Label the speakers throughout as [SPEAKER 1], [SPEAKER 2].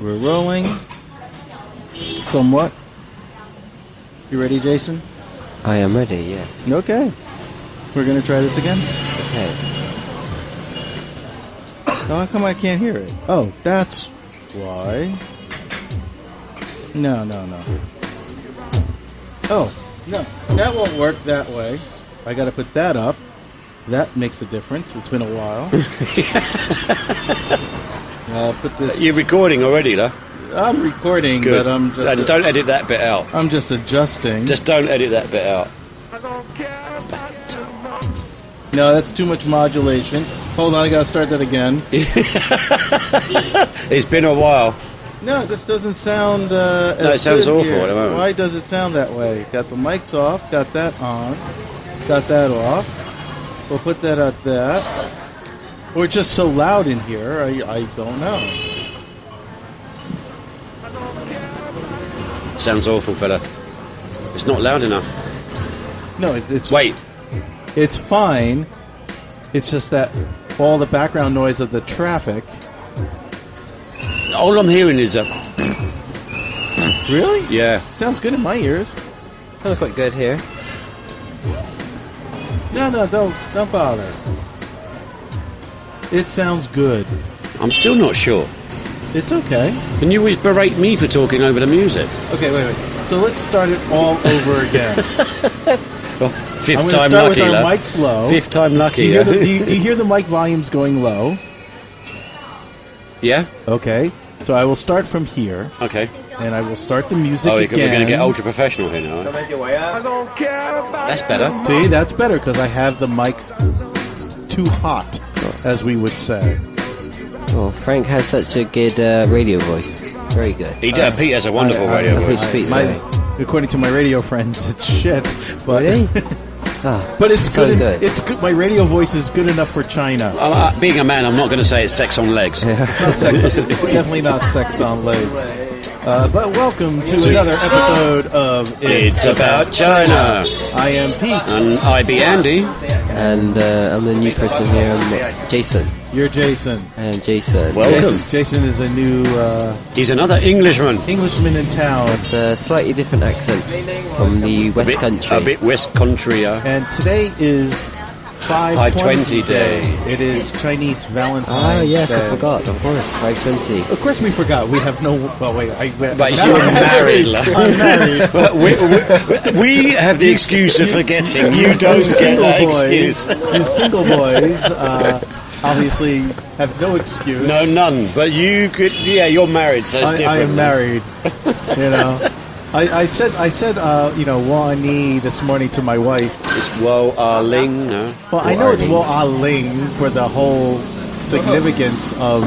[SPEAKER 1] We're rolling. Somewhat. You ready, Jason?
[SPEAKER 2] I am ready, yes.
[SPEAKER 1] Okay. We're gonna try this again.
[SPEAKER 2] Okay.
[SPEAKER 1] Oh, how come I can't hear it? Oh, that's why. No, no, no. Oh, no. That won't work that way. I gotta put that up. That makes a difference. It's been a while. I'll put this.
[SPEAKER 3] You're recording already, though.
[SPEAKER 1] I'm recording,
[SPEAKER 3] Good.
[SPEAKER 1] but I'm
[SPEAKER 3] and
[SPEAKER 1] just.
[SPEAKER 3] don't edit that bit out.
[SPEAKER 1] I'm just adjusting.
[SPEAKER 3] Just don't edit that bit out.
[SPEAKER 1] no, that's too much modulation. Hold on, I gotta start that again.
[SPEAKER 3] It's been a while.
[SPEAKER 1] No, it just doesn't sound. Uh,
[SPEAKER 3] No,
[SPEAKER 1] as
[SPEAKER 3] it sounds
[SPEAKER 1] good
[SPEAKER 3] awful
[SPEAKER 1] here.
[SPEAKER 3] at the moment.
[SPEAKER 1] Why does it sound that way? Got the mics off. Got that on. Got that off. We'll put that at that. We're just so loud in here. I, I don't know.
[SPEAKER 3] Sounds awful, fella. It's not loud enough.
[SPEAKER 1] No, it, it's
[SPEAKER 3] Wait,
[SPEAKER 1] it's fine. It's just that all the background noise of the traffic.
[SPEAKER 3] all I'm hearing is a
[SPEAKER 1] Really?
[SPEAKER 3] yeah.
[SPEAKER 1] Sounds good in my ears.
[SPEAKER 2] That look quite good here.
[SPEAKER 1] No, no, don't don't bother. It sounds good.
[SPEAKER 3] I'm still not sure.
[SPEAKER 1] It's okay.
[SPEAKER 3] And you always berate me for talking over the music.
[SPEAKER 1] Okay, wait, wait. So let's start it all over again.
[SPEAKER 3] 5th
[SPEAKER 1] I'm gonna
[SPEAKER 3] time
[SPEAKER 1] start
[SPEAKER 3] lucky,
[SPEAKER 1] with our
[SPEAKER 3] love.
[SPEAKER 1] mics low.
[SPEAKER 3] Fifth time lucky.
[SPEAKER 1] Do you,
[SPEAKER 3] yeah.
[SPEAKER 1] hear the, do you- do you hear the mic volumes going low?
[SPEAKER 3] yeah.
[SPEAKER 1] Okay. So I will start from here,
[SPEAKER 3] Okay.
[SPEAKER 1] and I will start the music
[SPEAKER 3] Oh, we're
[SPEAKER 1] again.
[SPEAKER 3] going to get ultra professional here now. eh? That's better.
[SPEAKER 1] See, that's better because I have the mics too hot, as we would say.
[SPEAKER 2] Oh, Frank has such a good uh, radio voice. Very good.
[SPEAKER 3] He, uh, Pete has a wonderful
[SPEAKER 1] I- I-
[SPEAKER 3] radio
[SPEAKER 1] I-
[SPEAKER 3] voice.
[SPEAKER 2] Please speak,
[SPEAKER 1] my-
[SPEAKER 2] sorry.
[SPEAKER 1] according to my radio friends, it's shit. But
[SPEAKER 2] Really? Ah,
[SPEAKER 1] but it's
[SPEAKER 2] So
[SPEAKER 1] good. en-
[SPEAKER 2] good.
[SPEAKER 1] It's good. My radio voice is good enough for China.
[SPEAKER 3] Well, uh, being a man, I'm not going to say it's sex on legs.
[SPEAKER 1] It's not sex. it's definitely not sex on legs. Uh, but welcome to another episode of
[SPEAKER 3] It's about China.
[SPEAKER 1] I am Pete.
[SPEAKER 3] And I be Andy.
[SPEAKER 2] and uh, I'm the new person here. I'm Jason.
[SPEAKER 1] You're Jason.
[SPEAKER 2] I am Jason.
[SPEAKER 3] Well- Welcome.
[SPEAKER 1] Jason, Jason is a new uh,
[SPEAKER 3] He's another Englishman.
[SPEAKER 1] Englishman in town,
[SPEAKER 2] It's a slightly different accent from the West
[SPEAKER 3] bit,
[SPEAKER 2] Country.
[SPEAKER 3] A bit West Country. Uh.
[SPEAKER 1] and today is 520
[SPEAKER 3] 520 day.
[SPEAKER 1] It is Chinese Valentine's
[SPEAKER 2] Ah, yes,
[SPEAKER 1] Day.
[SPEAKER 2] I forgot. Of course, 520.
[SPEAKER 1] Of course we forgot. We have no... Well, wait, I...
[SPEAKER 3] But you were married, love.
[SPEAKER 1] I'm married.
[SPEAKER 3] But we, we, we have the excuse of forgetting. You don't get that
[SPEAKER 1] boys,
[SPEAKER 3] excuse.
[SPEAKER 1] you single boys uh, obviously have no excuse.
[SPEAKER 3] No, none. But you could. Yeah, you're married, so it's
[SPEAKER 1] I,
[SPEAKER 3] different.
[SPEAKER 1] I am married. You know, I, I said I said uh, you know Wa Ni this morning to my wife,
[SPEAKER 3] It's Wo Ah Ling. No.
[SPEAKER 1] Well, I know it's Wo Ah Ling for the whole significance of,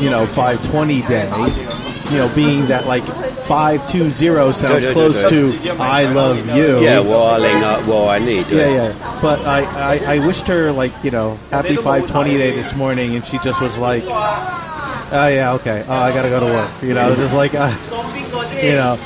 [SPEAKER 1] you know, 520 day. You know, being that like 520 sounds
[SPEAKER 3] do, do,
[SPEAKER 1] close to
[SPEAKER 3] do.
[SPEAKER 1] I love you.
[SPEAKER 3] Yeah, Wo Ah Ling. Uh, wo I need.
[SPEAKER 1] Yeah, yeah. But I, I, I wished her, like, you know, happy 520 day this morning, and she just was like, oh, yeah, okay. Oh, I got to go to work. You know, just like, uh, you know,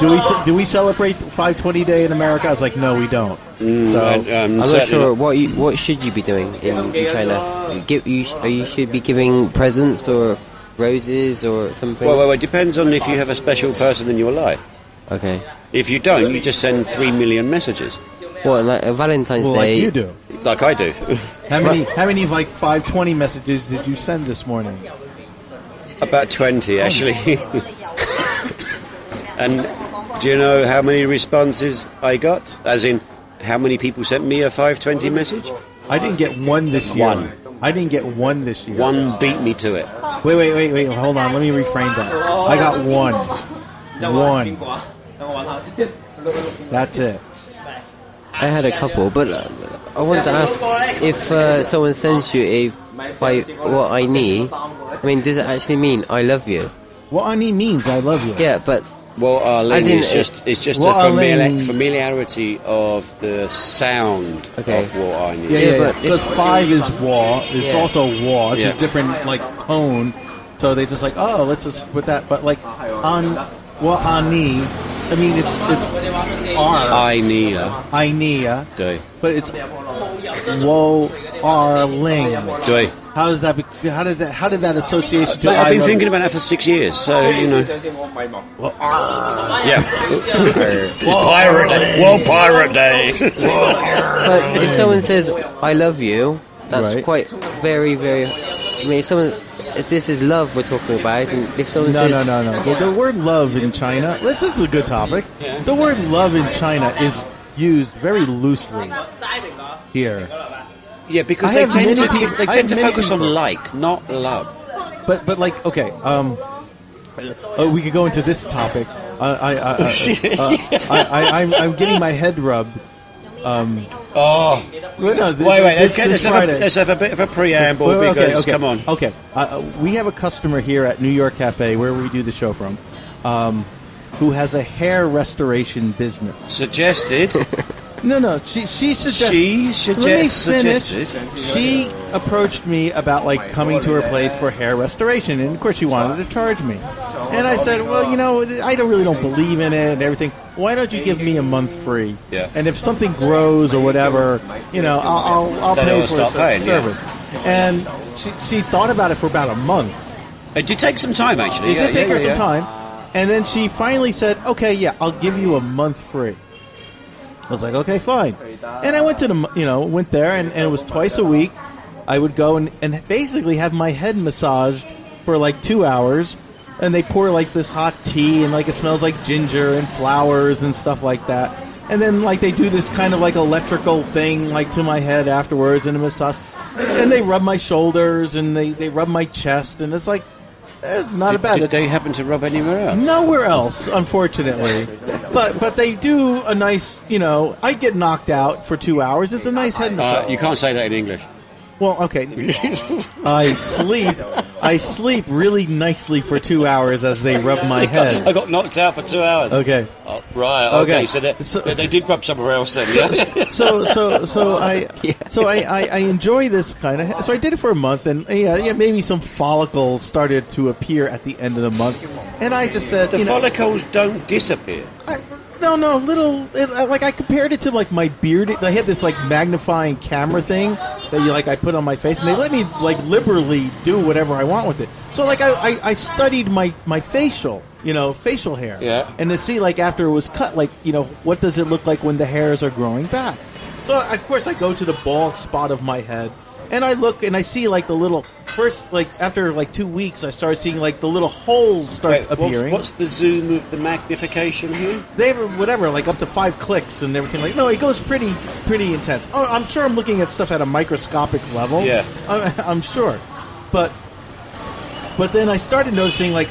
[SPEAKER 1] do we, ce- do we celebrate 520 day in America? I was like, no, we don't.
[SPEAKER 3] Mm.
[SPEAKER 1] so,
[SPEAKER 3] I'm,
[SPEAKER 2] I'm not sure what you, what should you be doing in China. You give you sh- are you should be giving presents or roses or something.
[SPEAKER 3] Well, well, it depends on if you have a special person in your life.
[SPEAKER 1] uh,
[SPEAKER 2] Okay.
[SPEAKER 3] If you don't, you just send three million messages,
[SPEAKER 2] Well, like uh, Valentine's
[SPEAKER 1] well, like
[SPEAKER 2] Day.
[SPEAKER 1] you do.
[SPEAKER 3] like I do.
[SPEAKER 1] How many how many like 520 messages did you send this morning?
[SPEAKER 3] About 20, actually. and do you know how many responses I got? As in, how many people sent me a 520 message?
[SPEAKER 1] I didn't get one this year.
[SPEAKER 3] One.
[SPEAKER 1] I didn't get one this year.
[SPEAKER 3] One beat me to it.
[SPEAKER 1] Wait, wait, wait, wait. Hold on. Let me reframe that. I got one. One. That's it.
[SPEAKER 2] I had a couple, but uh, I want to ask if uh, someone sends you a by what I need. I mean, does it actually mean I love you?
[SPEAKER 1] What Ani means I love you.
[SPEAKER 2] Yeah, but
[SPEAKER 3] Well,
[SPEAKER 2] As
[SPEAKER 3] Arlene
[SPEAKER 2] in,
[SPEAKER 3] is just, it's just
[SPEAKER 1] what
[SPEAKER 3] a familiar-
[SPEAKER 1] Arlene-
[SPEAKER 3] familiarity of the sound
[SPEAKER 2] Okay.
[SPEAKER 3] of what I need.
[SPEAKER 1] yeah,
[SPEAKER 2] Yeah,
[SPEAKER 1] yeah.
[SPEAKER 2] but
[SPEAKER 1] Because
[SPEAKER 2] if-
[SPEAKER 1] five is wa. It's
[SPEAKER 2] Yeah.
[SPEAKER 1] also wa. It's
[SPEAKER 3] Yeah.
[SPEAKER 1] a different like tone. So they just like oh let's just put that. But like on wa ani. I mean it's it's r
[SPEAKER 3] I need a
[SPEAKER 1] I nia,
[SPEAKER 3] day.
[SPEAKER 1] but it's wo r ling.
[SPEAKER 3] Day.
[SPEAKER 1] How does that? Be, how did that? How did that association? To
[SPEAKER 3] But I've
[SPEAKER 1] I
[SPEAKER 3] been
[SPEAKER 1] love-
[SPEAKER 3] thinking about that for six years, so you know. Yeah. pirate day. Well, pirate day.
[SPEAKER 2] But if someone says "I love you," that's
[SPEAKER 1] Right.
[SPEAKER 2] quite very, very. I mean, if someone, if this is love we're talking about, and if someone
[SPEAKER 1] No,
[SPEAKER 2] says,
[SPEAKER 1] no, no, no. The, the word love in China, this is a good topic. The word love in China is used very loosely here.
[SPEAKER 3] yeah, because
[SPEAKER 1] I
[SPEAKER 3] they
[SPEAKER 1] have
[SPEAKER 3] tend
[SPEAKER 1] many
[SPEAKER 3] to
[SPEAKER 1] peop-
[SPEAKER 3] they
[SPEAKER 1] I
[SPEAKER 3] tend
[SPEAKER 1] have
[SPEAKER 3] to
[SPEAKER 1] many
[SPEAKER 3] focus on
[SPEAKER 1] people.
[SPEAKER 3] like, not love.
[SPEAKER 1] But, but like, okay, um, uh, we could go into this topic. I, I, I, uh, uh, I, I, I'm, I'm getting my head rubbed.
[SPEAKER 3] Oh,
[SPEAKER 1] Well, no, this-
[SPEAKER 3] wait, wait.
[SPEAKER 1] this-
[SPEAKER 3] Let's get
[SPEAKER 1] this
[SPEAKER 3] let's have, a,
[SPEAKER 1] Friday.
[SPEAKER 3] let's have a bit of a preamble
[SPEAKER 1] Wait, wait,
[SPEAKER 3] because
[SPEAKER 1] okay, okay.
[SPEAKER 3] come on.
[SPEAKER 1] Okay, uh, uh, we have a customer here at New York Cafe, where we do the show from, um, who has a hair restoration business.
[SPEAKER 3] Suggested.
[SPEAKER 1] No, no, she she suggested.
[SPEAKER 3] she
[SPEAKER 1] Let me
[SPEAKER 3] suggest,
[SPEAKER 1] finish.
[SPEAKER 3] suggested. Uh,
[SPEAKER 1] She approached me about like coming to her place for hair restoration, and of course she wanted to charge me. And I said, well, you know, I don't really don't believe in it and everything. Why don't you give me a month free?
[SPEAKER 3] Yeah.
[SPEAKER 1] And if something grows or whatever, you know, I'll I'll, I'll
[SPEAKER 3] Then
[SPEAKER 1] pay
[SPEAKER 3] it'll
[SPEAKER 1] for
[SPEAKER 3] stop
[SPEAKER 1] the
[SPEAKER 3] paying, yeah.
[SPEAKER 1] service. And she she thought about it for about a month.
[SPEAKER 3] It did take some time actually.
[SPEAKER 1] It
[SPEAKER 3] yeah,
[SPEAKER 1] did take
[SPEAKER 3] yeah,
[SPEAKER 1] her some
[SPEAKER 3] yeah.
[SPEAKER 1] time, and then she finally said, "Okay, yeah, I'll give you a month free." I was like, "Okay, fine." And I went to the, m- you know, went there, and, and it was twice a week. I would go and, and basically have my head massaged for like two hours, and they pour like this hot tea, and like it smells like ginger and flowers and stuff like that. And then like they do this kind of like electrical thing like to my head afterwards, and a massage, and they rub my shoulders and they they rub my chest, and it's like. It's not a bad.
[SPEAKER 3] Did they happen to rub anywhere else?
[SPEAKER 1] Nowhere else, unfortunately. But but they do a nice, you know. I get knocked out for two hours. It's a nice head
[SPEAKER 3] Uh,
[SPEAKER 1] knock.
[SPEAKER 3] you can't say that in English.
[SPEAKER 1] Well, okay. I sleep. I sleep really nicely for two hours as they rub my
[SPEAKER 3] I
[SPEAKER 1] head.
[SPEAKER 3] got knocked out for two hours.
[SPEAKER 1] Okay.
[SPEAKER 3] Oh, right. Okay.
[SPEAKER 1] Okay.
[SPEAKER 3] So, that,
[SPEAKER 1] So-
[SPEAKER 3] they did rub somewhere else then. Yeah.
[SPEAKER 1] So so so I so I, I, I enjoy this kind of. So I did it for a month, and yeah, yeah, maybe some follicles started to appear at the end of the month, and I just said,
[SPEAKER 3] the
[SPEAKER 1] you know,
[SPEAKER 3] follicles don't disappear.
[SPEAKER 1] I, no, no, little. It, I- like I compared it to like my beard. I had this like magnifying camera thing that you like I put on my face, and they let me like liberally do whatever I want with it. So like I, I, I studied my my facial, you know, facial hair,
[SPEAKER 3] Yeah.
[SPEAKER 1] and to see like after it was cut, like you know, what does it look like when the hairs are growing back? So of course I go to the bald spot of my head. And I look and I see like the little first like after like two weeks I started seeing like the little holes start
[SPEAKER 3] Wait, what's-
[SPEAKER 1] appearing
[SPEAKER 3] what's the zoom of the magnification here?
[SPEAKER 1] they were whatever, like up to five clicks and everything. Like, no, it goes pretty, pretty intense. Oh, I'm sure I'm looking at stuff at a microscopic level.
[SPEAKER 3] Yeah.
[SPEAKER 1] I'm, I'm sure, but but then I started noticing like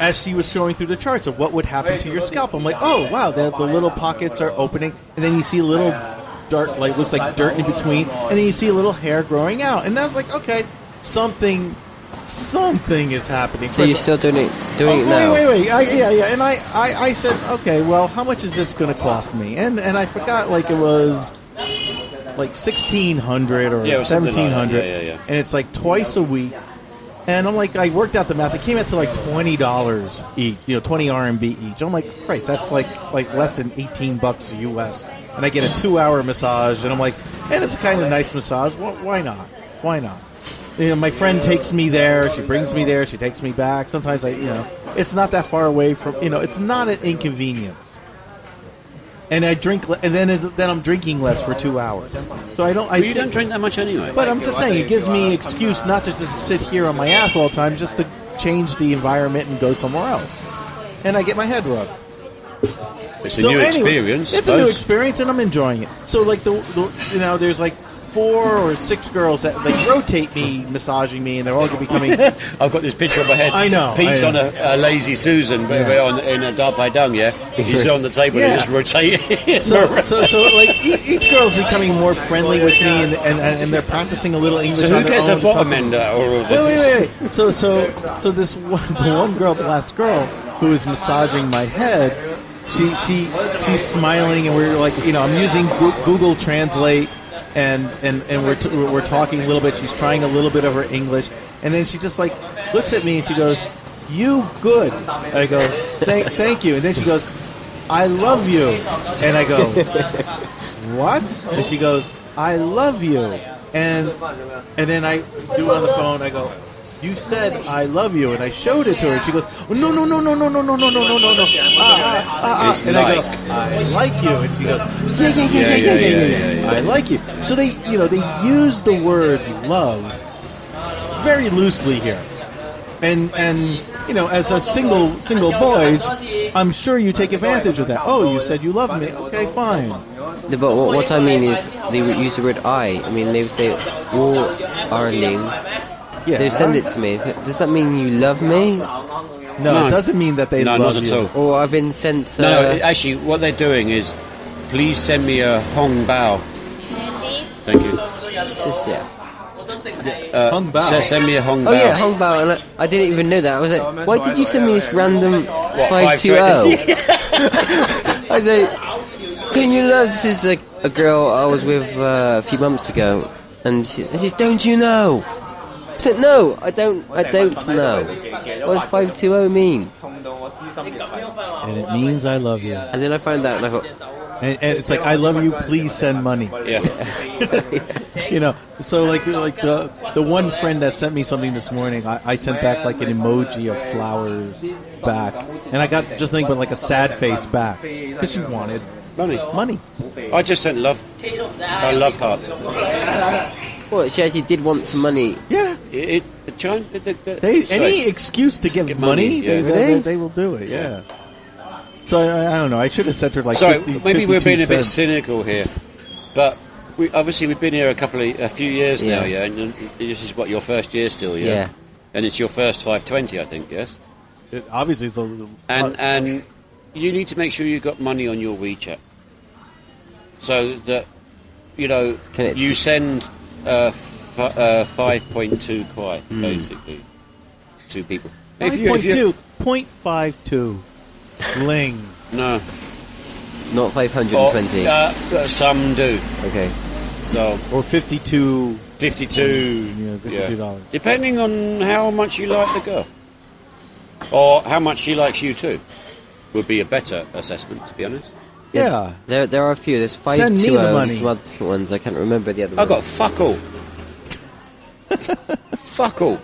[SPEAKER 1] as she was going through the charts of what would happen to your scalp. I'm like, oh wow, the, the little pockets are opening, and then you see little dirt, like looks like dirt in between, and then you see a little hair growing out, and I was like, okay, something, something is happening.
[SPEAKER 2] so
[SPEAKER 1] Of
[SPEAKER 2] you're
[SPEAKER 1] course,
[SPEAKER 2] still doing it, doing it
[SPEAKER 1] Oh,
[SPEAKER 2] now.
[SPEAKER 1] Wait, wait, wait. I, yeah, yeah. And I, I, I said, okay, well, how much is this going to cost me? And and I forgot, like, it was like sixteen hundred or
[SPEAKER 3] Yeah, it was something like that.
[SPEAKER 1] seventeen hundred.
[SPEAKER 3] Yeah, yeah, yeah.
[SPEAKER 1] And it's like twice a week. And I'm like, I worked out the math. It came out to like twenty dollars each, you know, twenty RMB each. I'm like, Christ, that's like like less than eighteen bucks US. And I get a two hour massage, and I'm like, and it's a kind of nice massage. Wh- Why not? Why not? You know, my friend takes me there. She brings me there. She takes me back. Sometimes I, you know, it's not that far away from. You know, it's not an inconvenience. And I drink, le- and then it's- then I'm drinking less for two hours. So I don't. I
[SPEAKER 3] Well, you
[SPEAKER 1] sit-
[SPEAKER 3] don't drink that much anyway.
[SPEAKER 1] but I'm just saying, it gives
[SPEAKER 3] uh,
[SPEAKER 1] me an excuse not to just sit here on my ass all the time, just to change the environment and go somewhere else. And I get my head rubbed.
[SPEAKER 3] it's
[SPEAKER 1] So
[SPEAKER 3] a new
[SPEAKER 1] anyway,
[SPEAKER 3] experience.
[SPEAKER 1] It's a new experience, and I'm enjoying it. So like the, the you know, there's like four or six girls that like rotate me, massaging me, and they're all gonna be coming.
[SPEAKER 3] I've got this picture of my head.
[SPEAKER 1] I know,
[SPEAKER 3] Pete's
[SPEAKER 1] I
[SPEAKER 3] on
[SPEAKER 1] know.
[SPEAKER 3] a, a lazy Susan, but we're on in a dark by dung. Yeah, he's on the table
[SPEAKER 1] Yeah.
[SPEAKER 3] and just rotating.
[SPEAKER 1] So, so, so, like e- each girl's becoming more friendly with me, and and, and, and they're practicing a little English.
[SPEAKER 3] So
[SPEAKER 1] on
[SPEAKER 3] who
[SPEAKER 1] their
[SPEAKER 3] gets
[SPEAKER 1] own,
[SPEAKER 3] a bottom
[SPEAKER 1] talking-
[SPEAKER 3] end out of all of
[SPEAKER 1] Wait,
[SPEAKER 3] this?
[SPEAKER 1] wait, wait, wait. So, so, so this one, the one girl, the last girl who was massaging my head, she, she, she's smiling, and we're like, you know, I'm using Goo- Google Translate, and and and we're t- we're talking a little bit. She's trying a little bit of her English, and then she just like looks at me and she goes, "You good?" And I go, "Thank, thank you," and then she goes, "I love you," and I go, what? And she goes, I love you. and and then I do on the phone. I go, "You said I love you," and I showed it to her. And she goes, "No, no, no, no, no, no, no, no, no, no, no, no." Ah, ah, ah, ah.
[SPEAKER 3] It's
[SPEAKER 1] And I go,
[SPEAKER 3] like.
[SPEAKER 1] "I like you," and she goes, "Yeah, yeah, yeah,
[SPEAKER 3] Yeah,
[SPEAKER 1] yeah,
[SPEAKER 3] yeah,
[SPEAKER 1] yeah, yeah,
[SPEAKER 3] yeah,
[SPEAKER 1] yeah,
[SPEAKER 3] yeah, yeah.
[SPEAKER 1] I like you." So they, you know, they use the word love very loosely here. And and you know, as a single single boys, I'm sure you take advantage of that. Oh, you said you love me. Okay, fine.
[SPEAKER 2] The- But what, what I mean is, they would use the word I. I mean, they would say, Oh, Arling.
[SPEAKER 1] Yeah.
[SPEAKER 2] They send it to me. Does that mean you love me?
[SPEAKER 1] No,
[SPEAKER 3] No.
[SPEAKER 1] it doesn't mean that they
[SPEAKER 3] No,
[SPEAKER 1] love
[SPEAKER 3] not at
[SPEAKER 1] you.
[SPEAKER 3] all.
[SPEAKER 2] Or I've been sent. Uh,
[SPEAKER 3] No, no, actually, what they're doing is, please send me a Hong Bao. Thank you.
[SPEAKER 2] sis, yeah.
[SPEAKER 3] Uh,
[SPEAKER 1] Hong Bao.
[SPEAKER 3] se- Send me a Hong Bao.
[SPEAKER 2] Oh yeah, Hong Bao, and I, I didn't even know that. I was like, why did you send me this random five two zero? I was like, don't you know this is a, a girl I was with uh, a few months ago, and she, and she's, don't you know? I said, no, I don't, I don't know. What does five two zero mean?
[SPEAKER 1] And it means I love you.
[SPEAKER 2] And then I found out, and I thought,
[SPEAKER 1] And, and it's like I love you. Please send money.
[SPEAKER 3] Yeah.
[SPEAKER 1] You know. So like like the the one friend that sent me something this morning, I, I sent back like an emoji of flowers back, and I got just nothing but like a sad face back because she wanted
[SPEAKER 3] Money.
[SPEAKER 1] money.
[SPEAKER 3] I just sent love. I love heart.
[SPEAKER 2] what? She actually did want some money.
[SPEAKER 1] Yeah.
[SPEAKER 3] It, it, John, it, it, it-
[SPEAKER 1] They
[SPEAKER 3] sorry.
[SPEAKER 1] any excuse to give
[SPEAKER 3] Get
[SPEAKER 1] money,
[SPEAKER 3] money,
[SPEAKER 1] they,
[SPEAKER 3] yeah.
[SPEAKER 1] they,
[SPEAKER 2] Really?
[SPEAKER 1] they- they will do it. Yeah. So I, I don't know. I should have sent her like.
[SPEAKER 3] Sorry,
[SPEAKER 1] 50,
[SPEAKER 3] maybe we're
[SPEAKER 1] 52
[SPEAKER 3] being a bit
[SPEAKER 1] cents.
[SPEAKER 3] cynical here, but we, obviously we've been here a couple of a few years now,
[SPEAKER 2] Yeah.
[SPEAKER 3] yeah. And you- this is what your first year still, yeah.
[SPEAKER 2] Yeah.
[SPEAKER 3] And it's your first 520, I think, yes.
[SPEAKER 1] It obviously, it's a little. uh,
[SPEAKER 3] And uh, and you need to make sure you've got money on your WeChat, so that you know
[SPEAKER 2] Can it-
[SPEAKER 3] you send uh, f- uh, 5.2 quai basically to people. If you- if you-
[SPEAKER 1] 5.2, 0.52 ling.
[SPEAKER 3] No.
[SPEAKER 2] Not five hundred
[SPEAKER 3] Or,
[SPEAKER 2] and twenty.
[SPEAKER 1] Oh,
[SPEAKER 3] uh, some do.
[SPEAKER 2] Okay.
[SPEAKER 3] So
[SPEAKER 1] Or 52.
[SPEAKER 3] 52
[SPEAKER 1] Yeah, 52 dollars.
[SPEAKER 3] Depending on how much you like the girl. Or how much she likes you too. Would be a better assessment, to be honest.
[SPEAKER 1] Yeah.
[SPEAKER 2] There, there are a few. There's five
[SPEAKER 1] Send me
[SPEAKER 2] two
[SPEAKER 1] the
[SPEAKER 2] zero.
[SPEAKER 1] money.
[SPEAKER 2] Some other different ones. I can't remember the other
[SPEAKER 3] I
[SPEAKER 2] ones.
[SPEAKER 3] got fuck all. fuck all.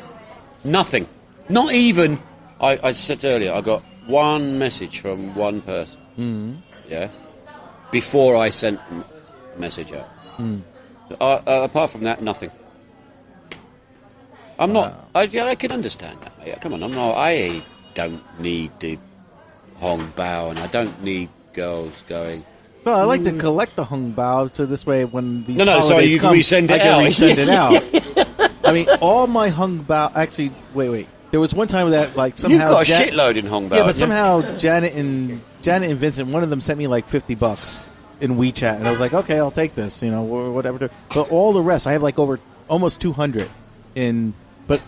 [SPEAKER 3] Nothing. Not even. I, I said earlier, I got one message from one person. Hmm. Yeah. Before I sent m- a message out. Uh, uh, apart from that, nothing. I'm not. I, yeah, I can understand that. Mate. Come on, I'm not. I don't need the Hong Bao, and I don't need girls going.
[SPEAKER 1] Well, I like to collect the hung bao so this way when these
[SPEAKER 3] No, no, so
[SPEAKER 1] holidays
[SPEAKER 3] you can
[SPEAKER 1] come,
[SPEAKER 3] resend
[SPEAKER 1] I
[SPEAKER 3] it
[SPEAKER 1] can
[SPEAKER 3] out.
[SPEAKER 1] resend it out. I mean, all my hung bao. Actually, wait, wait. There was one time that like somehow
[SPEAKER 3] You've got a
[SPEAKER 1] Jan-
[SPEAKER 3] shitload in Hong Bao.
[SPEAKER 1] Yeah, but
[SPEAKER 3] haven't you?
[SPEAKER 1] somehow Janet and Janet and Vincent, one of them sent me like fifty bucks in WeChat, and I was like, okay, I'll take this, you know, or whatever. But all the rest, I have like over almost two hundred in, but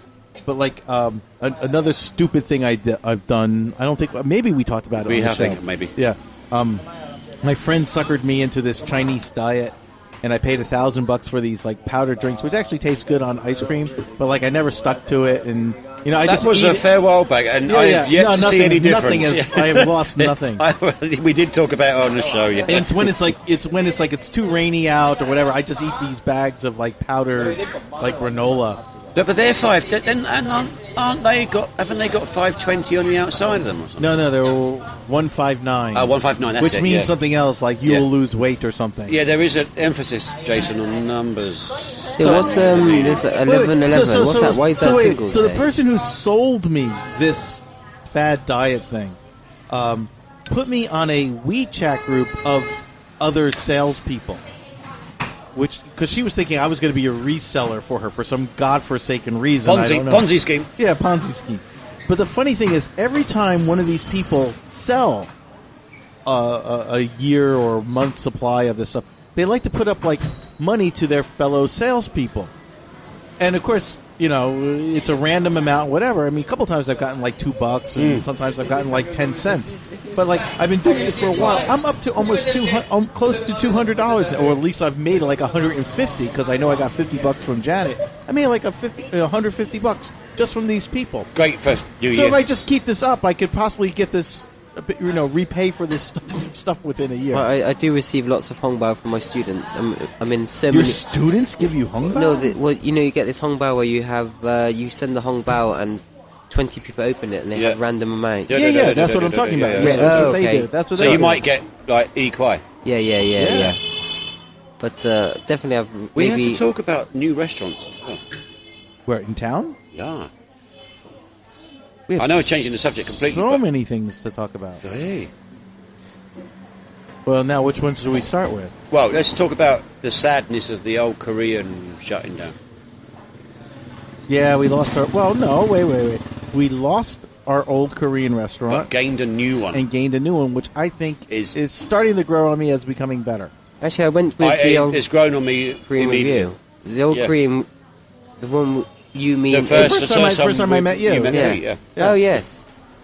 [SPEAKER 1] but like um, an, another stupid thing I di- I've done. I don't think maybe we talked about it.
[SPEAKER 3] We
[SPEAKER 1] on the
[SPEAKER 3] have,
[SPEAKER 1] show.
[SPEAKER 3] I think, maybe.
[SPEAKER 1] Yeah. Um, my friend suckered me into this Chinese diet, and I paid a thousand bucks for these like powdered drinks, which actually taste good on ice cream, but like I never stuck to it, and you know I
[SPEAKER 3] That
[SPEAKER 1] just
[SPEAKER 3] was
[SPEAKER 1] eat
[SPEAKER 3] a
[SPEAKER 1] it.
[SPEAKER 3] fair while back, and
[SPEAKER 1] Yeah,
[SPEAKER 3] I
[SPEAKER 1] yeah.
[SPEAKER 3] have yet
[SPEAKER 1] No,
[SPEAKER 3] to
[SPEAKER 1] nothing-
[SPEAKER 3] see any
[SPEAKER 1] nothing
[SPEAKER 3] difference.
[SPEAKER 1] is- I have lost nothing.
[SPEAKER 3] I- we did talk about it on the show, yeah.
[SPEAKER 1] And it's when it's like it's when it's like it's too rainy out or whatever. I just eat these bags of like powder, like granola.
[SPEAKER 3] But, but they're five. th- Then and aren't, aren't they got? Haven't they got five twenty on the outside of them or something?
[SPEAKER 1] No, no, they're one five nine.
[SPEAKER 3] Uh, 159, that's
[SPEAKER 1] which
[SPEAKER 3] it,
[SPEAKER 1] means
[SPEAKER 3] yeah.
[SPEAKER 1] something else. Like you
[SPEAKER 3] Yeah.
[SPEAKER 1] will lose weight or something.
[SPEAKER 3] Yeah, there is an emphasis, Jason, on numbers.
[SPEAKER 2] Yeah, what's um, this
[SPEAKER 1] Wait, wait,
[SPEAKER 2] 11
[SPEAKER 1] so- so-
[SPEAKER 2] What's
[SPEAKER 1] so-
[SPEAKER 2] that? Why is
[SPEAKER 1] so
[SPEAKER 2] that
[SPEAKER 1] wait,
[SPEAKER 2] single?
[SPEAKER 1] So the person who sold me this fad diet thing um, put me on a WeChat group of other salespeople, which because she was thinking I was going to be a reseller for her for some godforsaken reason. I
[SPEAKER 3] Ponzi,
[SPEAKER 1] don't know.
[SPEAKER 3] Ponzi scheme.
[SPEAKER 1] Yeah, Ponzi scheme. But the funny thing is, every time one of these people sell a, a, a year or month supply of this stuff, they like to put up like money to their fellow salespeople. And of course, you know, it's a random amount, whatever. I mean, a couple times I've gotten like two bucks, and sometimes I've gotten like ten cents. But like, I've been doing this for a while. I'm up to almost two hundred, um, close to two hundred dollars, or at least I've made like hundred and fifty because I know I got fifty bucks from Janet. I made like a fifty, uh, hundred fifty bucks just from these people.
[SPEAKER 3] Great for New
[SPEAKER 1] So
[SPEAKER 3] Year.
[SPEAKER 1] if I just keep this up, I could possibly get this you know, repay for this stuff, stuff within a year.
[SPEAKER 2] Well, I, I do receive lots of hongbao from my students. I'm, I'm in so
[SPEAKER 1] Your
[SPEAKER 2] many.
[SPEAKER 1] students give you hongbao?
[SPEAKER 2] No, the, well, you know, you get this hongbao where you have uh, you send the hongbao and twenty people open it and they
[SPEAKER 3] Yeah.
[SPEAKER 2] have random amount.
[SPEAKER 3] Yeah.
[SPEAKER 1] yeah, yeah, that's
[SPEAKER 3] Yeah,
[SPEAKER 1] what I'm
[SPEAKER 3] yeah,
[SPEAKER 1] talking
[SPEAKER 3] yeah,
[SPEAKER 1] about.
[SPEAKER 3] yeah. Oh,
[SPEAKER 1] Yeah, that's
[SPEAKER 2] Yeah,
[SPEAKER 1] what they
[SPEAKER 2] okay.
[SPEAKER 1] do. That's what
[SPEAKER 3] So
[SPEAKER 1] they
[SPEAKER 3] you
[SPEAKER 1] do.
[SPEAKER 3] might get like equi.
[SPEAKER 2] Yeah, yeah, yeah,
[SPEAKER 1] Yeah.
[SPEAKER 2] yeah. But uh, definitely, I've
[SPEAKER 3] We
[SPEAKER 2] maybe
[SPEAKER 3] have to talk about new restaurants. As well.
[SPEAKER 1] We're in town.
[SPEAKER 3] Oh, Yeah.
[SPEAKER 1] We have
[SPEAKER 3] I know we're changing the subject completely.
[SPEAKER 1] So
[SPEAKER 3] but-
[SPEAKER 1] many things to talk about.
[SPEAKER 3] Hey.
[SPEAKER 1] Well, now which ones do we start with?
[SPEAKER 3] Well, let's talk about the sadness of the old Korean shutting down.
[SPEAKER 1] Yeah, we lost our. Well, no, wait, wait, wait. We lost our old Korean
[SPEAKER 3] But
[SPEAKER 1] restaurant
[SPEAKER 3] gained a new one.
[SPEAKER 1] and gained a new one, which I think is
[SPEAKER 3] Is-
[SPEAKER 1] is starting to grow on me as becoming better.
[SPEAKER 2] actually I went with
[SPEAKER 3] I,
[SPEAKER 2] the
[SPEAKER 3] it,
[SPEAKER 2] old
[SPEAKER 3] it's grown on me
[SPEAKER 2] cream with
[SPEAKER 3] immediately.
[SPEAKER 2] you. The old
[SPEAKER 3] Yeah.
[SPEAKER 2] cream, the one you mean.
[SPEAKER 3] The first,
[SPEAKER 1] first time I- first time I
[SPEAKER 3] we-
[SPEAKER 1] met you.
[SPEAKER 2] yeah.
[SPEAKER 3] me, yeah.
[SPEAKER 1] Yeah.
[SPEAKER 2] Oh yes.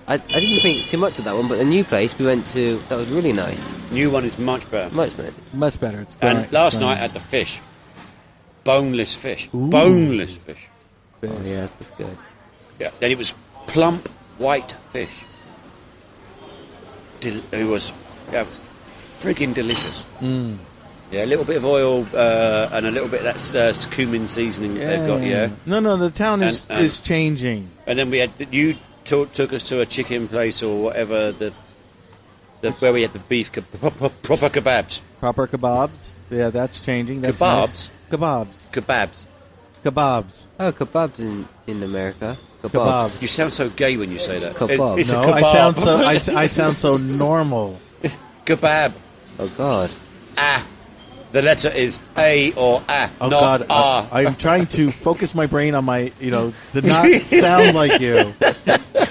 [SPEAKER 2] I, I didn't think too much of that one, but the new place we went to that was really nice.
[SPEAKER 3] New one is much better.
[SPEAKER 2] Much nice.
[SPEAKER 1] Much better. It's
[SPEAKER 3] And
[SPEAKER 1] growing-
[SPEAKER 3] last
[SPEAKER 1] growing.
[SPEAKER 3] night I had the fish. Boneless fish.
[SPEAKER 1] Ooh.
[SPEAKER 3] Boneless fish.
[SPEAKER 2] Oh yes, that's good.
[SPEAKER 3] Yeah. Then it was plump white fish. Del- it was yeah, friggin' delicious. Yeah, a little bit of oil uh, and a little bit of that uh, cumin seasoning that they've got, yeah.
[SPEAKER 1] No, no, the town is
[SPEAKER 3] And, um,
[SPEAKER 1] is changing.
[SPEAKER 3] And then we had, you to- took us to a chicken place or whatever, the, the where we had the beef, keb- pro- pro- proper kebabs.
[SPEAKER 1] Proper kebabs. Yeah, that's changing. That's nice. Kebabs.
[SPEAKER 3] Kebabs.
[SPEAKER 1] Kebabs.
[SPEAKER 2] Oh, kebabs in, in America.
[SPEAKER 1] Kebabs.
[SPEAKER 2] Kebabs.
[SPEAKER 3] You sound so gay when you say that.
[SPEAKER 2] Kebab.
[SPEAKER 3] It- it's
[SPEAKER 1] no,
[SPEAKER 3] a kebab.
[SPEAKER 1] I sound so I, s- I sound so normal.
[SPEAKER 3] kebab.
[SPEAKER 2] Oh God.
[SPEAKER 3] Ah. The letter is A or A,
[SPEAKER 1] Oh
[SPEAKER 3] not
[SPEAKER 1] God,
[SPEAKER 3] ah.
[SPEAKER 1] I, am trying to focus my brain on my you know to not sound like you.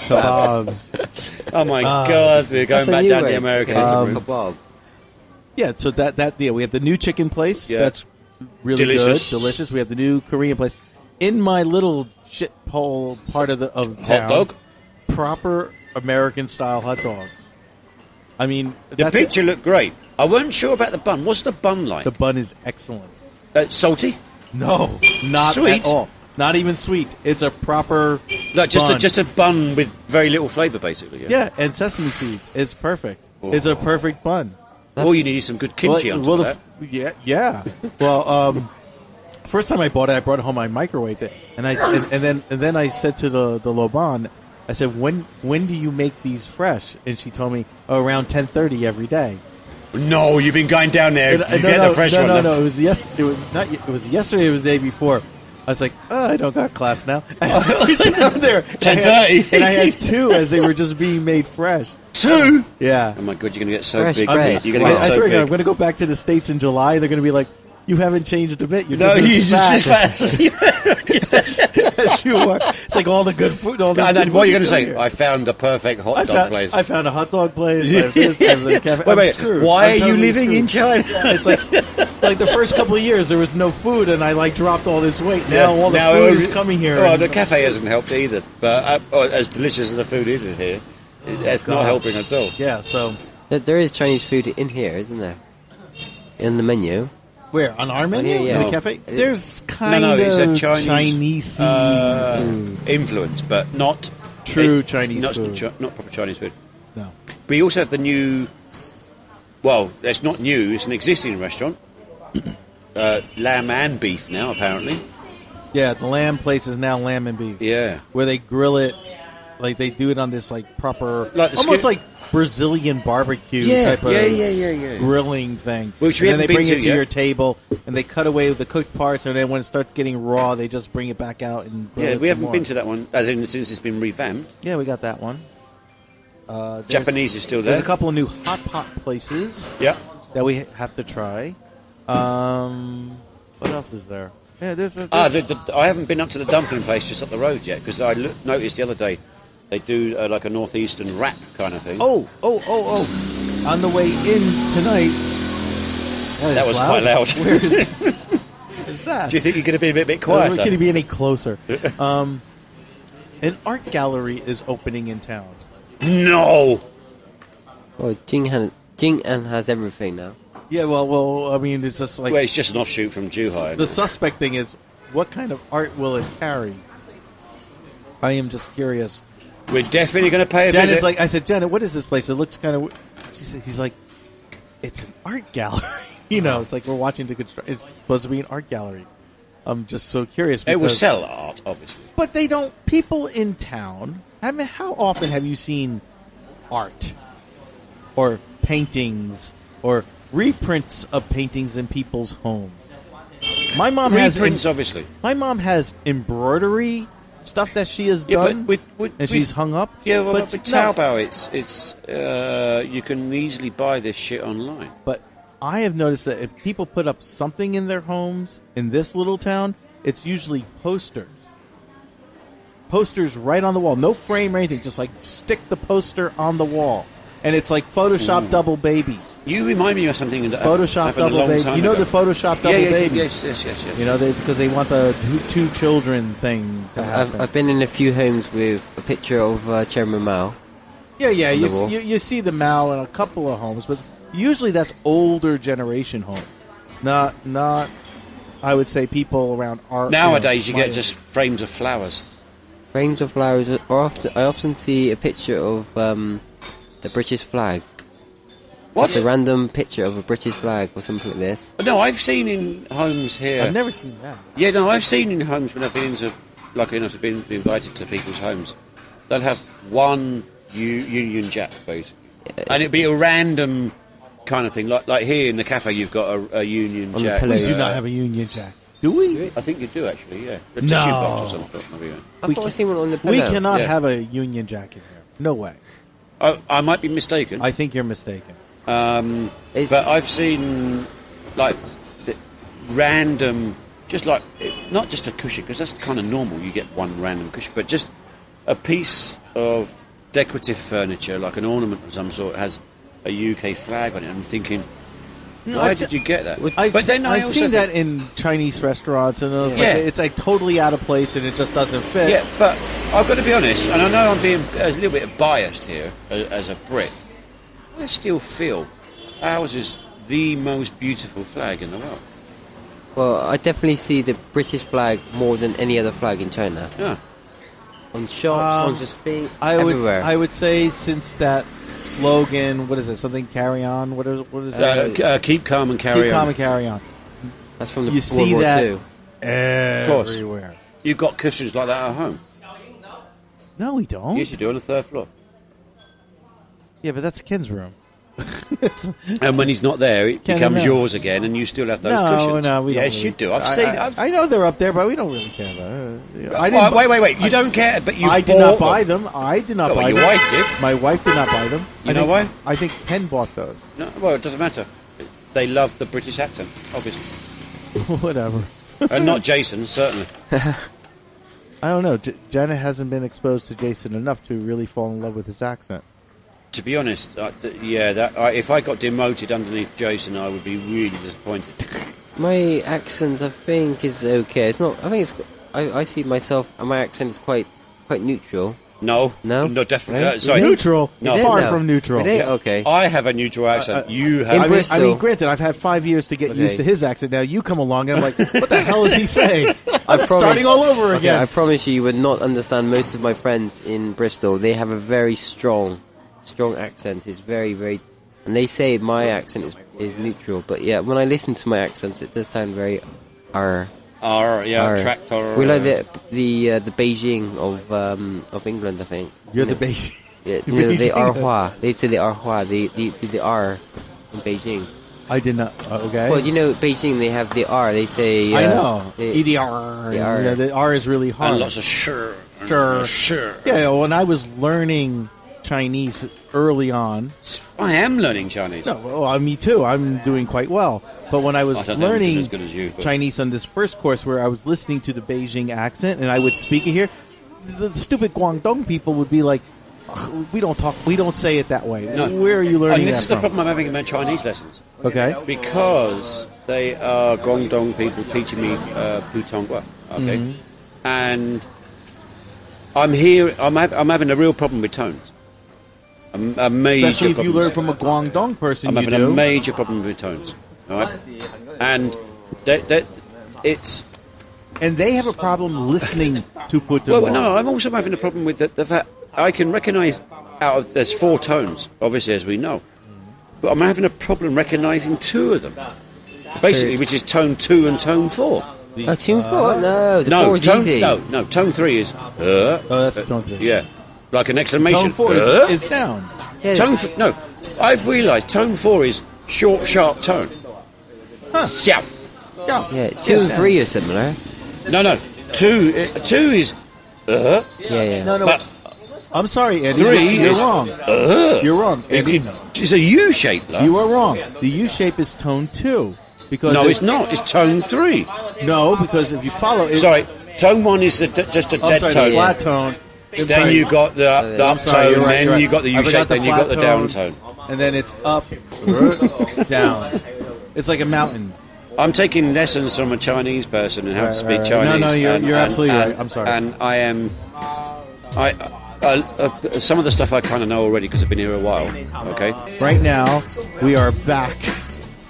[SPEAKER 1] Kebabs.
[SPEAKER 3] Oh my
[SPEAKER 1] Ah.
[SPEAKER 3] God, we're going
[SPEAKER 2] That's a
[SPEAKER 3] back
[SPEAKER 2] new
[SPEAKER 3] down
[SPEAKER 2] way.
[SPEAKER 3] the American
[SPEAKER 1] Um,
[SPEAKER 3] route.
[SPEAKER 2] kebab.
[SPEAKER 1] Yeah, so that that yeah, we have the new chicken place.
[SPEAKER 3] Yeah.
[SPEAKER 1] That's really
[SPEAKER 3] Delicious.
[SPEAKER 1] good, delicious. We have the new Korean place. In my little shit hole part of the of town,
[SPEAKER 3] dog?
[SPEAKER 1] proper American style hot dogs. I mean,
[SPEAKER 3] The
[SPEAKER 1] that's
[SPEAKER 3] picture looked great. I weren't sure about the bun. What's the bun like?
[SPEAKER 1] the bun is excellent.
[SPEAKER 3] uh, salty?
[SPEAKER 1] No, not
[SPEAKER 3] Sweet?
[SPEAKER 1] at all. Not even sweet. It's a proper
[SPEAKER 3] Like just
[SPEAKER 1] bun.
[SPEAKER 3] a, just a bun with very little flavour, basically. Yeah.
[SPEAKER 1] yeah, and sesame seeds. It's perfect. It's a perfect bun.
[SPEAKER 3] All you need is some good kimchi on top of
[SPEAKER 1] the
[SPEAKER 3] that.
[SPEAKER 1] f- yeah, yeah. well, um, first time I bought it, I brought home I microwaved it, and I and, and then and then I said to the the Loban, I said, when when do you make these fresh? And she told me oh, around ten thirty every day.
[SPEAKER 3] No, you've been going down there.
[SPEAKER 1] And I-
[SPEAKER 3] you get
[SPEAKER 1] no,
[SPEAKER 3] the fresh
[SPEAKER 1] no,
[SPEAKER 3] one.
[SPEAKER 1] No, no, It was yes. It was not. ye- It was yesterday. Or the day before. I was like, oh, I don't got class now. I went down there, and I had-
[SPEAKER 3] 10:30.
[SPEAKER 1] and I had two as they were just being made fresh.
[SPEAKER 3] Two.
[SPEAKER 1] Yeah.
[SPEAKER 3] Oh my God, you're going to get so
[SPEAKER 2] Fresh
[SPEAKER 3] big.
[SPEAKER 2] bread.
[SPEAKER 3] You're going
[SPEAKER 1] I,
[SPEAKER 3] to
[SPEAKER 1] I
[SPEAKER 3] get so
[SPEAKER 1] swear to
[SPEAKER 3] big.
[SPEAKER 1] God, I'm going to go back to the states in July. They're going to be like, "You haven't changed a bit. You're
[SPEAKER 3] no,
[SPEAKER 1] just
[SPEAKER 3] you
[SPEAKER 1] as
[SPEAKER 3] just
[SPEAKER 1] fat
[SPEAKER 3] fast.
[SPEAKER 1] as you are." It's like all the good food. All the
[SPEAKER 3] and
[SPEAKER 1] good
[SPEAKER 3] then what are you
[SPEAKER 1] food is
[SPEAKER 3] going to say?
[SPEAKER 1] here.
[SPEAKER 3] I found the perfect hot
[SPEAKER 1] I
[SPEAKER 3] dog
[SPEAKER 1] found,
[SPEAKER 3] place.
[SPEAKER 1] I found a hot dog place. I have this, I have the cafe.
[SPEAKER 3] Wait,
[SPEAKER 1] I'm
[SPEAKER 3] wait.
[SPEAKER 1] screwed.
[SPEAKER 3] Why
[SPEAKER 1] I'm
[SPEAKER 3] are you
[SPEAKER 1] totally
[SPEAKER 3] living in
[SPEAKER 1] screwed.
[SPEAKER 3] China?
[SPEAKER 1] It's like, like the first couple of years there was no food, and I like dropped all this weight. Now all the food is coming here.
[SPEAKER 3] Well,
[SPEAKER 1] and-
[SPEAKER 3] oh, the cafe hasn't helped either. But uh, oh, as delicious as the food is, is here, it- it's
[SPEAKER 1] Oh, God.
[SPEAKER 3] not helping at all.
[SPEAKER 1] yeah. So
[SPEAKER 2] There, there is Chinese food in here, isn't there? In the menu.
[SPEAKER 1] where on our menu
[SPEAKER 2] yeah, yeah.
[SPEAKER 1] in the
[SPEAKER 2] No.
[SPEAKER 1] cafe? There's
[SPEAKER 3] No,
[SPEAKER 1] kind
[SPEAKER 3] no, it's a
[SPEAKER 1] of
[SPEAKER 3] Chinese,
[SPEAKER 1] Chinese-y
[SPEAKER 3] uh,
[SPEAKER 1] food.
[SPEAKER 3] influence, but not
[SPEAKER 1] True
[SPEAKER 3] it-
[SPEAKER 1] Chinese
[SPEAKER 3] not,
[SPEAKER 1] food.
[SPEAKER 3] Chi- not proper Chinese food.
[SPEAKER 1] No.
[SPEAKER 3] We also have the new. Well, that's not new. It's an existing restaurant. uh, lamb and beef now, apparently.
[SPEAKER 1] Yeah, the lamb place is now lamb and beef.
[SPEAKER 3] Yeah.
[SPEAKER 1] where they grill it like they do it on this like proper
[SPEAKER 3] Like the
[SPEAKER 1] almost
[SPEAKER 3] skin-
[SPEAKER 1] like Brazilian barbecue
[SPEAKER 3] Yeah,
[SPEAKER 1] type of
[SPEAKER 3] yeah, yeah, yeah, yeah.
[SPEAKER 1] grilling thing.
[SPEAKER 3] Which we
[SPEAKER 1] and then
[SPEAKER 3] haven't
[SPEAKER 1] they bring
[SPEAKER 3] been
[SPEAKER 1] it
[SPEAKER 3] to
[SPEAKER 1] to
[SPEAKER 3] yet.
[SPEAKER 1] your table and they cut away the cooked parts and then when it starts getting raw they just bring it back out and grill
[SPEAKER 3] Yeah,
[SPEAKER 1] it
[SPEAKER 3] we
[SPEAKER 1] some
[SPEAKER 3] haven't
[SPEAKER 1] more.
[SPEAKER 3] been to that one, as in since it's been revamped.
[SPEAKER 1] Yeah, we got that one. Uh, there's-
[SPEAKER 3] Japanese is still
[SPEAKER 1] There's
[SPEAKER 3] there.
[SPEAKER 1] a couple of new hot pot places
[SPEAKER 3] Yeah.
[SPEAKER 1] that we have to try. Um, what else is there? Yeah, there's a
[SPEAKER 3] Ah, the, the, I haven't been up to the dumpling place just up the road yet because I look, noticed the other day they do uh, like a northeastern wrap kind of thing.
[SPEAKER 1] oh, oh, oh, oh! On the way in tonight,
[SPEAKER 3] that was quite loud. do
[SPEAKER 1] Is that?
[SPEAKER 3] you think you could have been a bit, bit
[SPEAKER 1] Where
[SPEAKER 3] quieter?
[SPEAKER 1] could he be any closer? um, an art gallery is opening in town.
[SPEAKER 3] No.
[SPEAKER 2] Oh, Jinghan. Jing'an has everything now.
[SPEAKER 1] Yeah, well, well, I mean, it's just like
[SPEAKER 3] Well, it's just an offshoot from Zhuhai.
[SPEAKER 1] the suspect thing is, what kind of art will it carry? I am just curious
[SPEAKER 3] We're definitely going to pay a
[SPEAKER 1] Janet's
[SPEAKER 3] visit.
[SPEAKER 1] like, I said, Janet, what is this place? It looks kind of. She said, he's like, it's an art gallery. you know, it's like we're watching the construct. It's supposed to be an art gallery. I'm just so curious.
[SPEAKER 3] it will
[SPEAKER 1] because-
[SPEAKER 3] sell art, obviously.
[SPEAKER 1] but they don't. People in town. I mean, how often have you seen art or paintings or reprints of paintings in people's homes? My mom has
[SPEAKER 3] Reprints, obviously.
[SPEAKER 1] my mom has embroidery stuff that she has
[SPEAKER 3] Yeah, but
[SPEAKER 1] done,
[SPEAKER 3] with- with-
[SPEAKER 1] and she's
[SPEAKER 3] with-
[SPEAKER 1] hung up.
[SPEAKER 3] Yeah, well, but,
[SPEAKER 1] no,
[SPEAKER 3] Taobao, it's it's uh, you can easily buy this shit online.
[SPEAKER 1] But I have noticed that if people put up something in their homes in this little town, it's usually posters. Posters right on the wall, no frame or anything. Just like stick the poster on the wall, and it's like Photoshop double babies.
[SPEAKER 3] You remind me of something that
[SPEAKER 1] Photoshop
[SPEAKER 3] happened a
[SPEAKER 1] double
[SPEAKER 3] long
[SPEAKER 1] baby.
[SPEAKER 3] time
[SPEAKER 1] You know
[SPEAKER 3] ago.
[SPEAKER 1] the Photoshop
[SPEAKER 3] yeah,
[SPEAKER 1] double
[SPEAKER 3] yes,
[SPEAKER 1] babies.
[SPEAKER 3] Yes, yes, yes, yes.
[SPEAKER 1] You know they, because they want the two, two children thing to happen.
[SPEAKER 2] I've, I've been in a few homes with a picture of uh, Chairman Mao.
[SPEAKER 1] Yeah, yeah. You,
[SPEAKER 2] on the
[SPEAKER 1] see,
[SPEAKER 2] wall.
[SPEAKER 1] you, you see the Mao in a couple of homes, but usually that's older generation homes. Not, not. I would say people around our
[SPEAKER 3] Nowadays, you
[SPEAKER 1] know,
[SPEAKER 3] get
[SPEAKER 1] my-
[SPEAKER 3] just frames of flowers.
[SPEAKER 2] Frames of flowers are often. I often see a picture of um, the British flag.
[SPEAKER 3] What?
[SPEAKER 2] Just a random picture of a British flag or something like this.
[SPEAKER 3] No, I've seen in homes here.
[SPEAKER 1] I've never seen that.
[SPEAKER 3] Yeah, no, I've seen in homes when I've been into, lucky enough to be be invited to people's homes, they'll have one U- Union Jack, basically. and it'd be a random kind of thing. Like like here in the cafe, you've got a, a Union
[SPEAKER 2] On the
[SPEAKER 3] Jack.
[SPEAKER 2] pillow.
[SPEAKER 1] We
[SPEAKER 2] Yeah.
[SPEAKER 1] do not have a Union Jack, do we?
[SPEAKER 3] I think you do actually, yeah. A
[SPEAKER 1] No.
[SPEAKER 3] tissue box or something. maybe, yeah.
[SPEAKER 2] I
[SPEAKER 1] We
[SPEAKER 2] thought I
[SPEAKER 1] can-
[SPEAKER 2] seen one on the
[SPEAKER 1] We
[SPEAKER 2] pillow.
[SPEAKER 1] cannot
[SPEAKER 3] Yeah.
[SPEAKER 1] have a Union Jack in here. No way.
[SPEAKER 3] I, Oh, I might be mistaken,
[SPEAKER 1] I think you're mistaken.
[SPEAKER 3] um,
[SPEAKER 2] It's-
[SPEAKER 3] but I've seen like the random, just like not just a cushion because that's kind of normal. You get one random cushion, but just a piece of decorative furniture, like an ornament of some sort, has a UK flag on it. I'm thinking, why
[SPEAKER 1] I've
[SPEAKER 3] did
[SPEAKER 1] se-
[SPEAKER 3] you get that?
[SPEAKER 1] I've,
[SPEAKER 3] but then I
[SPEAKER 1] I've
[SPEAKER 3] also
[SPEAKER 1] seen that
[SPEAKER 3] think-
[SPEAKER 1] in Chinese restaurants, and uh,
[SPEAKER 3] Yeah.
[SPEAKER 1] like, it's like totally out of place, and it just doesn't fit.
[SPEAKER 3] Yeah, but I've got to be honest, and I know I'm being a little bit biased here as, as a Brit. I still feel ours is the most beautiful flag in the world.
[SPEAKER 2] Well, I definitely see the British flag more than any other flag in China.
[SPEAKER 3] Yeah. Uh,
[SPEAKER 2] On shops,
[SPEAKER 1] Um,
[SPEAKER 2] on just feet,
[SPEAKER 1] I
[SPEAKER 2] everywhere.
[SPEAKER 1] would I would say since that slogan, what is it? Something carry on. What is what is
[SPEAKER 3] Uh,
[SPEAKER 1] that?
[SPEAKER 3] c- uh, keep calm and carry
[SPEAKER 1] Keep
[SPEAKER 3] on.
[SPEAKER 1] calm and carry on.
[SPEAKER 2] That's from the
[SPEAKER 1] you
[SPEAKER 2] World
[SPEAKER 1] see
[SPEAKER 2] War
[SPEAKER 1] that-
[SPEAKER 2] Two.
[SPEAKER 3] course.
[SPEAKER 1] Everywhere.
[SPEAKER 3] You've got cushions like that at home.
[SPEAKER 1] No, we don't.
[SPEAKER 3] Yes, you do on the third floor.
[SPEAKER 1] Yeah, but that's Ken's room. It's-
[SPEAKER 3] And when he's not there, it
[SPEAKER 1] Can I
[SPEAKER 3] becomes
[SPEAKER 1] know?
[SPEAKER 3] yours again, and you still have those
[SPEAKER 1] no,
[SPEAKER 3] cushions.
[SPEAKER 1] no, we don't.
[SPEAKER 3] yes,
[SPEAKER 1] really-
[SPEAKER 3] you do. I've
[SPEAKER 1] I-
[SPEAKER 3] seen.
[SPEAKER 1] I,
[SPEAKER 3] I've,
[SPEAKER 1] I know they're up there, but we don't really care about. It. I
[SPEAKER 3] Well,
[SPEAKER 1] didn't.
[SPEAKER 3] wait, wait, wait. You don't care, but you
[SPEAKER 1] I
[SPEAKER 3] bought
[SPEAKER 1] did not buy
[SPEAKER 3] them.
[SPEAKER 1] them. I did not
[SPEAKER 3] No, but
[SPEAKER 1] buy
[SPEAKER 3] your
[SPEAKER 1] them.
[SPEAKER 3] wife did.
[SPEAKER 1] My wife did not buy them.
[SPEAKER 3] You
[SPEAKER 1] I
[SPEAKER 3] know
[SPEAKER 1] think-
[SPEAKER 3] why?
[SPEAKER 1] I think Ken bought those.
[SPEAKER 3] No, well, it doesn't matter. They love the British accent, obviously,
[SPEAKER 1] Whatever.
[SPEAKER 3] and not Jason, certainly.
[SPEAKER 1] I don't know. J- Janet hasn't been exposed to Jason enough to really fall in love with his accent.
[SPEAKER 3] To be honest, I, th- yeah, that, I, if I got demoted underneath Jason, I would be really disappointed.
[SPEAKER 2] My accent, I think, is okay. It's not. I think it's. I, I see myself. and My accent is quite quite neutral.
[SPEAKER 3] No,
[SPEAKER 2] No?
[SPEAKER 3] no, definitely.
[SPEAKER 2] No?
[SPEAKER 3] uh, sorry,
[SPEAKER 1] Neutral.
[SPEAKER 3] No.
[SPEAKER 2] Is it?
[SPEAKER 1] Far
[SPEAKER 2] No.
[SPEAKER 1] from neutral.
[SPEAKER 2] It is? Okay. Uh,
[SPEAKER 3] I have a neutral accent. you have.
[SPEAKER 2] In
[SPEAKER 1] I mean, I
[SPEAKER 2] Bristol.
[SPEAKER 1] mean, granted, I've had five years to get
[SPEAKER 2] Okay.
[SPEAKER 1] used to his accent. Now you come along, and I'm like, what the hell is he saying?
[SPEAKER 2] I
[SPEAKER 1] I'm starting all over
[SPEAKER 2] Okay, I
[SPEAKER 1] again.
[SPEAKER 2] promise you, you would not understand most of my friends in Bristol. They have a very strong, strong accent. It's very, very, and they say my accent is, is neutral. But yeah, when I listen to my accent, it does sound very, r
[SPEAKER 3] R, yeah,
[SPEAKER 2] r.
[SPEAKER 3] tractor.
[SPEAKER 2] We like
[SPEAKER 3] uh,
[SPEAKER 2] the the uh, the Beijing of um, of England, I think.
[SPEAKER 1] You're the baby.
[SPEAKER 2] Yeah, you know, they
[SPEAKER 1] Beijing.
[SPEAKER 2] are Hua. They say they are Hua. They the the, the R in Beijing.
[SPEAKER 1] I did not. uh, okay.
[SPEAKER 2] Well, you know, Beijing they have the R. They say. Uh,
[SPEAKER 1] I know.
[SPEAKER 2] they-
[SPEAKER 1] EDR.
[SPEAKER 2] The
[SPEAKER 3] E
[SPEAKER 2] R.
[SPEAKER 1] Yeah, the R is really hard.
[SPEAKER 3] And lots of sure. and
[SPEAKER 1] Sure.
[SPEAKER 3] Sure.
[SPEAKER 1] yeah, when I was learning Chinese early on,
[SPEAKER 3] I am learning Chinese. Oh,
[SPEAKER 1] No, well, uh, me too. I'm doing quite well. But when I was
[SPEAKER 3] I don't think I'm
[SPEAKER 1] learning
[SPEAKER 3] as good as you, but-
[SPEAKER 1] Chinese on this first course, where I was listening to the Beijing accent and I would speak it here, the stupid Guangdong people would be like, "Ugh, "We don't talk. We don't say it that way.
[SPEAKER 3] No.
[SPEAKER 1] Where are you
[SPEAKER 3] And
[SPEAKER 1] learning
[SPEAKER 3] this
[SPEAKER 1] that
[SPEAKER 3] is the
[SPEAKER 1] from?"
[SPEAKER 3] problem I'm having in my Chinese lessons.
[SPEAKER 1] Okay.
[SPEAKER 3] Because they are Guangdong people teaching me uh, Putonghua, okay?
[SPEAKER 1] Mm-hmm.
[SPEAKER 3] And I'm here, I'm, ha- I'm having a real problem with tones. A, m- a major
[SPEAKER 1] Especially if you
[SPEAKER 3] problem.
[SPEAKER 1] learn from a Guangdong person,
[SPEAKER 3] I'm
[SPEAKER 1] you
[SPEAKER 3] having
[SPEAKER 1] do.
[SPEAKER 3] a major problem with tones, all right? And that, that, it's...
[SPEAKER 1] and they have a problem listening to Putin.
[SPEAKER 3] Well, no, I'm also having a problem with the, the fact I can recognise out of there's four tones, obviously as we know, but I'm having a problem recognising two of them, basically, which is tone two and tone four.
[SPEAKER 2] Oh, tune
[SPEAKER 1] Uh,
[SPEAKER 2] four? No, the four
[SPEAKER 3] No,
[SPEAKER 2] is
[SPEAKER 3] tone,
[SPEAKER 2] easy.
[SPEAKER 3] no, no. Tone three is uh,
[SPEAKER 1] Oh, that's tone three.
[SPEAKER 3] yeah, like an exclamation.
[SPEAKER 4] Tone four is,
[SPEAKER 3] uh.
[SPEAKER 4] is down.
[SPEAKER 2] Yeah,
[SPEAKER 3] Tone f- no, I've realised tone four is short, sharp tone. Shout.
[SPEAKER 2] yeah, two and three are similar.
[SPEAKER 3] No, no. Two, uh, two is uh,
[SPEAKER 2] Yeah, yeah.
[SPEAKER 1] No, no.
[SPEAKER 3] but
[SPEAKER 1] I'm sorry, Eddie.
[SPEAKER 3] Three
[SPEAKER 1] you're
[SPEAKER 3] is-
[SPEAKER 1] wrong.
[SPEAKER 3] uh.
[SPEAKER 1] You're wrong.
[SPEAKER 3] It-
[SPEAKER 1] Eddie.
[SPEAKER 3] it- it's a U shape, though.
[SPEAKER 1] You are wrong. The U shape is tone two because
[SPEAKER 3] no,
[SPEAKER 1] it-
[SPEAKER 3] it's not. It's tone three.
[SPEAKER 1] No, because if you follow, it,
[SPEAKER 3] Sorry, tone one is the, d- just a
[SPEAKER 1] I'm
[SPEAKER 3] dead
[SPEAKER 1] sorry,
[SPEAKER 3] tone.
[SPEAKER 1] the flat tone. I'm
[SPEAKER 3] Then
[SPEAKER 1] sorry.
[SPEAKER 3] you got the, up- the
[SPEAKER 2] I'm
[SPEAKER 3] up
[SPEAKER 1] sorry,
[SPEAKER 3] tone,
[SPEAKER 1] you're right,
[SPEAKER 3] then
[SPEAKER 1] you're right.
[SPEAKER 3] you got the
[SPEAKER 1] I
[SPEAKER 3] U shape,
[SPEAKER 1] forgot
[SPEAKER 3] then you
[SPEAKER 1] flat
[SPEAKER 3] got the down tone.
[SPEAKER 1] and then it's up, r- down. It's like a mountain.
[SPEAKER 3] I'm taking lessons from a Chinese person and how
[SPEAKER 1] Right,
[SPEAKER 3] to speak
[SPEAKER 1] right, right. No,
[SPEAKER 3] Chinese.
[SPEAKER 1] no, you're-
[SPEAKER 3] and-
[SPEAKER 1] you're
[SPEAKER 3] and-
[SPEAKER 1] absolutely
[SPEAKER 3] and-
[SPEAKER 1] right. I'm sorry.
[SPEAKER 3] And I am. I, uh, uh, some of the stuff I kind of know already because I've been here a while. Okay.
[SPEAKER 1] Right now, we are back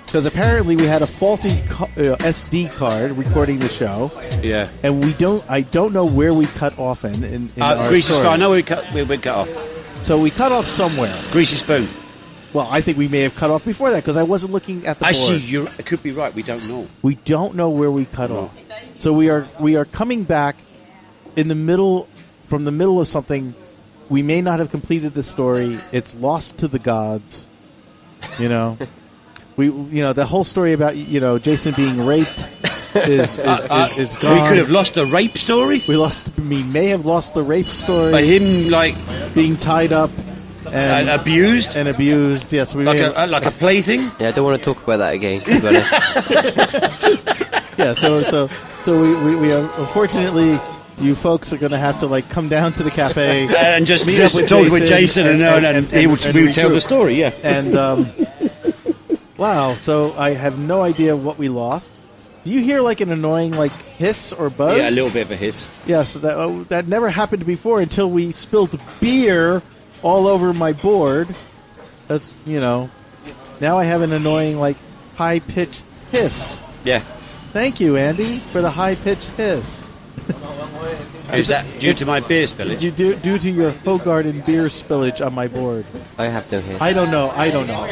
[SPEAKER 1] because apparently we had a faulty co- uh, SD card recording the show,
[SPEAKER 3] Yeah.
[SPEAKER 1] and we don't. I don't know where we cut off in. in, in
[SPEAKER 3] Uh,
[SPEAKER 1] our
[SPEAKER 3] greasy spoon.
[SPEAKER 1] story.
[SPEAKER 3] I know we cut. We, we cut off.
[SPEAKER 1] So we cut off somewhere.
[SPEAKER 3] Greasy spoon.
[SPEAKER 1] Well, I think we may have cut off before that because I wasn't looking at the board.
[SPEAKER 3] Actually, you could be right. We don't know.
[SPEAKER 1] We don't know where we cut off. So we are we are coming back in the middle from the middle of something. We may not have completed the story. It's lost to the gods. You know, we you know the whole story about you know Jason being raped is is, is, is gone.
[SPEAKER 3] Uh, We could have lost the rape story
[SPEAKER 1] We lost. We may have lost the rape story,
[SPEAKER 3] by him, like
[SPEAKER 1] being tied up and
[SPEAKER 3] uh, abused,
[SPEAKER 1] and abused. Yes, we
[SPEAKER 3] like
[SPEAKER 1] may
[SPEAKER 3] a
[SPEAKER 1] have-
[SPEAKER 3] uh, like a plaything.
[SPEAKER 2] Yeah, I don't want to talk about that again, to be honest.
[SPEAKER 1] yeah, so so so we we, we are, unfortunately you folks are going to have to like come down to the cafe
[SPEAKER 3] And just,
[SPEAKER 1] Meet
[SPEAKER 3] just
[SPEAKER 1] up with
[SPEAKER 3] talk with
[SPEAKER 1] Jason
[SPEAKER 3] Jason and,
[SPEAKER 1] and-
[SPEAKER 3] and,
[SPEAKER 1] and-
[SPEAKER 3] he
[SPEAKER 1] and-
[SPEAKER 3] would
[SPEAKER 1] and
[SPEAKER 3] we would tell
[SPEAKER 1] regroup.
[SPEAKER 3] the story, yeah.
[SPEAKER 1] and um, wow. So I have no idea what we lost. Do you hear like an annoying like hiss or buzz?
[SPEAKER 3] Yeah, a little bit of a hiss.
[SPEAKER 1] Yeah, so that oh, that never happened before until we spilled beer all over my board. That's you know. Now I have an annoying like high pitched hiss.
[SPEAKER 3] Yeah.
[SPEAKER 1] Thank you, Andy, for the high pitched hiss.
[SPEAKER 3] Is that due to my beer spillage?
[SPEAKER 1] You do due to your Hogarden beer spillage on my board.
[SPEAKER 2] I have no hiss.
[SPEAKER 1] I don't know. I don't know.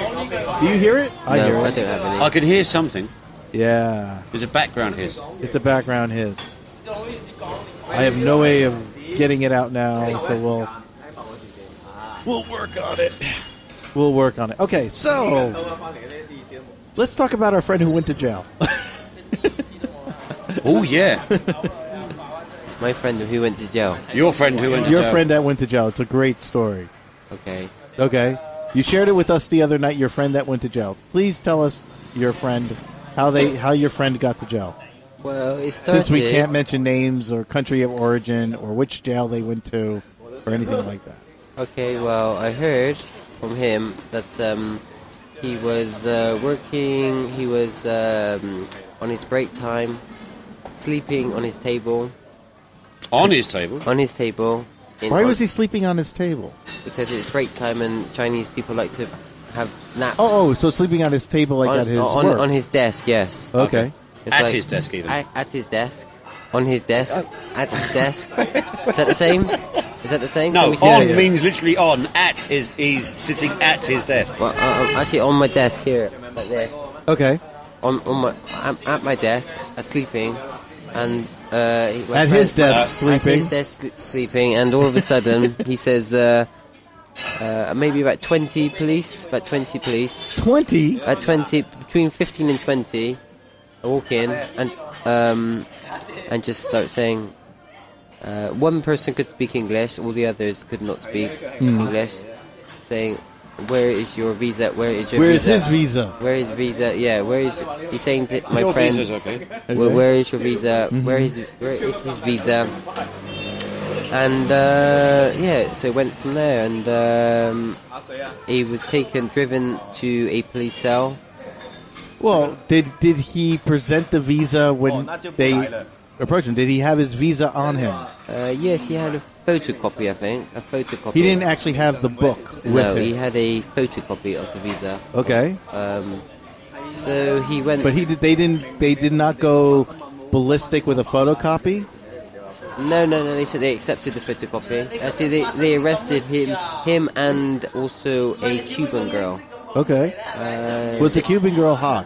[SPEAKER 1] Do you hear it? I
[SPEAKER 2] no,
[SPEAKER 1] hear
[SPEAKER 2] I
[SPEAKER 1] it.
[SPEAKER 2] don't have any.
[SPEAKER 3] I could hear something.
[SPEAKER 1] Yeah,
[SPEAKER 3] There's a background hiss.
[SPEAKER 1] it's a background hiss. I have no way of getting it out now, so we'll
[SPEAKER 4] We'll work on it.
[SPEAKER 1] we'll work on it. Okay, so let's talk about our friend who went to jail.
[SPEAKER 3] Oh yeah,
[SPEAKER 2] My friend who went to jail.
[SPEAKER 3] your friend who went. to
[SPEAKER 1] Your
[SPEAKER 3] jail.
[SPEAKER 1] friend that went to jail. It's a great story.
[SPEAKER 2] Okay.
[SPEAKER 1] Okay, you shared it with us the other night. Your friend that went to jail. Please tell us your friend how they how your friend got to jail.
[SPEAKER 2] Well, it started.
[SPEAKER 1] Since we can't mention names or country of origin or which jail they went to or anything like that.
[SPEAKER 2] Okay, well, I heard from him that um, he was uh, working, he was um, on his break time, sleeping on his table,
[SPEAKER 3] on his table.
[SPEAKER 2] on his table. in-
[SPEAKER 1] Why
[SPEAKER 2] on-
[SPEAKER 1] was he sleeping on his table?
[SPEAKER 2] Because it's break time and Chinese people like to have naps.
[SPEAKER 1] Oh, oh, so sleeping on his table like
[SPEAKER 2] on,
[SPEAKER 1] at his
[SPEAKER 2] on,
[SPEAKER 1] work.
[SPEAKER 2] on his desk, yes.
[SPEAKER 1] okay.
[SPEAKER 2] It's
[SPEAKER 3] At his desk, even. Oh.
[SPEAKER 2] At, at his desk. On his desk. At his desk. Is that the same? Is that the same? Can
[SPEAKER 3] No,
[SPEAKER 2] we
[SPEAKER 3] on
[SPEAKER 2] say-
[SPEAKER 1] yeah.
[SPEAKER 3] means literally on. At his, he's sitting at his desk.
[SPEAKER 2] Well, I- I'm actually on my desk here, like this.
[SPEAKER 1] Okay.
[SPEAKER 2] on, on my I'm at my desk, uh, sleeping, and uh, he- my
[SPEAKER 1] At his
[SPEAKER 2] friend-
[SPEAKER 1] desk,
[SPEAKER 2] At
[SPEAKER 1] sleeping.
[SPEAKER 2] his desk, sl- sleeping, and all of a sudden he says, uh, uh, maybe about twenty police, about twenty police,
[SPEAKER 1] 20.
[SPEAKER 2] about twenty between fifteen and twenty. I walk in and um, and just start saying. Uh, one person could speak English, all the others could not speak
[SPEAKER 1] Hmm.
[SPEAKER 2] English. Saying, "Where is your visa? Where is your
[SPEAKER 1] Where is
[SPEAKER 2] visa?"
[SPEAKER 1] his visa?
[SPEAKER 2] Where is visa? Yeah, where is he's saying to my
[SPEAKER 3] Your
[SPEAKER 2] friend?
[SPEAKER 3] visa's okay.
[SPEAKER 2] "Where- where is your visa?
[SPEAKER 1] Mm-hmm.
[SPEAKER 2] Where is where is his visa? And uh, yeah, so it went from there, and um, he was taken, driven to a police cell.
[SPEAKER 1] Well, did did he present the visa when they approached him? Did he have his visa on him?
[SPEAKER 2] Uh, yes, he had a photocopy, I think, a photocopy.
[SPEAKER 1] He didn't actually have the book with
[SPEAKER 2] No,
[SPEAKER 1] him.
[SPEAKER 2] he had a photocopy of the visa.
[SPEAKER 1] okay.
[SPEAKER 2] Um, so he went.
[SPEAKER 1] But he did, they didn't they did not go ballistic with a photocopy.
[SPEAKER 2] No, no, no. They said they accepted the photocopy. Actually, they, they arrested him, him, and also a Cuban girl.
[SPEAKER 1] Okay.
[SPEAKER 2] Uh,
[SPEAKER 1] Was the Cuban girl hot?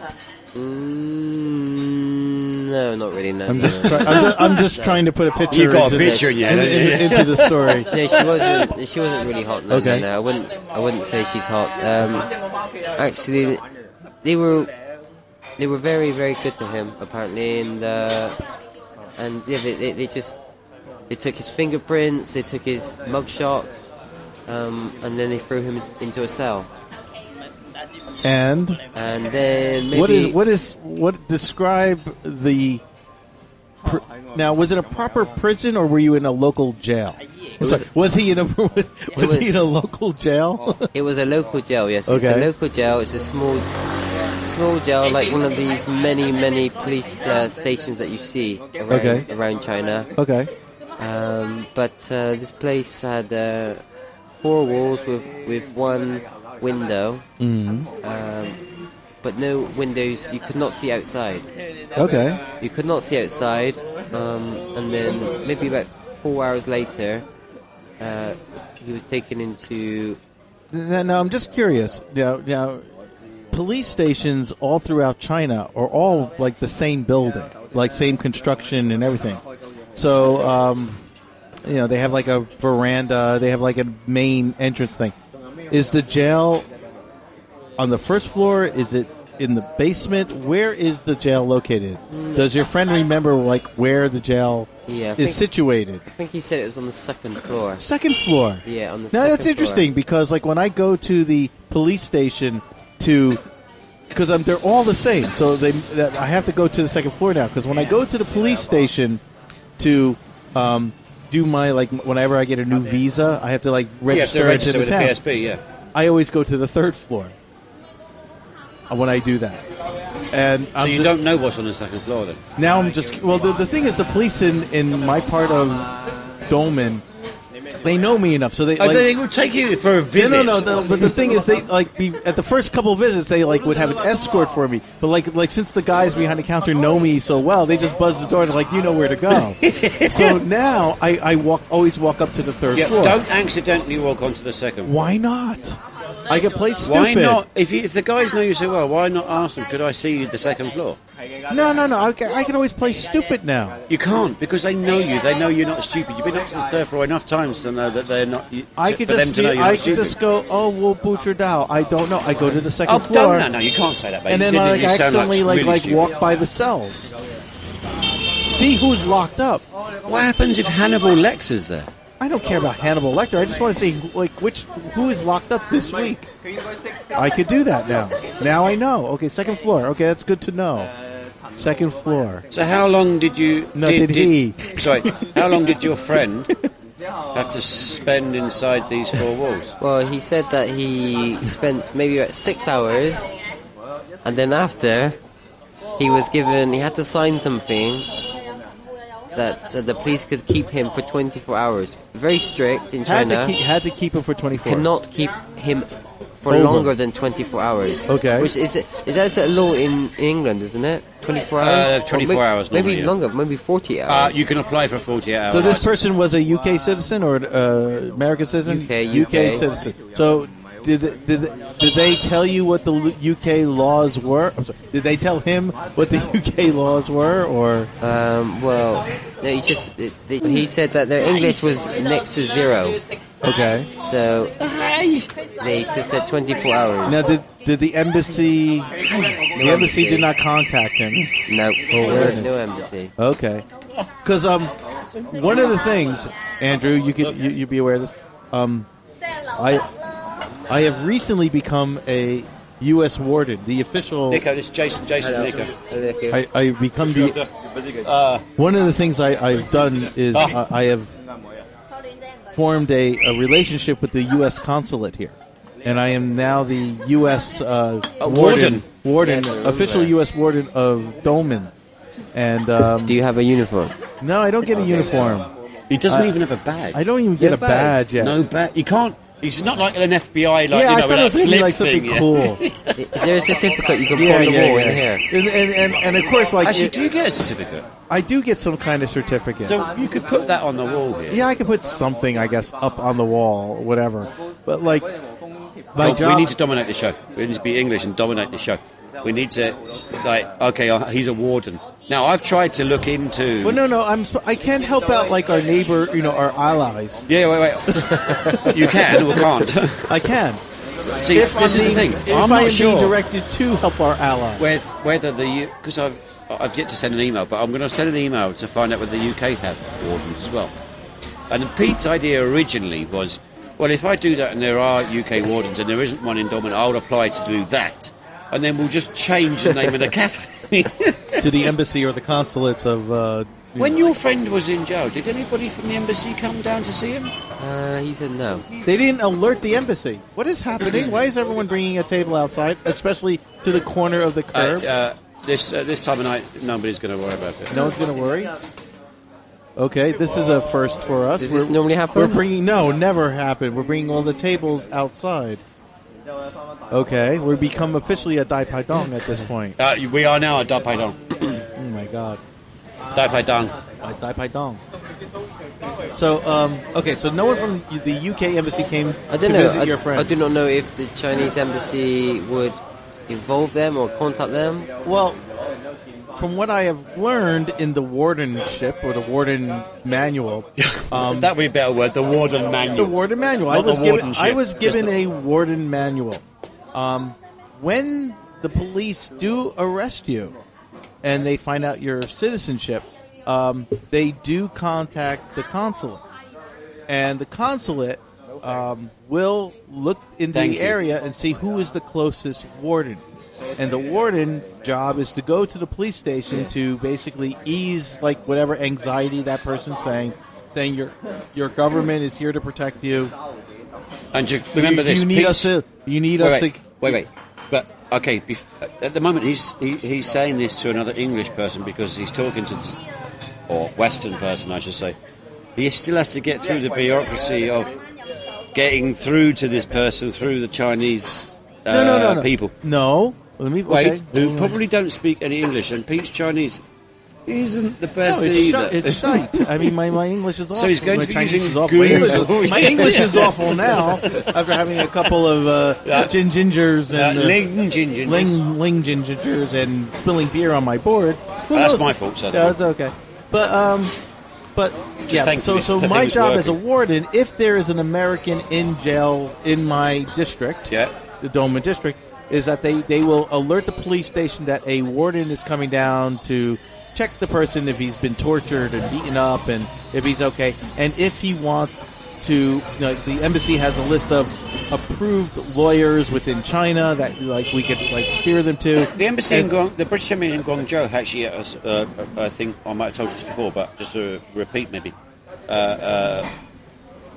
[SPEAKER 2] Mm, no, not really. No,
[SPEAKER 1] I'm
[SPEAKER 2] no,
[SPEAKER 1] just,
[SPEAKER 2] no.
[SPEAKER 1] try- I'm just, I'm just trying to put a picture.
[SPEAKER 3] You got a
[SPEAKER 1] into
[SPEAKER 3] picture in
[SPEAKER 1] the,
[SPEAKER 3] your
[SPEAKER 1] in-
[SPEAKER 3] head,
[SPEAKER 1] in- into the story.
[SPEAKER 2] No, she wasn't. She wasn't really hot. No,
[SPEAKER 1] Okay.
[SPEAKER 2] no, no. I wouldn't. I wouldn't say she's hot. Um, actually, they were they were very very good to him apparently, and uh, and yeah, they, they, they just they took his fingerprints, they took his mug shots, um, and then they threw him into a cell.
[SPEAKER 1] And
[SPEAKER 2] And then maybe
[SPEAKER 1] what is what is what describe the? Pr- now, was it a proper prison or were you in a local jail? I'm
[SPEAKER 2] was-
[SPEAKER 1] sorry, was he in a was,
[SPEAKER 2] was- Oh.
[SPEAKER 1] he in a local jail?
[SPEAKER 2] It was a local jail, yes. It's
[SPEAKER 1] Okay.
[SPEAKER 2] a local jail. It's a small, small jail, like one of these many, many police uh, stations that you see around,
[SPEAKER 1] Okay.
[SPEAKER 2] around China.
[SPEAKER 1] okay.
[SPEAKER 2] Um, but uh, this place had uh, four walls with with one window,
[SPEAKER 1] Mm.
[SPEAKER 2] um, but no windows. You could not see outside.
[SPEAKER 1] Okay.
[SPEAKER 2] You could not see outside. Um, and then maybe about four hours later, uh, he was taken into
[SPEAKER 1] Now, now I'm just curious. Now, now, police stations all throughout China are all like the same building, like same construction and everything. So, um, you know, they have like a veranda. They have like a main entrance thing. Is the jail on the first floor? Is it in the basement? Where is the jail located? Does your friend remember like where the jail
[SPEAKER 2] Yeah, I think-
[SPEAKER 1] is situated?
[SPEAKER 2] I think he said it was on the second floor.
[SPEAKER 1] Second floor.
[SPEAKER 2] Yeah, on
[SPEAKER 1] Now
[SPEAKER 2] the second
[SPEAKER 1] that's interesting because like when I go to the police station to because I'm they're all the same. So they that, I have to go to the second floor now because when I go to the police station to um, do my like whenever I get a new visa, I have to like
[SPEAKER 3] You have
[SPEAKER 1] register,
[SPEAKER 3] to register
[SPEAKER 1] into
[SPEAKER 3] with
[SPEAKER 1] the
[SPEAKER 3] the
[SPEAKER 1] town.
[SPEAKER 3] PSP, yeah.
[SPEAKER 1] I always go to the third floor uh, when I do that. And
[SPEAKER 3] So
[SPEAKER 1] I'm
[SPEAKER 3] you
[SPEAKER 1] ju-
[SPEAKER 3] don't know what's on the second floor then?
[SPEAKER 1] now I'm just well. The, the thing is, the police in in my part of Dolman, they know me enough, so they
[SPEAKER 3] I
[SPEAKER 1] like,
[SPEAKER 3] think we'll take you for a
[SPEAKER 1] Yeah,
[SPEAKER 3] visit.
[SPEAKER 1] No, no, no. But the thing is, they like be, at the first couple of visits, they like would have an escort for me. But like, like since the guys behind the counter know me so well, they just buzz the door and like, you know where to go. so now I, I walk always walk up to the third
[SPEAKER 3] Yeah,
[SPEAKER 1] floor.
[SPEAKER 3] don't accidentally walk onto the second.
[SPEAKER 1] Why not? I get played stupid.
[SPEAKER 3] Why not? If, you, if the guys know you so well, why not ask them? Could I see you the second floor?
[SPEAKER 1] No, no, no. I can, I can always play stupid now.
[SPEAKER 3] You can't because they know you. They know you're not stupid. You've been up to the third floor enough times to know that they're not. You,
[SPEAKER 1] I
[SPEAKER 3] to-
[SPEAKER 1] could
[SPEAKER 3] for
[SPEAKER 1] just
[SPEAKER 3] them
[SPEAKER 1] be,
[SPEAKER 3] to know you're
[SPEAKER 1] I
[SPEAKER 3] not
[SPEAKER 1] could
[SPEAKER 3] stupid.
[SPEAKER 1] just go. Oh, we'll boot your Dow. I don't know. I go to the second
[SPEAKER 3] oh,
[SPEAKER 1] floor.
[SPEAKER 3] don't, no, no, you can't say that, baby.
[SPEAKER 1] and then
[SPEAKER 3] you
[SPEAKER 1] like
[SPEAKER 3] you
[SPEAKER 1] I
[SPEAKER 3] sound
[SPEAKER 1] accidentally like
[SPEAKER 3] really
[SPEAKER 1] like
[SPEAKER 3] stupid.
[SPEAKER 1] walk by the cells. See who's locked up.
[SPEAKER 3] What happens if Hannibal Lex is there?
[SPEAKER 1] I don't care about Hannibal Lecter. I just want to see like which who is locked up this week. I could do that now. Now I know. Okay, second floor. Okay, that's good to know. Second floor.
[SPEAKER 3] So how long did you?
[SPEAKER 1] No, did
[SPEAKER 3] he? Sorry, how long did your friend have to spend inside these four walls?
[SPEAKER 2] floor. Well, he said that he spent maybe about six hours, and then after, he was given he had to sign something that uh, the police could keep him for 24 hours. Very strict in
[SPEAKER 1] Had to
[SPEAKER 2] China.
[SPEAKER 1] keep had to keep him for twenty four.
[SPEAKER 2] Cannot keep him for
[SPEAKER 1] Over.
[SPEAKER 2] longer than 24 hours.
[SPEAKER 1] Okay.
[SPEAKER 2] Which is is that's a law in England, isn't it? 24 hours.
[SPEAKER 3] Uh,
[SPEAKER 2] Or
[SPEAKER 3] 24
[SPEAKER 2] may-
[SPEAKER 3] hours
[SPEAKER 2] Maybe
[SPEAKER 3] normally, yeah.
[SPEAKER 2] longer. Maybe 40 hours.
[SPEAKER 3] Uh, you can apply for forty-eight hours.
[SPEAKER 1] So this person was a UK citizen or uh, American citizen?
[SPEAKER 2] UK, UK.
[SPEAKER 1] citizen. So did did did they tell you what the l- UK laws were? I'm sorry, did they tell him what the UK laws were or
[SPEAKER 2] Um, well, no, he just it, the, he said that their English was next to zero,
[SPEAKER 1] okay?
[SPEAKER 2] so they just said 24 hours.
[SPEAKER 1] Now did did the embassy the embassy did not contact him?
[SPEAKER 2] No, no,
[SPEAKER 1] goodness.
[SPEAKER 2] no embassy.
[SPEAKER 1] Okay. Because um, one of the things, Andrew, you could you, you be aware of this. Um, I I have recently become a U.S. warden, the official.
[SPEAKER 3] Nico, this is Jason. Jason, Nico.
[SPEAKER 1] I, I become the uh, one of the things I, I've done is I, I have formed a, a relationship with the U.S. consulate here, and I am now the U.S. Uh, warden,
[SPEAKER 3] warden.
[SPEAKER 1] warden,
[SPEAKER 2] Yes, I remember
[SPEAKER 1] official
[SPEAKER 2] that.
[SPEAKER 1] U.S. warden of Dolman. And um,
[SPEAKER 2] Do you have a uniform?
[SPEAKER 1] no, I don't get a uniform.
[SPEAKER 3] He doesn't even have a bag.
[SPEAKER 1] I don't even get
[SPEAKER 2] Yeah,
[SPEAKER 1] a badge
[SPEAKER 2] badge.
[SPEAKER 1] yet.
[SPEAKER 3] No bag. You can't. He's not like an FBI, like
[SPEAKER 1] yeah,
[SPEAKER 3] you know,
[SPEAKER 1] I thought it was
[SPEAKER 3] with
[SPEAKER 1] gonna be
[SPEAKER 3] that flip
[SPEAKER 1] like something
[SPEAKER 3] thing. yeah.
[SPEAKER 1] cool.
[SPEAKER 2] Is there a certificate you can put
[SPEAKER 1] yeah,
[SPEAKER 2] on the
[SPEAKER 1] yeah,
[SPEAKER 2] wall
[SPEAKER 1] yeah.
[SPEAKER 2] in here?
[SPEAKER 1] And, and, and, and of course, like
[SPEAKER 3] Actually,
[SPEAKER 1] it-
[SPEAKER 3] do you get a certificate?
[SPEAKER 1] I do get some kind of certificate.
[SPEAKER 3] So you could put that on the wall here.
[SPEAKER 1] yeah, I can put something, I guess, up on the wall, whatever. But like, my
[SPEAKER 3] Oh,
[SPEAKER 1] job.
[SPEAKER 3] We need to dominate the show. We need to be English and dominate the show. We need to, like, okay, uh, he's a warden. Now, I've tried to look into.
[SPEAKER 1] Well, no, no, I'm. sp- I can help out like our neighbor, you know, our allies.
[SPEAKER 3] Yeah, wait, wait. you can or can't.
[SPEAKER 1] I can.
[SPEAKER 3] See,
[SPEAKER 1] If
[SPEAKER 3] this
[SPEAKER 1] I'm
[SPEAKER 3] is
[SPEAKER 1] being,
[SPEAKER 3] the thing.
[SPEAKER 1] If
[SPEAKER 3] I'm
[SPEAKER 1] I am
[SPEAKER 3] not sure
[SPEAKER 1] being directed to help our allies.
[SPEAKER 3] whether, whether the because I've I've yet to send an email, but I'm going to send an email to find out whether the UK have wardens as well. And Pete's idea originally was, well, if I do that and there are UK wardens and there isn't one in Dortmund, I'll apply to do that, and then we'll just change the name of the cafe.
[SPEAKER 1] to the embassy or the consulates of. Uh, you
[SPEAKER 3] When
[SPEAKER 1] know.
[SPEAKER 3] your friend was in jail, did anybody from the embassy come down to see him?
[SPEAKER 2] Uh, he said no.
[SPEAKER 1] they didn't alert the embassy. What is happening? Why is everyone bringing a table outside, especially to the corner of the curb?
[SPEAKER 3] this uh, this time of night, nobody's going to worry about it.
[SPEAKER 1] No one's gonna worry. Okay, this is a first for us.
[SPEAKER 2] Does this normally happen?
[SPEAKER 1] We're bringing no, never happened. We're bringing all the tables outside. Okay, we become officially a Dai Pai Dong at this point.
[SPEAKER 3] Uh, we are now at Dai Pai Dong.
[SPEAKER 1] Oh my god,
[SPEAKER 3] Dai Pai Dong.
[SPEAKER 1] a Dai Pai Dong. So, um, okay, so no one from the UK embassy came
[SPEAKER 2] I don't
[SPEAKER 1] to
[SPEAKER 2] know.
[SPEAKER 1] visit
[SPEAKER 2] I,
[SPEAKER 1] your friend.
[SPEAKER 2] I do not know if the Chinese embassy would involve them or contact them.
[SPEAKER 1] Well, from what I have learned in the wardenship or the warden manual, um,
[SPEAKER 3] that would be a better word, the warden
[SPEAKER 1] the
[SPEAKER 3] manual.
[SPEAKER 1] warden manual. I
[SPEAKER 3] Not the
[SPEAKER 1] was given,
[SPEAKER 3] wardenship.
[SPEAKER 1] I was given
[SPEAKER 3] Just
[SPEAKER 1] a warden manual. Um, when the police do arrest you and they find out your citizenship, um, they do contact the consulate, and the consulate um, will look in
[SPEAKER 3] Thank
[SPEAKER 1] the
[SPEAKER 3] you.
[SPEAKER 1] area and see who is the closest warden. And the warden's job is to go to the police station to basically ease like whatever anxiety that person's saying, saying your your government is here to protect you.
[SPEAKER 3] and just remember
[SPEAKER 1] you,
[SPEAKER 3] this.
[SPEAKER 1] You need
[SPEAKER 3] Pete's-
[SPEAKER 1] us to. You need
[SPEAKER 3] wait,
[SPEAKER 1] us
[SPEAKER 3] wait,
[SPEAKER 1] to.
[SPEAKER 3] wait, wait. But okay, bef- at the moment he's he, he's saying this to another English person because he's talking to, th- or Western person, I should say. He still has to get through the bureaucracy of getting through to this person through the Chinese uh,
[SPEAKER 1] No, no, no, no.
[SPEAKER 3] people.
[SPEAKER 1] No. Let me
[SPEAKER 3] Wait,
[SPEAKER 1] okay.
[SPEAKER 3] who probably don't speak any English, and Pete's Chinese isn't the
[SPEAKER 1] No,
[SPEAKER 3] best
[SPEAKER 1] it's,
[SPEAKER 3] either.
[SPEAKER 1] shite, it's shite. I mean, my, my English is awful.
[SPEAKER 3] he's going
[SPEAKER 1] my
[SPEAKER 3] to be
[SPEAKER 1] Chinese
[SPEAKER 3] using
[SPEAKER 1] is awful. My English,
[SPEAKER 3] Google.
[SPEAKER 1] is- my
[SPEAKER 3] Yeah.
[SPEAKER 1] English is awful now after having a couple of uh,
[SPEAKER 3] Yeah.
[SPEAKER 1] gin gingers
[SPEAKER 3] uh,
[SPEAKER 1] and uh,
[SPEAKER 3] Ling Jin Jin.
[SPEAKER 1] ling ling gingers and spilling beer on my board. Who
[SPEAKER 3] That's
[SPEAKER 1] knows?
[SPEAKER 3] my fault, sir.
[SPEAKER 1] Yeah, it's okay. But um, but yeah.
[SPEAKER 3] thank
[SPEAKER 1] So
[SPEAKER 3] me
[SPEAKER 1] so
[SPEAKER 3] that
[SPEAKER 1] my
[SPEAKER 3] thing's
[SPEAKER 1] job
[SPEAKER 3] working.
[SPEAKER 1] as a warden, if there is an American in jail in my district,
[SPEAKER 3] Yeah.
[SPEAKER 1] the Doma district, is that they they will alert the police station that a warden is coming down to check the person if he's been tortured and beaten up and if he's okay and if he wants. To you know, the embassy has a list of approved lawyers within China that like we could like steer them to.
[SPEAKER 3] The embassy
[SPEAKER 1] And-
[SPEAKER 3] in Guang, the British embassy in Guangzhou actually, uh, s- uh, I think I might have told you this before, but just to repeat maybe, uh, uh,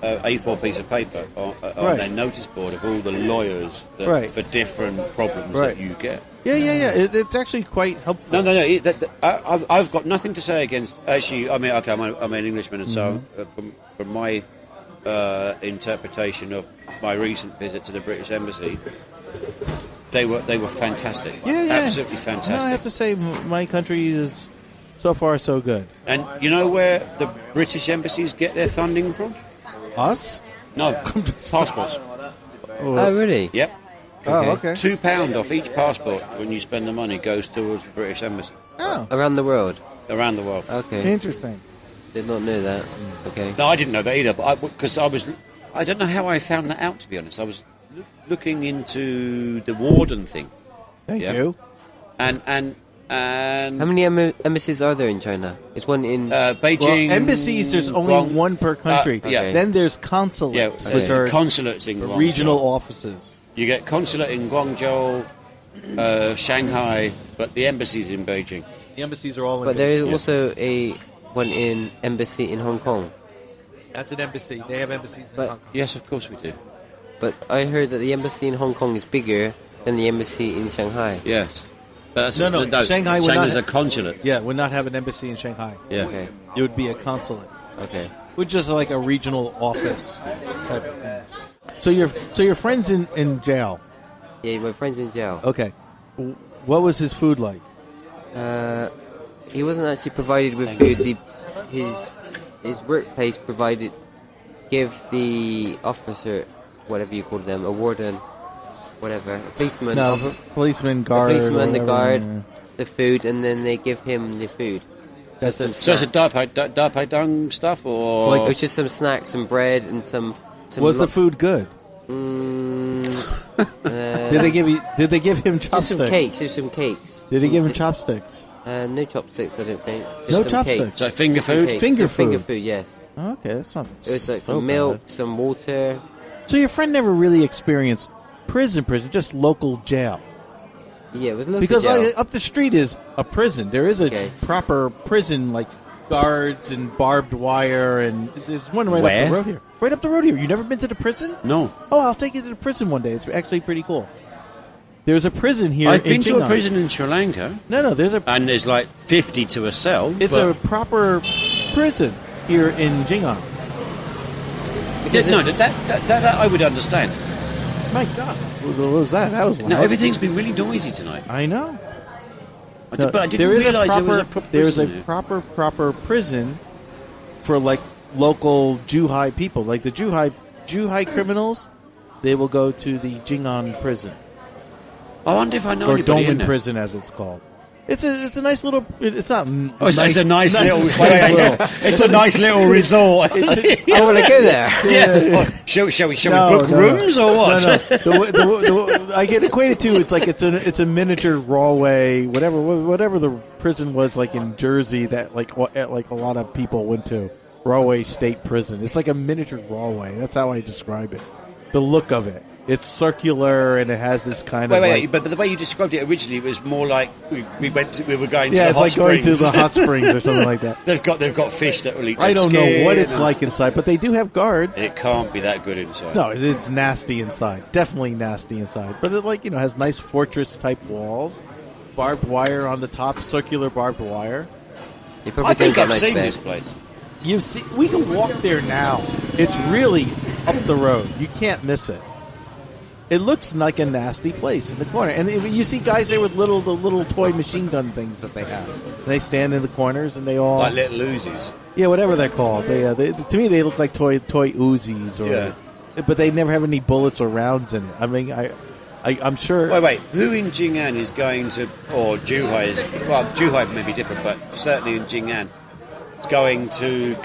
[SPEAKER 3] uh, A4 piece of paper on, uh, on
[SPEAKER 1] Right.
[SPEAKER 3] their notice board of all the lawyers that,
[SPEAKER 1] Right.
[SPEAKER 3] for different problems
[SPEAKER 1] Right.
[SPEAKER 3] that you get.
[SPEAKER 1] Yeah, yeah, yeah. It, it's actually quite helpful.
[SPEAKER 3] No, no, no. it- That, that, I, I've- I've got nothing to say against. Actually, I mean, okay, I'm, a, I'm an Englishman, and so
[SPEAKER 1] Mm-hmm.
[SPEAKER 3] uh, from from my uh, interpretation of my recent visit to the British Embassy, they were they were fantastic.
[SPEAKER 1] Yeah, yeah.
[SPEAKER 3] absolutely
[SPEAKER 1] No, I
[SPEAKER 3] fantastic.
[SPEAKER 1] have to say, m- my country is so far so good.
[SPEAKER 3] And you know where the British embassies get their funding from?
[SPEAKER 1] Us?
[SPEAKER 3] No, passports.
[SPEAKER 2] Oh, really?
[SPEAKER 3] Yep.
[SPEAKER 1] Oh,
[SPEAKER 2] okay.
[SPEAKER 1] okay.
[SPEAKER 3] Two pound off each passport when you spend the money goes towards the British embassy
[SPEAKER 1] Oh,
[SPEAKER 2] Around the world.
[SPEAKER 3] around the world.
[SPEAKER 1] Uh,
[SPEAKER 2] Okay.
[SPEAKER 1] interesting.
[SPEAKER 2] Did not know that. Okay.
[SPEAKER 3] No, I didn't know that either, but because I, was, I don't know how I found that out. To be honest, I was loo- looking into the warden thing,
[SPEAKER 1] Thank
[SPEAKER 3] Yeah.
[SPEAKER 1] you.
[SPEAKER 3] and and and
[SPEAKER 2] How many em- embassies are there in China? It's one in.
[SPEAKER 3] uh, Beijing
[SPEAKER 1] Well, embassies, there's only
[SPEAKER 3] Guang-
[SPEAKER 1] one per country.
[SPEAKER 3] Uh, yeah.
[SPEAKER 2] Okay.
[SPEAKER 1] Then there's
[SPEAKER 3] Yeah,
[SPEAKER 1] consulates,
[SPEAKER 3] uh,
[SPEAKER 1] which are
[SPEAKER 3] consulates in Guangzhou.
[SPEAKER 1] regional offices.
[SPEAKER 3] You get consulate in Guangzhou, uh, Shanghai, but the embassies in Beijing.
[SPEAKER 1] The embassies are all in.
[SPEAKER 2] but there is also a one in embassy in Hong Kong.
[SPEAKER 1] That's an embassy. They have embassies in
[SPEAKER 2] But-
[SPEAKER 1] Hong Kong.
[SPEAKER 3] Yes, of course we do.
[SPEAKER 2] But I heard that the embassy in Hong Kong is bigger than the embassy in Shanghai.
[SPEAKER 3] Yes. But that's,
[SPEAKER 1] No, no, Shanghai would
[SPEAKER 3] Shanghai's
[SPEAKER 1] not-
[SPEAKER 3] a consulate.
[SPEAKER 1] Yeah, would not have an embassy in Shanghai.
[SPEAKER 3] Yeah.
[SPEAKER 2] Okay.
[SPEAKER 1] It would be a consulate,
[SPEAKER 2] Okay.
[SPEAKER 1] which is like a regional office. Type of thing. So your so your friend's in, in jail.
[SPEAKER 2] Yeah, my friend's in jail.
[SPEAKER 1] Okay. W- What was his food like?
[SPEAKER 2] Uh, he wasn't actually provided with food. He, his his workplace provided give the officer, whatever you call them, a warden, whatever, a policeman,
[SPEAKER 1] No,
[SPEAKER 2] officer,
[SPEAKER 1] policeman,
[SPEAKER 2] the
[SPEAKER 1] guard.
[SPEAKER 2] policeman, the
[SPEAKER 1] whatever.
[SPEAKER 2] guard, the food, and then they give him the food.
[SPEAKER 1] That's
[SPEAKER 2] some
[SPEAKER 1] it.
[SPEAKER 3] So it's a
[SPEAKER 2] snacks.
[SPEAKER 3] da pai da- da pai dung stuff, or
[SPEAKER 2] Like, it was just some snacks, some bread, and some. some
[SPEAKER 1] Was the
[SPEAKER 2] lo-
[SPEAKER 1] food good?
[SPEAKER 2] Mm, uh,
[SPEAKER 1] Did they give you? Did they give him
[SPEAKER 2] just some
[SPEAKER 1] chopsticks?
[SPEAKER 2] cakes? Just some cakes.
[SPEAKER 1] Did they give him chopsticks?
[SPEAKER 2] Uh, no chopsticks, I don't think. Just
[SPEAKER 1] No
[SPEAKER 2] some
[SPEAKER 1] chopsticks?
[SPEAKER 2] Cakes.
[SPEAKER 3] so finger
[SPEAKER 2] Some
[SPEAKER 3] food?
[SPEAKER 2] cakes.
[SPEAKER 1] Finger
[SPEAKER 2] Some Finger
[SPEAKER 1] food.
[SPEAKER 2] food. Yes.
[SPEAKER 1] Oh, okay, that's not.
[SPEAKER 2] It was like
[SPEAKER 1] so
[SPEAKER 2] some
[SPEAKER 1] bad.
[SPEAKER 2] milk, some water.
[SPEAKER 1] So your friend never really experienced prison, prison, just local jail.
[SPEAKER 2] Yeah, it was no
[SPEAKER 1] Because
[SPEAKER 2] jail.
[SPEAKER 1] uh, up the street is a prison. There is a
[SPEAKER 2] Okay.
[SPEAKER 1] proper prison, like guards and barbed wire, and there's one right up
[SPEAKER 3] Where?
[SPEAKER 1] the road here. Right up the road here. You never been to the prison?
[SPEAKER 3] no.
[SPEAKER 1] Oh, I'll take you to the prison one day. It's actually pretty cool. There's a prison here.
[SPEAKER 3] I've
[SPEAKER 1] in
[SPEAKER 3] been to a
[SPEAKER 1] Chingon.
[SPEAKER 3] prison in Sri Lanka,
[SPEAKER 1] No, no. There's a.
[SPEAKER 3] and there's like 50 to a cell.
[SPEAKER 1] It's
[SPEAKER 3] but-
[SPEAKER 1] a proper prison here in Jingon.
[SPEAKER 2] Because
[SPEAKER 3] no,
[SPEAKER 2] it-
[SPEAKER 3] that, that, that, that I would understand.
[SPEAKER 1] My God, what was that? That was loud.
[SPEAKER 3] No, everything's been really noisy tonight.
[SPEAKER 1] I know.
[SPEAKER 3] I did, but I didn't
[SPEAKER 1] there is a
[SPEAKER 3] realise
[SPEAKER 1] proper,
[SPEAKER 3] there was
[SPEAKER 1] there
[SPEAKER 3] a proper
[SPEAKER 1] is
[SPEAKER 3] prison
[SPEAKER 1] a
[SPEAKER 3] there.
[SPEAKER 1] proper proper prison for like local Juhai people, like the Juhai Juhai criminals. They will go to the Jingon prison
[SPEAKER 3] I wonder if I know
[SPEAKER 1] or
[SPEAKER 3] anybody in
[SPEAKER 1] Doman
[SPEAKER 3] there.
[SPEAKER 1] prison, as it's called. It's a it's a nice little. It's not.
[SPEAKER 3] Oh, it's, it's a nice, little.
[SPEAKER 1] nice little-
[SPEAKER 3] it's a nice little resort.
[SPEAKER 2] I want to go there.
[SPEAKER 3] yeah. Oh, shall, shall we? Shall we book rooms or what?
[SPEAKER 1] No, no. The, w- the, w- the, w- I get equated to it's like it's a it's a miniature Rawway, whatever wh- whatever the prison was like in Jersey that like wha- eh, like a lot of people went to Rawway State Prison. It's like a miniature Rawway. That's how I describe it. The look of it. It's circular and it has this kind
[SPEAKER 3] Wait,
[SPEAKER 1] of
[SPEAKER 3] wait,
[SPEAKER 1] like,
[SPEAKER 3] wait, but, but the way you described it originally was more like we, we went. To, we were going to
[SPEAKER 1] yeah,
[SPEAKER 3] the
[SPEAKER 1] it's
[SPEAKER 3] hot
[SPEAKER 1] like
[SPEAKER 3] springs.
[SPEAKER 1] going to the hot springs or something like that.
[SPEAKER 3] they've got they've got fish that will eat.
[SPEAKER 1] I
[SPEAKER 3] their
[SPEAKER 1] don't know what
[SPEAKER 3] skin
[SPEAKER 1] it's
[SPEAKER 3] and-
[SPEAKER 1] like inside, but they do have guards.
[SPEAKER 3] It can't be that good inside.
[SPEAKER 1] No, it- it's nasty inside. Definitely nasty inside. But it like you know has nice fortress type walls, barbed wire on the top, circular barbed wire.
[SPEAKER 2] You probably
[SPEAKER 3] I think
[SPEAKER 2] don't
[SPEAKER 3] I've
[SPEAKER 2] get
[SPEAKER 3] seen
[SPEAKER 2] much
[SPEAKER 3] this
[SPEAKER 2] bed.
[SPEAKER 3] place.
[SPEAKER 1] You see, we can walk there now. It's really up the road. You can't miss it. It looks like a nasty place in the corner, and it- you see guys there with little the little toy machine gun things that they have. And they stand in the corners and they all
[SPEAKER 3] Like little Uzis.
[SPEAKER 1] yeah, whatever they're called. They, uh, they to me they look like toy toy Uzis or.
[SPEAKER 3] Yeah.
[SPEAKER 1] But they never have any bullets or rounds in it. I mean, I, I I'm sure.
[SPEAKER 3] Wait, wait. Who in Jing'an is going to, or Zhuhai is, well, Zhuhai may be different, but certainly in Jing'an, is going to,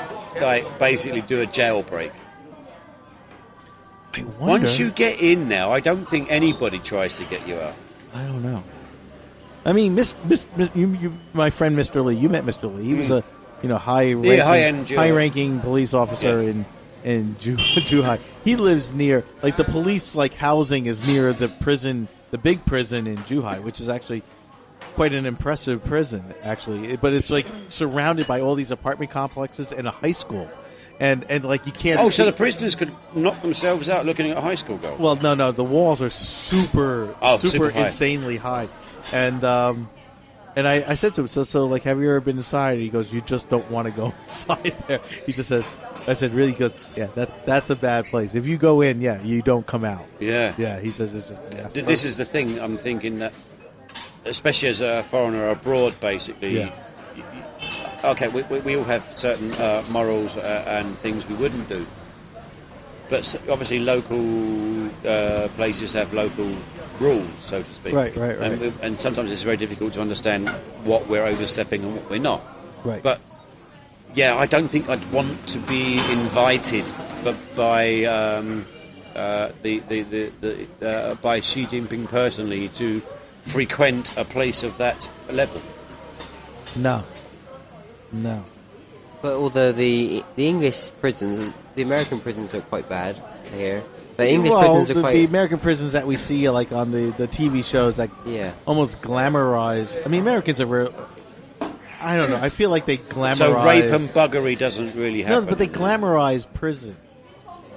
[SPEAKER 3] like, basically do a jailbreak.
[SPEAKER 1] I wonder-
[SPEAKER 3] Once you get in now, I don't think anybody tries to get you out.
[SPEAKER 1] I don't know. I mean, Miss, Miss, Miss you, you, my friend Mr. Lee. You met Mr. Lee. He
[SPEAKER 3] Hmm.
[SPEAKER 1] was a, you know, high ranking,
[SPEAKER 3] high-end Jew.
[SPEAKER 1] ranking police officer in in Ju- Zhuhai. He lives near, like, the police like housing is near the prison, the big prison in Zhuhai, which is actually quite an impressive prison, actually. It- But it's like surrounded by all these apartment complexes and a high school, and and like you can't.
[SPEAKER 3] Oh, so
[SPEAKER 1] see-
[SPEAKER 3] the prisoners could knock themselves out looking at a high school goal.
[SPEAKER 1] well, no, no. The walls are super,
[SPEAKER 3] Oh,
[SPEAKER 1] super,
[SPEAKER 3] super high.
[SPEAKER 1] insanely high, and um, and I, I said to him, so, so, like, have you ever been inside? And he goes, you just don't want to go inside there. He just says, I said, really? He goes, yeah, that's that's a bad place. If you go in, yeah, you don't come out.
[SPEAKER 3] yeah.
[SPEAKER 1] Yeah, he says it's just. nasty.
[SPEAKER 3] Th- This is the thing I'm thinking that, especially as a foreigner abroad, basically.
[SPEAKER 1] Yeah.
[SPEAKER 3] y- y- Okay, we, we, we all have certain uh, morals uh, and things we wouldn't do. But s- obviously, local uh, places have local rules, so to speak.
[SPEAKER 1] Right, right,
[SPEAKER 3] And,
[SPEAKER 1] right.
[SPEAKER 3] we, and sometimes it's very difficult to understand what we're overstepping and what we're not.
[SPEAKER 1] Right.
[SPEAKER 3] But yeah, I don't think I'd want to be invited, but by um, uh, the the the, the uh, by Xi Jinping personally to frequent a place of that level.
[SPEAKER 1] no, no.
[SPEAKER 2] But although the the English prisons, the American prisons are quite bad here. But English
[SPEAKER 1] well,
[SPEAKER 2] prisons are
[SPEAKER 1] the,
[SPEAKER 2] quite.
[SPEAKER 1] the American prisons that we see, like on the, the TV shows, like
[SPEAKER 2] Yeah.
[SPEAKER 1] almost glamorize. I mean, Americans are. real I don't know. I feel like they glamorize.
[SPEAKER 3] So rape and buggery doesn't really
[SPEAKER 1] No,
[SPEAKER 3] happen.
[SPEAKER 1] but they glamorize prison.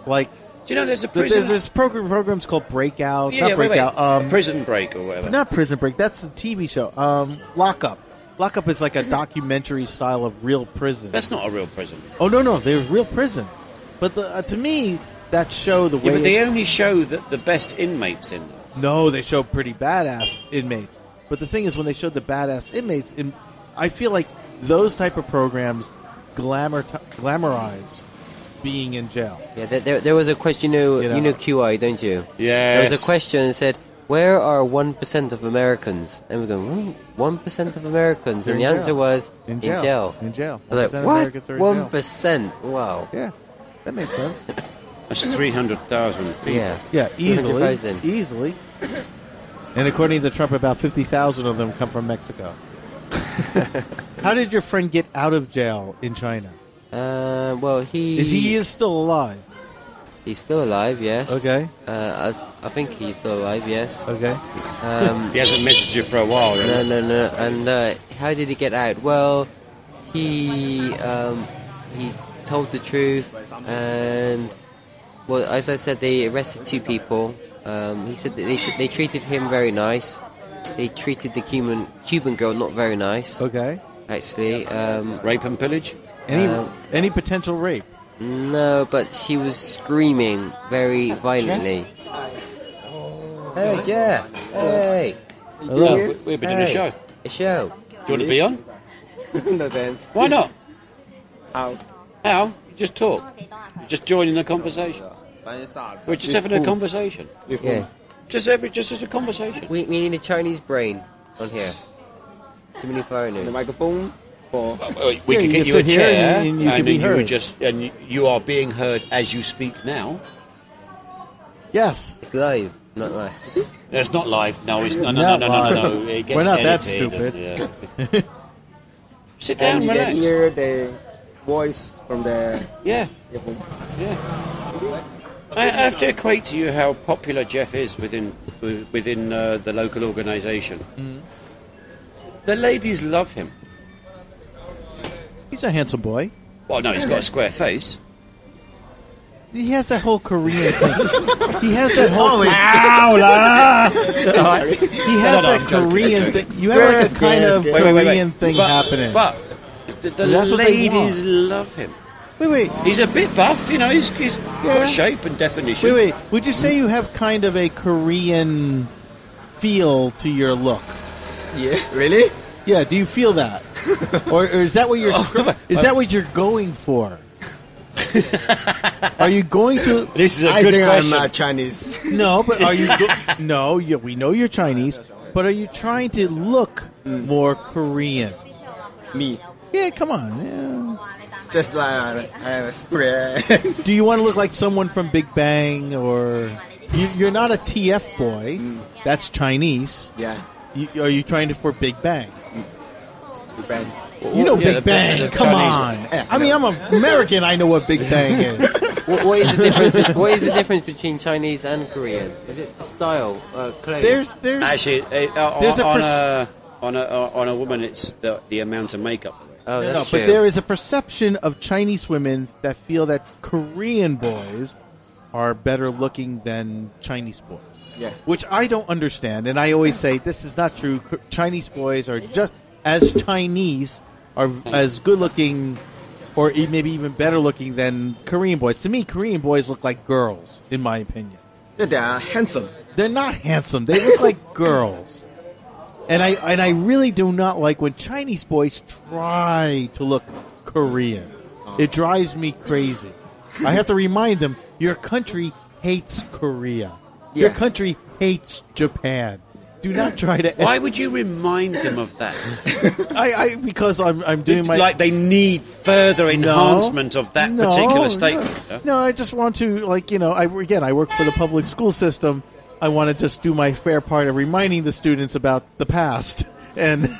[SPEAKER 1] Like
[SPEAKER 3] Do you know there's a
[SPEAKER 1] th-
[SPEAKER 3] prison?
[SPEAKER 1] there's, there's program programs called Breakout,
[SPEAKER 3] yeah,
[SPEAKER 1] not
[SPEAKER 3] wait, wait.
[SPEAKER 1] Breakout, um,
[SPEAKER 3] prison break or whatever.
[SPEAKER 1] not Prison Break. That's the TV show. Um, Lockup. Lockup is like a documentary style of real prison.
[SPEAKER 3] That's not a real prison.
[SPEAKER 1] oh no, no, there's real prisons. But the, uh, to me, that show the
[SPEAKER 3] Yeah,
[SPEAKER 1] way
[SPEAKER 3] but they
[SPEAKER 1] it-
[SPEAKER 3] only show that the best inmates in.
[SPEAKER 1] no, they show pretty badass inmates. But the thing is, when they showed the badass inmates, in, I feel like those type of programs glamour glamorize being in jail.
[SPEAKER 2] Yeah, there, there, there was a question, you know,
[SPEAKER 1] You
[SPEAKER 2] you know,
[SPEAKER 1] know.
[SPEAKER 2] QI, don't you?
[SPEAKER 3] Yes.
[SPEAKER 2] There was a question that said, where are 1% of Americans? And we're going, "Hmm, 1% of Americans?
[SPEAKER 1] They're
[SPEAKER 2] And
[SPEAKER 1] in
[SPEAKER 2] the answer
[SPEAKER 1] jail.
[SPEAKER 2] was,
[SPEAKER 1] In jail. In jail.
[SPEAKER 2] I was
[SPEAKER 1] 1%
[SPEAKER 2] like,
[SPEAKER 1] of
[SPEAKER 2] what?
[SPEAKER 1] Americans are in jail."
[SPEAKER 2] 1%? Wow.
[SPEAKER 1] Yeah, that makes sense.
[SPEAKER 3] That's three hundred thousand.
[SPEAKER 2] Yeah.
[SPEAKER 1] Yeah, easily,
[SPEAKER 2] 100,000.
[SPEAKER 1] easily. And according to Trump, about fifty thousand of them come from Mexico. How did your friend get out of jail in China?
[SPEAKER 2] Uh, well, he
[SPEAKER 1] Is he is still alive?
[SPEAKER 2] he's still alive, yes.
[SPEAKER 1] Okay.
[SPEAKER 2] Uh, I, I think he's still alive, yes.
[SPEAKER 1] Okay.
[SPEAKER 2] Um,
[SPEAKER 3] He hasn't messaged you for a while. Really.
[SPEAKER 2] No, no, no. And uh, how did he get out? Well, he um, he told the truth, and well, as I said, they arrested two people. Um, he said that they they treated him very nice. They treated the Cuban Cuban girl not very nice,
[SPEAKER 1] Okay.
[SPEAKER 2] actually. Um,
[SPEAKER 3] Rape and pillage.
[SPEAKER 1] Any
[SPEAKER 2] Uh,
[SPEAKER 1] any potential rape?
[SPEAKER 2] no, but she was screaming very violently. Hey, Jeff! Hey,
[SPEAKER 1] Hello.
[SPEAKER 3] Yeah, we- we've been doing a
[SPEAKER 2] Hey.
[SPEAKER 3] show.
[SPEAKER 2] a show.
[SPEAKER 3] Do you want to be on?
[SPEAKER 5] no thanks.
[SPEAKER 3] Why not?
[SPEAKER 5] Ow.
[SPEAKER 3] How? You Just talk. You Just join in the conversation.
[SPEAKER 5] 咱就下去。
[SPEAKER 3] We're just having a conversation.
[SPEAKER 2] Yeah.
[SPEAKER 3] Just every, just as a conversation.
[SPEAKER 2] We, we need a Chinese brain on here. Too many
[SPEAKER 5] The
[SPEAKER 2] foreigners.
[SPEAKER 5] microphone for
[SPEAKER 3] Well, we
[SPEAKER 1] Yeah,
[SPEAKER 3] could
[SPEAKER 1] you
[SPEAKER 3] get
[SPEAKER 1] can
[SPEAKER 3] you a
[SPEAKER 1] sit here
[SPEAKER 3] chair,
[SPEAKER 1] and- and you can
[SPEAKER 3] and
[SPEAKER 1] be
[SPEAKER 3] then you
[SPEAKER 1] heard.
[SPEAKER 3] would just and you are being heard as you speak now.
[SPEAKER 1] Yes.
[SPEAKER 2] It's live, not live.
[SPEAKER 3] It's not live. No, it's no, no, no,
[SPEAKER 1] Not
[SPEAKER 3] no, no, no,
[SPEAKER 1] live.
[SPEAKER 3] no. It gets
[SPEAKER 1] We're not that
[SPEAKER 3] edited and, yeah. Sit down,
[SPEAKER 5] and you
[SPEAKER 3] relax.
[SPEAKER 5] can hear the voice from the
[SPEAKER 3] Yeah,
[SPEAKER 5] earphone.
[SPEAKER 3] yeah. I I have to equate to you how popular Jeff is within wi- within uh, the local organisation.
[SPEAKER 1] Mm.
[SPEAKER 3] The ladies love him.
[SPEAKER 1] He's a handsome boy.
[SPEAKER 3] Well, no, he's got a square face.
[SPEAKER 1] He has that whole Korean thing. he has that whole. Always. He
[SPEAKER 3] No, no,
[SPEAKER 1] has
[SPEAKER 3] no, I'm
[SPEAKER 1] that
[SPEAKER 3] joking,
[SPEAKER 1] Korean
[SPEAKER 3] I'm joking.
[SPEAKER 1] thing. You have like a
[SPEAKER 5] Yes,
[SPEAKER 1] kind
[SPEAKER 5] yes,
[SPEAKER 1] of
[SPEAKER 5] yes.
[SPEAKER 3] Wait, wait, wait, wait.
[SPEAKER 1] Korean thing
[SPEAKER 3] But-
[SPEAKER 1] happening.
[SPEAKER 3] But the, the
[SPEAKER 1] That's what they
[SPEAKER 3] ladies
[SPEAKER 1] want.
[SPEAKER 3] love him.
[SPEAKER 1] wait, wait,
[SPEAKER 3] He's a bit buff, you know. He's, he's
[SPEAKER 1] Yeah.
[SPEAKER 3] got shape and definition.
[SPEAKER 1] wait, wait. Would you say you have kind of a Korean feel to your look?
[SPEAKER 5] Yeah, really?
[SPEAKER 1] Yeah. Do you feel that, or, or is that what
[SPEAKER 3] Oh,
[SPEAKER 1] you're? Is that what you're going for? are you going to?
[SPEAKER 3] This is a
[SPEAKER 5] I
[SPEAKER 3] good
[SPEAKER 5] think
[SPEAKER 3] question.
[SPEAKER 5] I'm not Chinese.
[SPEAKER 1] No, but are you? Go- no, yeah, we know you're Chinese, but are you trying to look more Korean?
[SPEAKER 5] Me,
[SPEAKER 1] Yeah, come on.
[SPEAKER 5] just like uh, I have a square.
[SPEAKER 1] yeah. Do you want to look like someone from Big Bang or you, you're not a TF boy? That's Chinese.
[SPEAKER 5] yeah,
[SPEAKER 1] You, are you trying to for Big Bang?
[SPEAKER 5] you bang.
[SPEAKER 1] You know
[SPEAKER 3] yeah, the-
[SPEAKER 1] Big Bang.
[SPEAKER 3] the
[SPEAKER 1] come
[SPEAKER 3] Chinese-
[SPEAKER 1] on. I mean, I'm American. I know what Big Bang is.
[SPEAKER 2] What, what is the difference? be- what is the difference between Chinese and Korean? Is it the style, uh, clothes?
[SPEAKER 1] There's there's
[SPEAKER 3] Actually, eh, uh,
[SPEAKER 1] There's
[SPEAKER 3] on,
[SPEAKER 1] a
[SPEAKER 3] on
[SPEAKER 1] pers-
[SPEAKER 3] a on a uh, on a woman, it's the, the amount of makeup.
[SPEAKER 1] no,
[SPEAKER 2] oh, that's
[SPEAKER 1] no,
[SPEAKER 2] true.
[SPEAKER 1] but there is a perception of Chinese women that feel that Korean boys are better looking than Chinese boys.
[SPEAKER 5] Yeah.
[SPEAKER 1] Which I don't understand, and I always say this is not true. Co- Chinese boys are just as Chinese are as good looking, or e- maybe even better looking than Korean boys. To me, Korean boys look like girls, in my opinion.
[SPEAKER 5] Yeah, they are handsome.
[SPEAKER 1] They're not handsome. They look like girls. And I and I really do not like when Chinese boys try to look Korean. It drives me crazy. I have to remind them your country hates Korea. Your
[SPEAKER 5] Yeah.
[SPEAKER 1] country hates Japan. Do not try to
[SPEAKER 3] Why would you remind them of that?
[SPEAKER 1] I, I because I'm I'm doing my
[SPEAKER 3] like they need further
[SPEAKER 1] No.
[SPEAKER 3] enhancement of that
[SPEAKER 1] No,
[SPEAKER 3] particular
[SPEAKER 1] no.
[SPEAKER 3] statement. yeah?
[SPEAKER 1] No, I just want to like you know. I again, I work for the public school system. I want to just do my fair part of reminding the students about the past and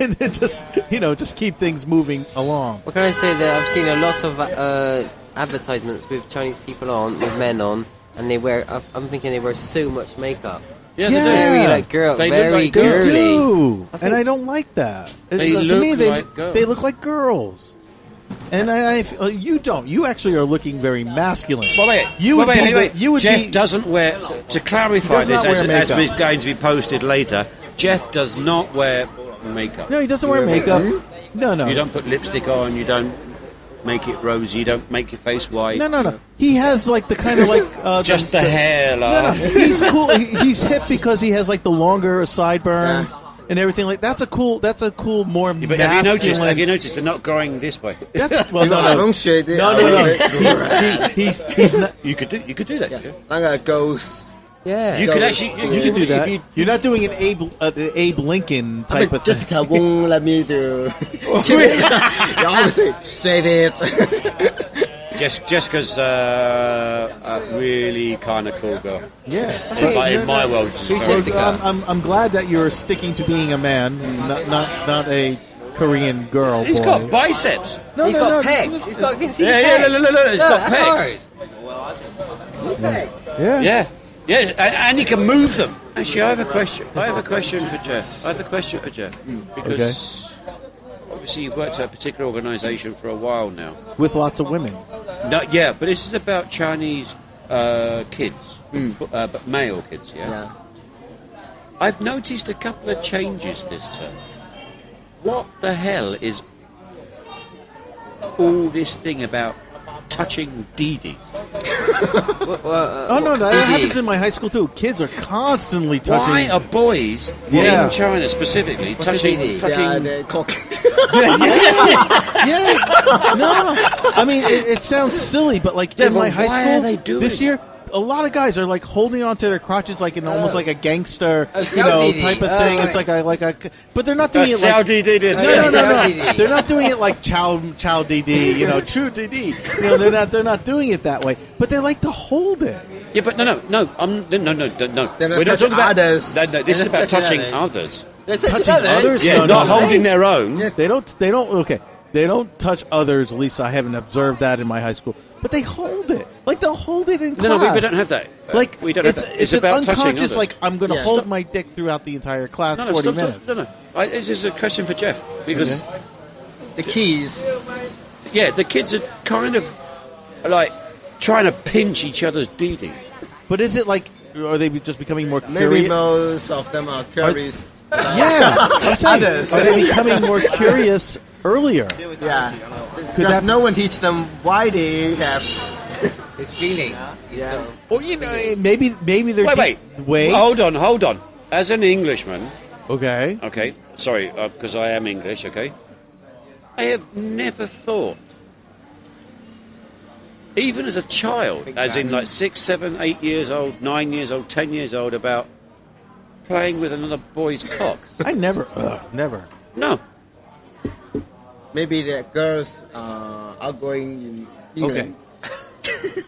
[SPEAKER 1] and then just you know just keep things moving along.
[SPEAKER 2] What can I say? That I've seen a lot of uh, advertisements with Chinese people on, with men on, and they wear. I- I'm thinking they wear so much makeup.
[SPEAKER 3] Yeah,
[SPEAKER 1] Yeah.
[SPEAKER 2] Very like girl,
[SPEAKER 3] They look
[SPEAKER 2] very
[SPEAKER 3] like girls.
[SPEAKER 1] They
[SPEAKER 2] girly.
[SPEAKER 1] do, and I don't like that. It-
[SPEAKER 3] They
[SPEAKER 1] to
[SPEAKER 3] look
[SPEAKER 1] me, they
[SPEAKER 3] like girls.
[SPEAKER 1] they look like girls. And I, I uh, you don't. You actually are looking very masculine.
[SPEAKER 3] Well, wait,
[SPEAKER 1] you would
[SPEAKER 3] well, wait,
[SPEAKER 1] be the-
[SPEAKER 3] anyway,
[SPEAKER 1] you would
[SPEAKER 3] Jeff
[SPEAKER 1] be,
[SPEAKER 3] doesn't wear. To clarify
[SPEAKER 1] He does
[SPEAKER 3] this,
[SPEAKER 1] not
[SPEAKER 3] as,
[SPEAKER 1] wear
[SPEAKER 3] as
[SPEAKER 1] makeup.
[SPEAKER 3] is going to be posted later, Jeff does not wear makeup.
[SPEAKER 1] No, he doesn't wear makeup. No, no.
[SPEAKER 3] You don't put lipstick on. You don't. make it rosy. Don't make your face white.
[SPEAKER 1] No, no, no. He has like the kind of like uh,
[SPEAKER 3] Just the hair,
[SPEAKER 1] No, no.
[SPEAKER 3] like.
[SPEAKER 1] He's cool. He- He's hip because he has like the longer sideburns and everything. Like that's a cool. That's a cool more.
[SPEAKER 3] Yeah, But have you noticed?
[SPEAKER 1] masculine-
[SPEAKER 3] Have you noticed they're not growing this way?
[SPEAKER 1] That's, well,
[SPEAKER 5] If I
[SPEAKER 1] no,
[SPEAKER 5] don't shade it,
[SPEAKER 1] no,
[SPEAKER 5] I
[SPEAKER 1] no, no,
[SPEAKER 5] will-
[SPEAKER 1] no. He- he's he's not.
[SPEAKER 3] You could do. You could do that. Yeah.
[SPEAKER 5] I'm gonna go. s-
[SPEAKER 2] Yeah.
[SPEAKER 3] You could actually.
[SPEAKER 1] You can do that.
[SPEAKER 3] If you,
[SPEAKER 1] You're not doing an Abe uh, the Abe Lincoln
[SPEAKER 5] I mean,
[SPEAKER 1] type of thing.
[SPEAKER 5] Jessica won't let me do. Y'all always say shade it.
[SPEAKER 3] Jess, Jessica's uh, a really kind of cool girl.
[SPEAKER 1] Yeah.
[SPEAKER 3] In my- in my world,
[SPEAKER 2] Who's
[SPEAKER 3] she's very-
[SPEAKER 2] Jessica?
[SPEAKER 1] I'm, I'm, I'm glad that you're sticking to being a man, not not, not a Korean girl.
[SPEAKER 3] He's
[SPEAKER 1] boy.
[SPEAKER 3] got biceps.
[SPEAKER 1] no,
[SPEAKER 2] He's
[SPEAKER 1] no,
[SPEAKER 2] got
[SPEAKER 1] no,
[SPEAKER 2] pegs. He's got. Can you see the
[SPEAKER 3] Yeah, yeah,
[SPEAKER 2] pegs?
[SPEAKER 3] look, look, look, it's got
[SPEAKER 2] how
[SPEAKER 3] pegs.
[SPEAKER 2] hard? Pegs.
[SPEAKER 1] Yeah.
[SPEAKER 3] Yeah. Yeah, and, and he can move them. Actually, I have a question. I have a question for Jeff. I have a question for Jeff
[SPEAKER 1] Hmm.
[SPEAKER 3] because obviously you've worked at a particular organisation for a while now.
[SPEAKER 1] With lots of women.
[SPEAKER 3] No, yeah, but this is about Chinese uh, kids, b- uh, but male kids. Yeah?
[SPEAKER 5] Yeah.
[SPEAKER 3] I've noticed a couple of changes this term. What the hell is all this thing about touching DDs?
[SPEAKER 2] Well, well, uh,
[SPEAKER 1] Oh no, no,
[SPEAKER 2] DD.
[SPEAKER 1] that happens in my high school too. Kids are constantly touching.
[SPEAKER 3] Why are boys
[SPEAKER 1] Yeah.
[SPEAKER 3] in China specifically
[SPEAKER 2] What's
[SPEAKER 3] touching uh,
[SPEAKER 2] DD?
[SPEAKER 3] fucking?
[SPEAKER 5] yeah, they cock.
[SPEAKER 1] Yeah, no. I mean, it, it sounds silly, but like
[SPEAKER 3] Yeah,
[SPEAKER 1] in my
[SPEAKER 3] but
[SPEAKER 1] high
[SPEAKER 3] why
[SPEAKER 1] school
[SPEAKER 3] are they doing
[SPEAKER 1] this
[SPEAKER 3] it? Uh,
[SPEAKER 1] year, a lot of guys are like holding onto their crotches, like in almost like a gangster,
[SPEAKER 2] Oh,
[SPEAKER 1] you know,
[SPEAKER 2] Saudi.
[SPEAKER 1] type of
[SPEAKER 2] Oh,
[SPEAKER 1] thing.
[SPEAKER 2] right.
[SPEAKER 1] It's like I like I, c- but they're not doing it
[SPEAKER 3] How
[SPEAKER 1] like.
[SPEAKER 3] DD did.
[SPEAKER 1] No, no, no, no.
[SPEAKER 2] Saudi.
[SPEAKER 1] They're not doing it like Chow Chow DD, you know, True DD. You know, they're not they're not doing it that way. But they like to hold it.
[SPEAKER 3] Yeah, but no, no, no. I'm no, no, no. no.
[SPEAKER 5] They're not
[SPEAKER 3] We're not
[SPEAKER 5] touching
[SPEAKER 3] talking about
[SPEAKER 5] others.
[SPEAKER 3] No, no, this
[SPEAKER 2] They're
[SPEAKER 3] is
[SPEAKER 2] not
[SPEAKER 3] about
[SPEAKER 2] touching
[SPEAKER 3] touching others.
[SPEAKER 2] They're touching
[SPEAKER 1] touching
[SPEAKER 2] others.
[SPEAKER 1] others?
[SPEAKER 3] Yeah,
[SPEAKER 1] No, no,
[SPEAKER 3] not
[SPEAKER 1] no.
[SPEAKER 3] holding their own.
[SPEAKER 5] Yes.
[SPEAKER 1] They don't they don't okay. They don't touch others. At least I haven't observed that in my high school. But they hold it. Like they'll hold it in class.
[SPEAKER 3] No, no, we, we don't have that. Uh,
[SPEAKER 1] like
[SPEAKER 3] we don't.
[SPEAKER 1] it's,
[SPEAKER 3] have that.
[SPEAKER 1] it's, an
[SPEAKER 3] about touching
[SPEAKER 1] unconscious
[SPEAKER 3] others.
[SPEAKER 1] like i'm going to
[SPEAKER 5] Yeah.
[SPEAKER 1] hold
[SPEAKER 5] Stop.
[SPEAKER 1] my dick throughout the entire class
[SPEAKER 3] no, no,
[SPEAKER 1] 40
[SPEAKER 3] stop,
[SPEAKER 1] minutes
[SPEAKER 3] stop, no, no. I, this is a question for Jeff because
[SPEAKER 5] the keys.
[SPEAKER 3] yeah, the kids are kind of like trying to pinch each other's DD.
[SPEAKER 1] but is it like are they just becoming more
[SPEAKER 5] Maybe
[SPEAKER 1] curious
[SPEAKER 5] most of them are curries.
[SPEAKER 1] yeah i'm saying
[SPEAKER 5] Others.
[SPEAKER 1] are they becoming more curious earlier
[SPEAKER 5] Yeah. Because
[SPEAKER 1] that-
[SPEAKER 5] no one teach them why they have.
[SPEAKER 2] It's feeling.
[SPEAKER 5] Yeah.
[SPEAKER 2] So-
[SPEAKER 1] or you know maybe maybe they're
[SPEAKER 3] Wait, wait,
[SPEAKER 1] de- wait
[SPEAKER 3] Hold on, hold on. As an Englishman,
[SPEAKER 1] okay
[SPEAKER 3] okay, sorry, because I am English, okay. I have never thought, even as a child, as in like six, seven, eight years old, nine years old, ten years old, about playing with another boy's cock.
[SPEAKER 1] i never ugh, never
[SPEAKER 3] No,
[SPEAKER 5] Maybe the girls uh, are going in England.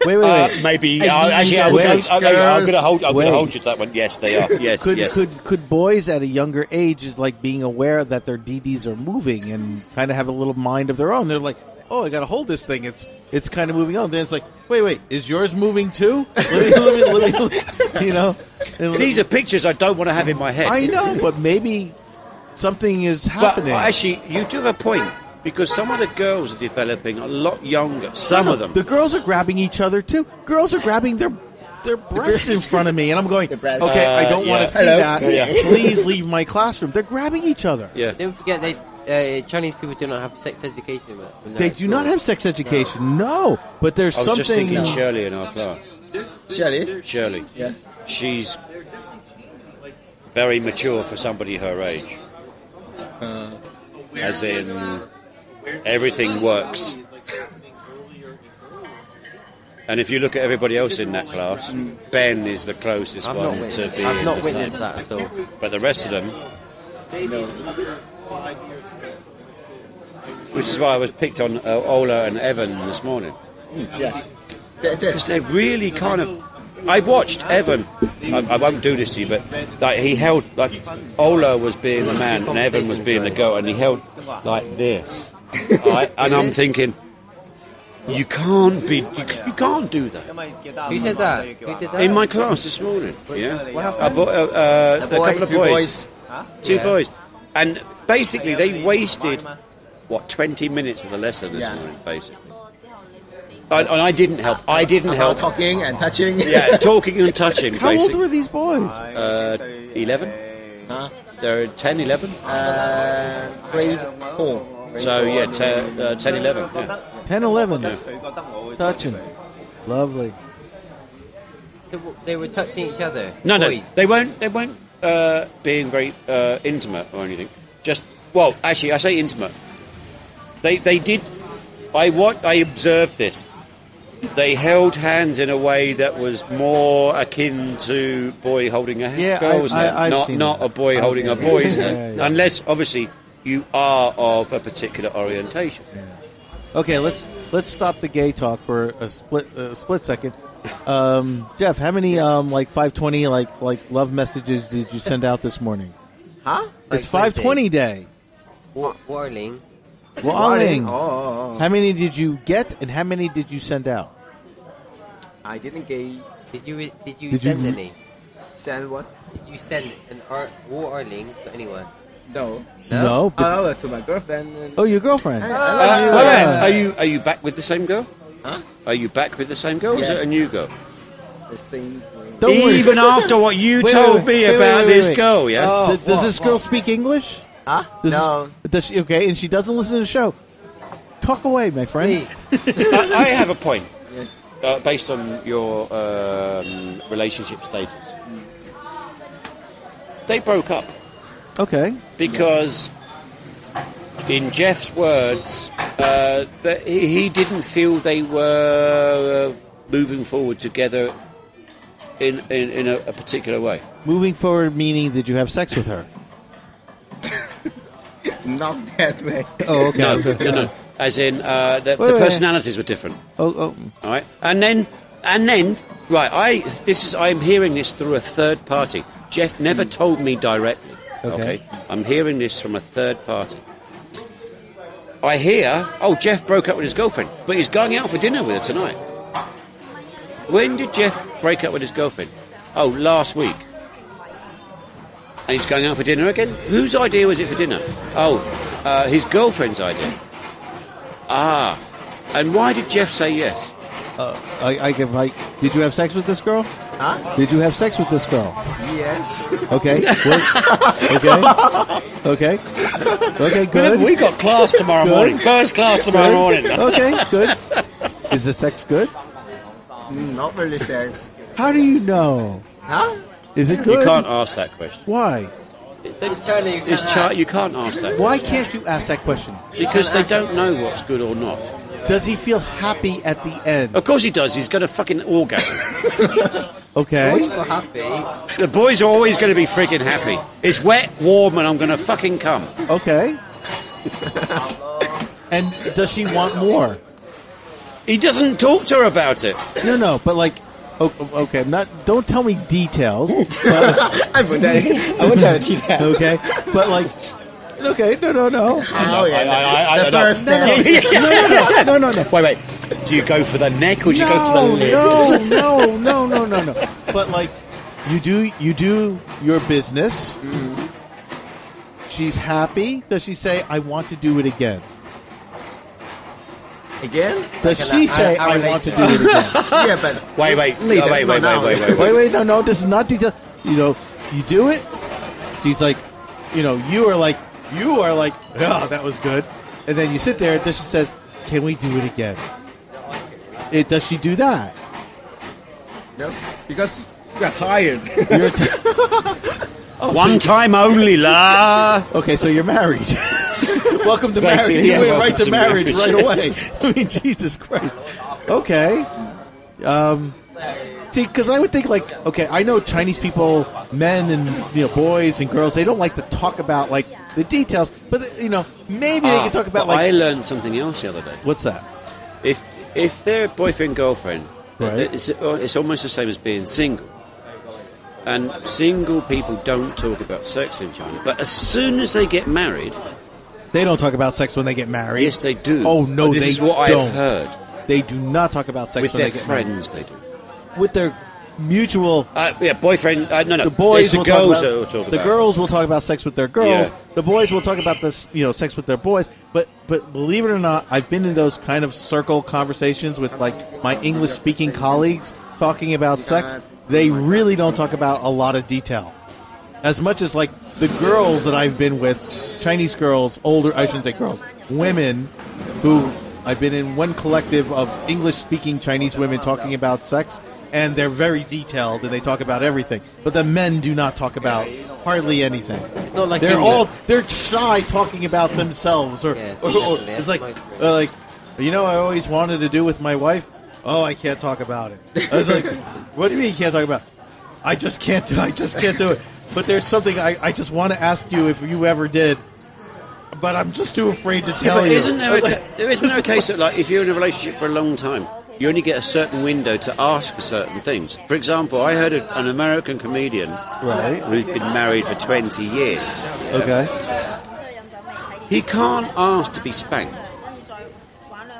[SPEAKER 1] wait wait
[SPEAKER 3] Uh,
[SPEAKER 1] wait
[SPEAKER 3] maybe.
[SPEAKER 5] I
[SPEAKER 3] Uh,
[SPEAKER 5] mean,
[SPEAKER 3] actually, I'm, I'm,
[SPEAKER 5] wait,
[SPEAKER 3] I'm, I'm going to
[SPEAKER 5] girls,
[SPEAKER 3] hold. I'm going
[SPEAKER 1] wait.
[SPEAKER 3] to hold you to that one. Yes, they are. Yes,
[SPEAKER 1] could,
[SPEAKER 3] yes.
[SPEAKER 1] could could boys at a younger age is like being aware that their DDs are moving and kind of have a little mind of their own. They're like, oh, I got to hold this thing. It's it's kind of moving on. Then it's like, wait, wait, is yours moving too? Let me, let me, let me, you know, And-
[SPEAKER 3] These are pictures I don't want to have in my head.
[SPEAKER 1] I know, but maybe something is
[SPEAKER 3] But
[SPEAKER 1] happening.
[SPEAKER 3] actually, you do have a point because some of the girls are developing a lot younger. Some of them.
[SPEAKER 1] the girls are grabbing each other too. Girls are grabbing their their breasts in front of me, and I'm going,
[SPEAKER 5] The
[SPEAKER 1] okay,
[SPEAKER 5] breasts.
[SPEAKER 1] I
[SPEAKER 3] Uh,
[SPEAKER 1] don't want
[SPEAKER 3] yeah.
[SPEAKER 1] to see
[SPEAKER 5] Hello.
[SPEAKER 1] that.
[SPEAKER 3] Yeah.
[SPEAKER 1] Please leave my classroom. They're grabbing each other.
[SPEAKER 3] yeah.
[SPEAKER 2] Don't forget, they uh, Chinese people do not have sex education. when- when they're
[SPEAKER 1] They
[SPEAKER 2] at
[SPEAKER 1] do not
[SPEAKER 2] school.
[SPEAKER 1] have sex education. No, but there's
[SPEAKER 3] I was just
[SPEAKER 1] something.
[SPEAKER 3] thinking Shirley in our class.
[SPEAKER 5] Shirley?
[SPEAKER 3] Shirley.
[SPEAKER 5] Yeah.
[SPEAKER 3] She's very mature for somebody her age. As in, everything works. And if you look at everybody else in that class, Ben is the closest
[SPEAKER 2] I've not,
[SPEAKER 3] one to
[SPEAKER 2] witnessed,
[SPEAKER 3] being.
[SPEAKER 2] I've not
[SPEAKER 3] the
[SPEAKER 2] witnessed
[SPEAKER 3] same.
[SPEAKER 2] that at all.
[SPEAKER 3] But the rest of them. Which is why I was picked on uh, Ola and Evan this morning.
[SPEAKER 5] Yeah. That's it.
[SPEAKER 3] Because they're really kind of. I watched Evan. I, I won't do this to you, but like he held like Ola was being the man and Evan was being the girl, and he held like this. Right? And I'm thinking, you can't be, you, c- you can't do that.
[SPEAKER 2] Who said that? Who did that?
[SPEAKER 3] In my class this morning, yeah,
[SPEAKER 2] What happened?
[SPEAKER 3] I bought, uh, uh, a
[SPEAKER 5] Boy,
[SPEAKER 3] couple of
[SPEAKER 5] two
[SPEAKER 3] boys, two
[SPEAKER 2] Yeah.
[SPEAKER 3] boys, and basically they wasted what 20 minutes of the lesson this
[SPEAKER 5] Yeah.
[SPEAKER 3] morning, basically. And, and I didn't help. I didn't
[SPEAKER 5] About
[SPEAKER 3] help.
[SPEAKER 5] uh, talking and touching.
[SPEAKER 3] Yeah, talking and touching.
[SPEAKER 1] How old
[SPEAKER 3] basically.
[SPEAKER 1] were these boys?
[SPEAKER 3] Uh, 11?
[SPEAKER 5] Huh?
[SPEAKER 3] They're 10, 11?
[SPEAKER 5] Uh, grade four.
[SPEAKER 3] So, yeah, te- uh, 10, 11. Yeah.
[SPEAKER 1] 10,
[SPEAKER 4] 佢
[SPEAKER 1] 11.
[SPEAKER 4] 覺得我會
[SPEAKER 1] Touching. Lovely.
[SPEAKER 2] They, w- they were touching each other.
[SPEAKER 3] No, no,
[SPEAKER 2] Boys.
[SPEAKER 3] they weren't. They weren't uh, being very uh, intimate or anything. Just well, actually, I say intimate. They they did. I what I observed this. They held hands in a way that was more akin to boy holding a ha-
[SPEAKER 1] Yeah, I-
[SPEAKER 3] girl's
[SPEAKER 1] I-
[SPEAKER 3] hand,
[SPEAKER 1] I've
[SPEAKER 3] not
[SPEAKER 1] seen
[SPEAKER 3] not
[SPEAKER 1] that.
[SPEAKER 3] a boy holding a boy's
[SPEAKER 1] Yeah,
[SPEAKER 3] hand,
[SPEAKER 1] yeah.
[SPEAKER 3] unless obviously you are of a particular orientation.
[SPEAKER 1] Okay, let's let's stop the gay talk for a split a split second. Um, Jeff, how many um, like 520 like like love messages did you send out this morning?
[SPEAKER 5] Huh?
[SPEAKER 1] It's 520 day.
[SPEAKER 2] Wa- Warling.
[SPEAKER 1] Warning.
[SPEAKER 5] Oh, oh, oh.
[SPEAKER 1] How many did you get and how many did you send out?
[SPEAKER 5] I didn't get
[SPEAKER 2] Did you re- did you
[SPEAKER 1] Did you
[SPEAKER 2] send
[SPEAKER 1] re-
[SPEAKER 2] any?
[SPEAKER 5] send what?
[SPEAKER 2] Did you send an ar- warling to anyone?
[SPEAKER 5] No.
[SPEAKER 2] No?
[SPEAKER 1] but-
[SPEAKER 5] Oh, to my girlfriend. and-
[SPEAKER 1] oh, your girlfriend.
[SPEAKER 5] Hey,
[SPEAKER 3] Uh,
[SPEAKER 5] I love
[SPEAKER 3] wait a
[SPEAKER 1] yeah.
[SPEAKER 3] minute, Are you are you back with the same girl?
[SPEAKER 5] Huh?
[SPEAKER 3] Are you back with the same girl? Or is
[SPEAKER 5] Yeah.
[SPEAKER 3] it a new girl?
[SPEAKER 5] you. The same thing.
[SPEAKER 1] Don't worry.
[SPEAKER 3] Even after what you
[SPEAKER 1] Wait,
[SPEAKER 3] told
[SPEAKER 1] wait, wait,
[SPEAKER 3] me
[SPEAKER 1] wait,
[SPEAKER 3] about
[SPEAKER 1] wait, wait,
[SPEAKER 3] this
[SPEAKER 1] wait.
[SPEAKER 3] girl, yeah?
[SPEAKER 5] Oh.
[SPEAKER 1] Th- does
[SPEAKER 5] Whoa,
[SPEAKER 1] this girl speak English?
[SPEAKER 5] Huh?
[SPEAKER 1] Does
[SPEAKER 5] no.
[SPEAKER 1] Does she, okay, and she doesn't listen to the show. Talk away, my friend.
[SPEAKER 2] Please.
[SPEAKER 3] I, I have a point
[SPEAKER 5] Yes.
[SPEAKER 3] uh, based on your um, relationship status. They broke up
[SPEAKER 1] Okay.
[SPEAKER 3] because, in Jeff's words, uh, that he he didn't feel they were uh, moving forward together in, in, in a, a particular way.
[SPEAKER 1] Moving forward, meaning did you have sex with her?
[SPEAKER 5] Not that way.
[SPEAKER 1] Oh, okay.
[SPEAKER 3] No, no, no. As in, uh, the,
[SPEAKER 1] Wait,
[SPEAKER 3] the
[SPEAKER 1] wait.
[SPEAKER 3] personalities were different.
[SPEAKER 1] Oh,
[SPEAKER 3] All right, and then and then right. I this is I'm hearing this through a third party. Jeff never told me directly.
[SPEAKER 1] Okay.
[SPEAKER 3] I'm hearing this from a third party. I hear, oh, Jeff broke up with his girlfriend, but he's going out for dinner with her tonight. When did Jeff break up with his girlfriend? Oh, last week. And he's going out for dinner again? Whose idea was it for dinner? Oh, uh, his girlfriend's idea. Ah. And why did Jeff say yes?
[SPEAKER 1] oh. I, I can like. Did you have sex with this girl?
[SPEAKER 5] Huh?
[SPEAKER 1] Did you have sex with this girl?
[SPEAKER 5] Yes.
[SPEAKER 1] Okay. What- okay. Okay. Okay. Good.
[SPEAKER 3] We got class tomorrow
[SPEAKER 1] Good.
[SPEAKER 3] morning. First class tomorrow morning.
[SPEAKER 1] Good. Okay. Good. Is the sex good?
[SPEAKER 5] Mm, Not really sex.
[SPEAKER 1] How do you know?
[SPEAKER 5] Huh?
[SPEAKER 1] Is it good?
[SPEAKER 3] You can't ask that question.
[SPEAKER 1] Why?
[SPEAKER 2] In China, you
[SPEAKER 3] It's
[SPEAKER 2] can't
[SPEAKER 3] char-
[SPEAKER 2] ask.
[SPEAKER 3] you can't ask that.
[SPEAKER 1] Why can't you ask that question?
[SPEAKER 3] Because they don't know what's good or not.
[SPEAKER 1] Does he feel happy at the end?
[SPEAKER 3] Of course he does. He's got a fucking orgasm. Oh,
[SPEAKER 2] Boys
[SPEAKER 1] Okay.
[SPEAKER 2] were happy.
[SPEAKER 3] the boys are always going to be freaking happy. It's wet, warm, and I'm going to fucking come.
[SPEAKER 1] Okay. And does she want more?
[SPEAKER 3] He doesn't talk to her about it.
[SPEAKER 1] No, no, but like, o- okay, not. Don't tell me details.
[SPEAKER 5] I would not I would have did that.
[SPEAKER 1] Okay, but like, okay, no, no, no,
[SPEAKER 5] Oh, yeah.
[SPEAKER 3] I- I- I-
[SPEAKER 5] the
[SPEAKER 3] I don't-
[SPEAKER 5] first
[SPEAKER 1] no,
[SPEAKER 5] day.
[SPEAKER 1] no, no, no, no, no.
[SPEAKER 3] Wait, wait. Do you go for the neck or do you go for
[SPEAKER 1] No,
[SPEAKER 3] the lips?
[SPEAKER 1] no, no, no, no, no, no. But like, you do, you do your business. She's happy. Does she say, "I want to do it again"?
[SPEAKER 5] Again?
[SPEAKER 1] Does
[SPEAKER 2] Like an
[SPEAKER 1] she
[SPEAKER 2] hour-
[SPEAKER 1] say,
[SPEAKER 2] hour
[SPEAKER 1] "I want to
[SPEAKER 2] later.
[SPEAKER 1] do it again"?
[SPEAKER 5] yeah, but
[SPEAKER 3] Wait, wait,
[SPEAKER 5] Later,
[SPEAKER 3] no, wait,
[SPEAKER 5] not
[SPEAKER 3] wait, wait,
[SPEAKER 5] now.
[SPEAKER 3] wait, wait.
[SPEAKER 1] wait, wait, no, no. This is not detail. You know, you do it. She's like, you know, you are like, you are like, oh, that was good. And then you sit there. And then she says, "Can we do it again?" It does she do that?
[SPEAKER 5] no, because you are tired.
[SPEAKER 1] You're t-
[SPEAKER 3] One time only, la.
[SPEAKER 1] okay, so you're married. welcome to marriage.
[SPEAKER 3] Basically,
[SPEAKER 1] You
[SPEAKER 3] yeah,
[SPEAKER 1] went
[SPEAKER 3] welcome
[SPEAKER 1] right to
[SPEAKER 3] to
[SPEAKER 1] marriage
[SPEAKER 3] marriage.
[SPEAKER 1] right away. I mean, Jesus Christ. Okay. Um, see, because I would think like, okay, I know Chinese people, men and you know boys and girls, they don't like to talk about like the details, but you know maybe they can talk about
[SPEAKER 3] Ah, But I
[SPEAKER 1] like
[SPEAKER 3] learned something else the other day.
[SPEAKER 1] what's that?
[SPEAKER 3] If if they're boyfriend girlfriend,
[SPEAKER 1] Right.
[SPEAKER 3] it's, oh, it's almost the same as being single. And single people don't talk about sex in China. But as soon as they get married,
[SPEAKER 1] They don't talk about sex when they get married.
[SPEAKER 3] yes, they do.
[SPEAKER 1] Oh no,
[SPEAKER 3] this
[SPEAKER 1] they
[SPEAKER 3] is what
[SPEAKER 1] don't.
[SPEAKER 3] I've heard
[SPEAKER 1] They do not talk about sex
[SPEAKER 3] with
[SPEAKER 1] when
[SPEAKER 3] their
[SPEAKER 1] they get
[SPEAKER 3] friends. They do.
[SPEAKER 1] married. With their mutual
[SPEAKER 3] Uh, yeah, boyfriend. Uh, no, no.
[SPEAKER 1] the boys
[SPEAKER 3] it's the
[SPEAKER 1] will
[SPEAKER 3] girls
[SPEAKER 1] talk
[SPEAKER 3] that
[SPEAKER 1] about,
[SPEAKER 3] will talk
[SPEAKER 1] the
[SPEAKER 3] about.
[SPEAKER 1] girls will talk about sex with their girls.
[SPEAKER 3] Yeah.
[SPEAKER 1] The boys will talk about this, you know, sex with their boys. But but believe it or not, I've been in those kind of circle conversations with like my English speaking colleagues talking about sex. They really don't talk about a lot of detail. As much as like the girls that I've been with, Chinese girls, older I shouldn't say girls, women who I've been in one collective of English-speaking Chinese women talking about sex, and they're very detailed and they talk about everything. But the men do not talk about hardly anything.
[SPEAKER 2] It's not like
[SPEAKER 1] They're
[SPEAKER 2] India.
[SPEAKER 1] all they're shy talking about themselves, or,
[SPEAKER 2] Yes,
[SPEAKER 1] or- or-
[SPEAKER 2] definitely.
[SPEAKER 1] it's like
[SPEAKER 2] That's my
[SPEAKER 1] uh, like you know I always wanted to do with my wife. Oh, I can't talk about it. I was like, what do you mean you can't talk about? it? I just can't do. I just can't do it. But there's something I, I just want to ask you if you ever did, but I'm just too afraid to tell
[SPEAKER 3] But
[SPEAKER 1] you.
[SPEAKER 3] isn't there,
[SPEAKER 1] I
[SPEAKER 3] a,
[SPEAKER 1] was like,
[SPEAKER 3] ca- there isn't there a case that, like, if you're in a relationship for a long time, you only get a certain window to ask for certain things. For example, I heard a- an American comedian
[SPEAKER 1] right?
[SPEAKER 3] who'd been married for 20 years.
[SPEAKER 1] Okay.
[SPEAKER 3] He can't aask to be spanked.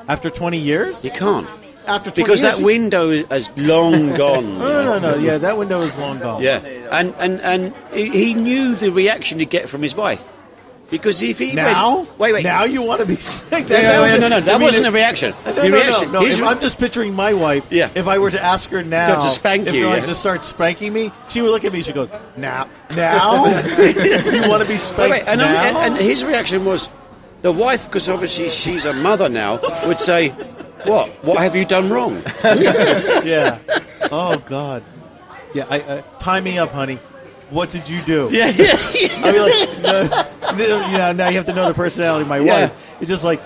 [SPEAKER 1] After 20 years?
[SPEAKER 3] He can't.
[SPEAKER 1] After 20
[SPEAKER 3] Because
[SPEAKER 1] years,
[SPEAKER 3] that
[SPEAKER 1] you-
[SPEAKER 3] window is long gone.
[SPEAKER 1] No,
[SPEAKER 3] you know.
[SPEAKER 1] no, no, no. Yeah, that window is long gone.
[SPEAKER 3] Yeah, and and and he he knew the reaction he'd get from his wife because if he
[SPEAKER 1] Now?
[SPEAKER 3] went, wait, wait,
[SPEAKER 1] Now you want to be spanked?
[SPEAKER 3] Wait, wait, wait, no, no, that
[SPEAKER 1] I mean,
[SPEAKER 3] wasn't
[SPEAKER 1] it-
[SPEAKER 3] a reaction.
[SPEAKER 1] No,
[SPEAKER 3] the
[SPEAKER 1] no,
[SPEAKER 3] reaction.
[SPEAKER 1] no, no.
[SPEAKER 3] his
[SPEAKER 1] If
[SPEAKER 3] re-
[SPEAKER 1] I'm just picturing my wife.
[SPEAKER 3] Yeah.
[SPEAKER 1] If I were to ask her now,
[SPEAKER 3] To spank
[SPEAKER 1] if
[SPEAKER 3] you,
[SPEAKER 1] like
[SPEAKER 3] yeah.
[SPEAKER 1] to start spanking me, she would look at me. She goes, "Now, now, you want to be
[SPEAKER 3] wait,
[SPEAKER 1] spanked
[SPEAKER 3] wait, and,
[SPEAKER 1] now?"
[SPEAKER 3] and, and his reaction was the wife, because obviously she's a mother now, would say, "What? What have you done wrong?"
[SPEAKER 1] yeah. Oh God. Yeah. I, I tie me up, honey. What did you do?
[SPEAKER 3] yeah, yeah.
[SPEAKER 1] I mean, like, no, no, you know, now you have to know the personality of my
[SPEAKER 3] Yeah.
[SPEAKER 1] wife. It's just like,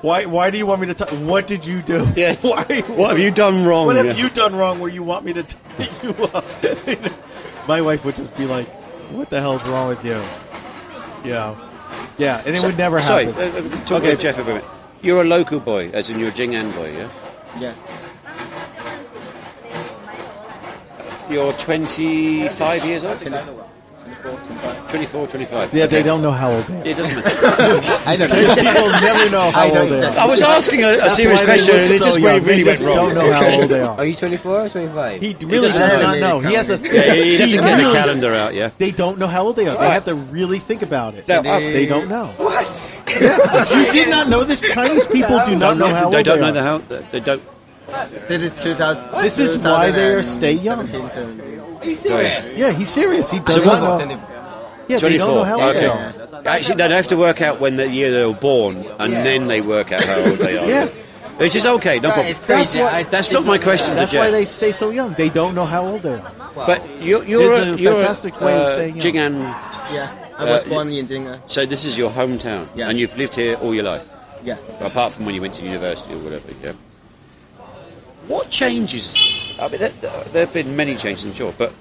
[SPEAKER 1] why? Why do you want me to? T- what did you do?
[SPEAKER 3] Yes.
[SPEAKER 1] Why?
[SPEAKER 3] What have you done wrong?
[SPEAKER 1] What
[SPEAKER 3] Oh, Yeah.
[SPEAKER 1] have you done wrong where you want me to tie you up? My wife would just be like, "What the hell's wrong with you?" Yeah, yeah, and it would never
[SPEAKER 3] Sorry,
[SPEAKER 1] happen.
[SPEAKER 3] uh, uh, talk
[SPEAKER 1] Okay.
[SPEAKER 3] about Jeff a minute. You're a local boy, as in you're a Jing'an boy, yeah?
[SPEAKER 5] Yeah.
[SPEAKER 3] You're 25 years old? 24, 25.
[SPEAKER 1] yeah, they
[SPEAKER 3] Okay.
[SPEAKER 1] don't know how old they are.
[SPEAKER 3] It doesn't matter.
[SPEAKER 5] I don't
[SPEAKER 1] These
[SPEAKER 5] know.
[SPEAKER 1] people never know how
[SPEAKER 5] I don't
[SPEAKER 1] old they
[SPEAKER 5] accept
[SPEAKER 1] are.
[SPEAKER 3] I was asking a, a
[SPEAKER 1] That's
[SPEAKER 3] serious
[SPEAKER 1] why
[SPEAKER 3] question,
[SPEAKER 1] they
[SPEAKER 3] and
[SPEAKER 1] look
[SPEAKER 3] it
[SPEAKER 1] so
[SPEAKER 3] just
[SPEAKER 1] young.
[SPEAKER 3] went really
[SPEAKER 1] they just
[SPEAKER 3] went wrong.
[SPEAKER 1] don't know how old they
[SPEAKER 2] Are
[SPEAKER 1] are.
[SPEAKER 2] you 24 or 25?
[SPEAKER 1] He really does
[SPEAKER 3] doesn't
[SPEAKER 1] not
[SPEAKER 5] really
[SPEAKER 1] know. He has a.
[SPEAKER 5] count.
[SPEAKER 3] Yeah, he doesn't get the
[SPEAKER 1] really-
[SPEAKER 3] calendar out, yeah.
[SPEAKER 1] They don't know how old they are. They
[SPEAKER 3] Alright.
[SPEAKER 1] have to really think about it.
[SPEAKER 3] No,
[SPEAKER 1] they,
[SPEAKER 3] uh,
[SPEAKER 1] don't know. What? you did not know this. Chinese people do not know how old
[SPEAKER 3] they don't know
[SPEAKER 1] are.
[SPEAKER 3] the how. They don't.
[SPEAKER 5] This is 2000,
[SPEAKER 1] This is why they are stay young.
[SPEAKER 5] 2017, 17.
[SPEAKER 1] Yeah, he's serious. He does
[SPEAKER 3] So
[SPEAKER 1] not
[SPEAKER 3] what-
[SPEAKER 1] know. Yeah, they don't know
[SPEAKER 3] 24.
[SPEAKER 1] how old they
[SPEAKER 3] Okay.
[SPEAKER 1] are.
[SPEAKER 3] Actually, no, they have to work out when the year they were born, and then they work out how old they are.
[SPEAKER 1] Yeah.
[SPEAKER 3] Which is okay, no problem.
[SPEAKER 5] It's crazy.
[SPEAKER 1] what-
[SPEAKER 5] I
[SPEAKER 3] That's not my question to
[SPEAKER 1] That's why
[SPEAKER 3] Jeff.
[SPEAKER 1] they stay so young. They don't know how old they are.
[SPEAKER 3] But you're, you're,
[SPEAKER 1] It's
[SPEAKER 3] a,
[SPEAKER 1] a
[SPEAKER 3] you're
[SPEAKER 1] fantastic
[SPEAKER 3] a,
[SPEAKER 1] way of
[SPEAKER 3] uh,
[SPEAKER 1] staying young.
[SPEAKER 3] Jing'an,
[SPEAKER 5] Yeah, I was
[SPEAKER 3] Uh,
[SPEAKER 5] born in Jinga.
[SPEAKER 3] so this is your hometown,
[SPEAKER 5] Yeah.
[SPEAKER 3] and you've lived here all your life,
[SPEAKER 5] Yeah.
[SPEAKER 3] apart from when you went to university or whatever. Yeah. What changes? I mean, there, there have been many changes, I'm sure, but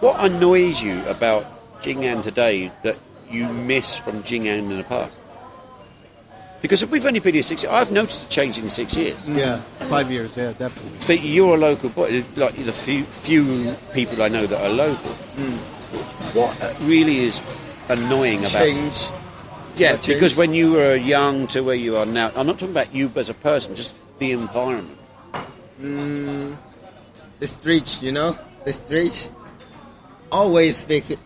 [SPEAKER 3] what annoys you about Jing'an today that you miss from Jing'an in the past? Because we've only been here six. I've noticed a change in six years.
[SPEAKER 1] Yeah, five years. Yeah, definitely.
[SPEAKER 3] But you're a local boy, like the few, few people I know that are local. What really is annoying about
[SPEAKER 5] Change.
[SPEAKER 3] Yeah,
[SPEAKER 5] about change?
[SPEAKER 3] because when you were young to where you are now, I'm not talking about you as a person, just the environment.
[SPEAKER 5] The street, you know? The street. Always fix it.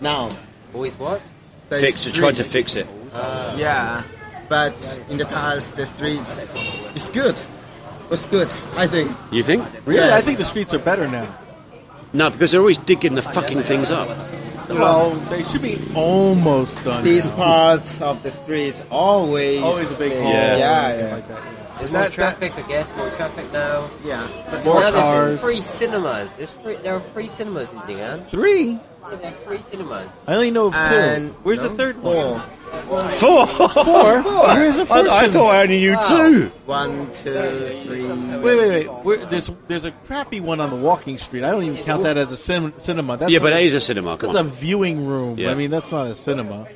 [SPEAKER 5] Now.
[SPEAKER 2] Always what?
[SPEAKER 5] The
[SPEAKER 3] fix it, try to
[SPEAKER 5] street-
[SPEAKER 3] fix it.
[SPEAKER 5] Yeah, but in the past, the streets is good. It's good, I think.
[SPEAKER 3] You think?
[SPEAKER 1] Really, I
[SPEAKER 5] Yes.
[SPEAKER 1] think the streets are better now.
[SPEAKER 3] No, because they're always digging the fucking things up.
[SPEAKER 1] Well, they should be almost done.
[SPEAKER 5] These parts of the streets always
[SPEAKER 1] always a big hall.
[SPEAKER 5] yeah,
[SPEAKER 1] and
[SPEAKER 5] yeah,
[SPEAKER 1] everything
[SPEAKER 5] yeah.
[SPEAKER 1] Like that, yeah.
[SPEAKER 2] There's
[SPEAKER 1] And
[SPEAKER 2] more
[SPEAKER 1] that- that-
[SPEAKER 2] traffic, I guess. More traffic now.
[SPEAKER 5] yeah.
[SPEAKER 2] But
[SPEAKER 1] More
[SPEAKER 2] now
[SPEAKER 1] cars.
[SPEAKER 2] there's free cinemas. There's free, there are free cinemas in Dingan.
[SPEAKER 1] three.
[SPEAKER 2] Yeah, there are free cinemas.
[SPEAKER 1] I only know of two.
[SPEAKER 5] And
[SPEAKER 1] Where's
[SPEAKER 5] no,
[SPEAKER 1] the third
[SPEAKER 5] four.
[SPEAKER 1] one?
[SPEAKER 3] Four!
[SPEAKER 1] Four. Where's the fourth?
[SPEAKER 3] I, I
[SPEAKER 1] one?
[SPEAKER 3] thought I only knew two.
[SPEAKER 5] One, two, three.
[SPEAKER 1] Wait, wait, wait. Where, there's there's a crappy one on the walking street. I don't even count that as a cin- cinema. That's
[SPEAKER 3] yeah, but
[SPEAKER 1] a,
[SPEAKER 3] it is a cinema, come
[SPEAKER 1] that's a
[SPEAKER 3] on.
[SPEAKER 1] viewing room.
[SPEAKER 3] Yeah.
[SPEAKER 1] I mean, that's not a cinema.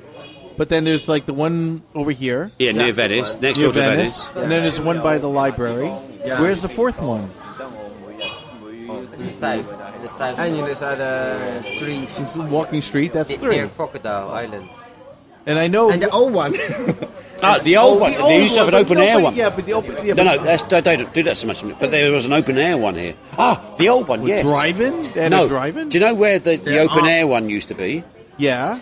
[SPEAKER 1] But then there's like the one over here.
[SPEAKER 3] yeah, near Venice, next
[SPEAKER 1] near
[SPEAKER 3] door to Venice.
[SPEAKER 1] Venice, and then there's one by the library.
[SPEAKER 5] Yeah.
[SPEAKER 1] Where's the fourth one?
[SPEAKER 2] In the side. In the side.
[SPEAKER 5] And in this other street.
[SPEAKER 1] It's a walking street. That's
[SPEAKER 2] near,
[SPEAKER 1] three.
[SPEAKER 2] near Crocodile Island.
[SPEAKER 1] And I know
[SPEAKER 3] uh,
[SPEAKER 5] And the old one.
[SPEAKER 3] Ah, the old one.
[SPEAKER 1] the
[SPEAKER 3] they used to have an
[SPEAKER 1] but
[SPEAKER 3] open
[SPEAKER 1] no,
[SPEAKER 3] air
[SPEAKER 1] but
[SPEAKER 3] one.
[SPEAKER 1] Yeah, but the open. Yeah,
[SPEAKER 3] No,
[SPEAKER 1] but
[SPEAKER 3] no, that's, they don't do that so much. But there was an open air one here. Ah, the old one,
[SPEAKER 1] with
[SPEAKER 3] yes.
[SPEAKER 1] Driving and
[SPEAKER 3] no,
[SPEAKER 1] a driving.
[SPEAKER 3] Do you know where the, the
[SPEAKER 5] There
[SPEAKER 3] open
[SPEAKER 5] are-
[SPEAKER 3] air one used to be?
[SPEAKER 1] yeah.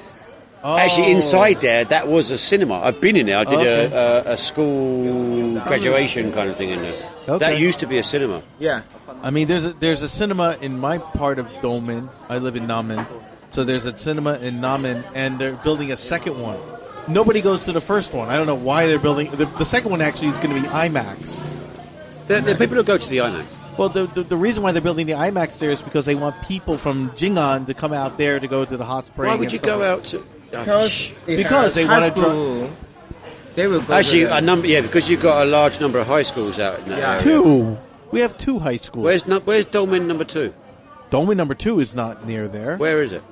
[SPEAKER 1] Oh.
[SPEAKER 3] Actually, inside there, that was a cinema. I've been in there. I did a, a, a school graduation kind of thing in there.
[SPEAKER 1] Okay.
[SPEAKER 3] That used to be a cinema.
[SPEAKER 5] yeah.
[SPEAKER 1] I mean, there's a, there's a cinema in my part of Domen. I live in Namen, so there's a cinema in Namen, and they're building a second one. Nobody goes to the first one. I don't know why they're building. The, the second one actually is going to be IMAX.
[SPEAKER 3] There, there are people who go to the IMAX.
[SPEAKER 1] Well, the, the, the reason why they're building the IMAX there is because they want people from Jingon to come out there to go to the hot spring.
[SPEAKER 3] Why would
[SPEAKER 1] and
[SPEAKER 3] you
[SPEAKER 1] stuff
[SPEAKER 3] go
[SPEAKER 1] like-
[SPEAKER 3] out to? Oh,
[SPEAKER 5] Because, it
[SPEAKER 1] Because
[SPEAKER 5] has
[SPEAKER 1] they
[SPEAKER 5] high
[SPEAKER 1] wanna draw-
[SPEAKER 5] school, They will go
[SPEAKER 3] Actually,
[SPEAKER 5] to the-
[SPEAKER 3] a number, yeah, because you've got a large number of high schools out in that
[SPEAKER 5] Yeah.
[SPEAKER 3] area.
[SPEAKER 1] Two. We have two high schools.
[SPEAKER 3] Oh, Where's nu- Where's Dolmen number two?
[SPEAKER 1] Dolmen number two is not near there.
[SPEAKER 3] Where is it?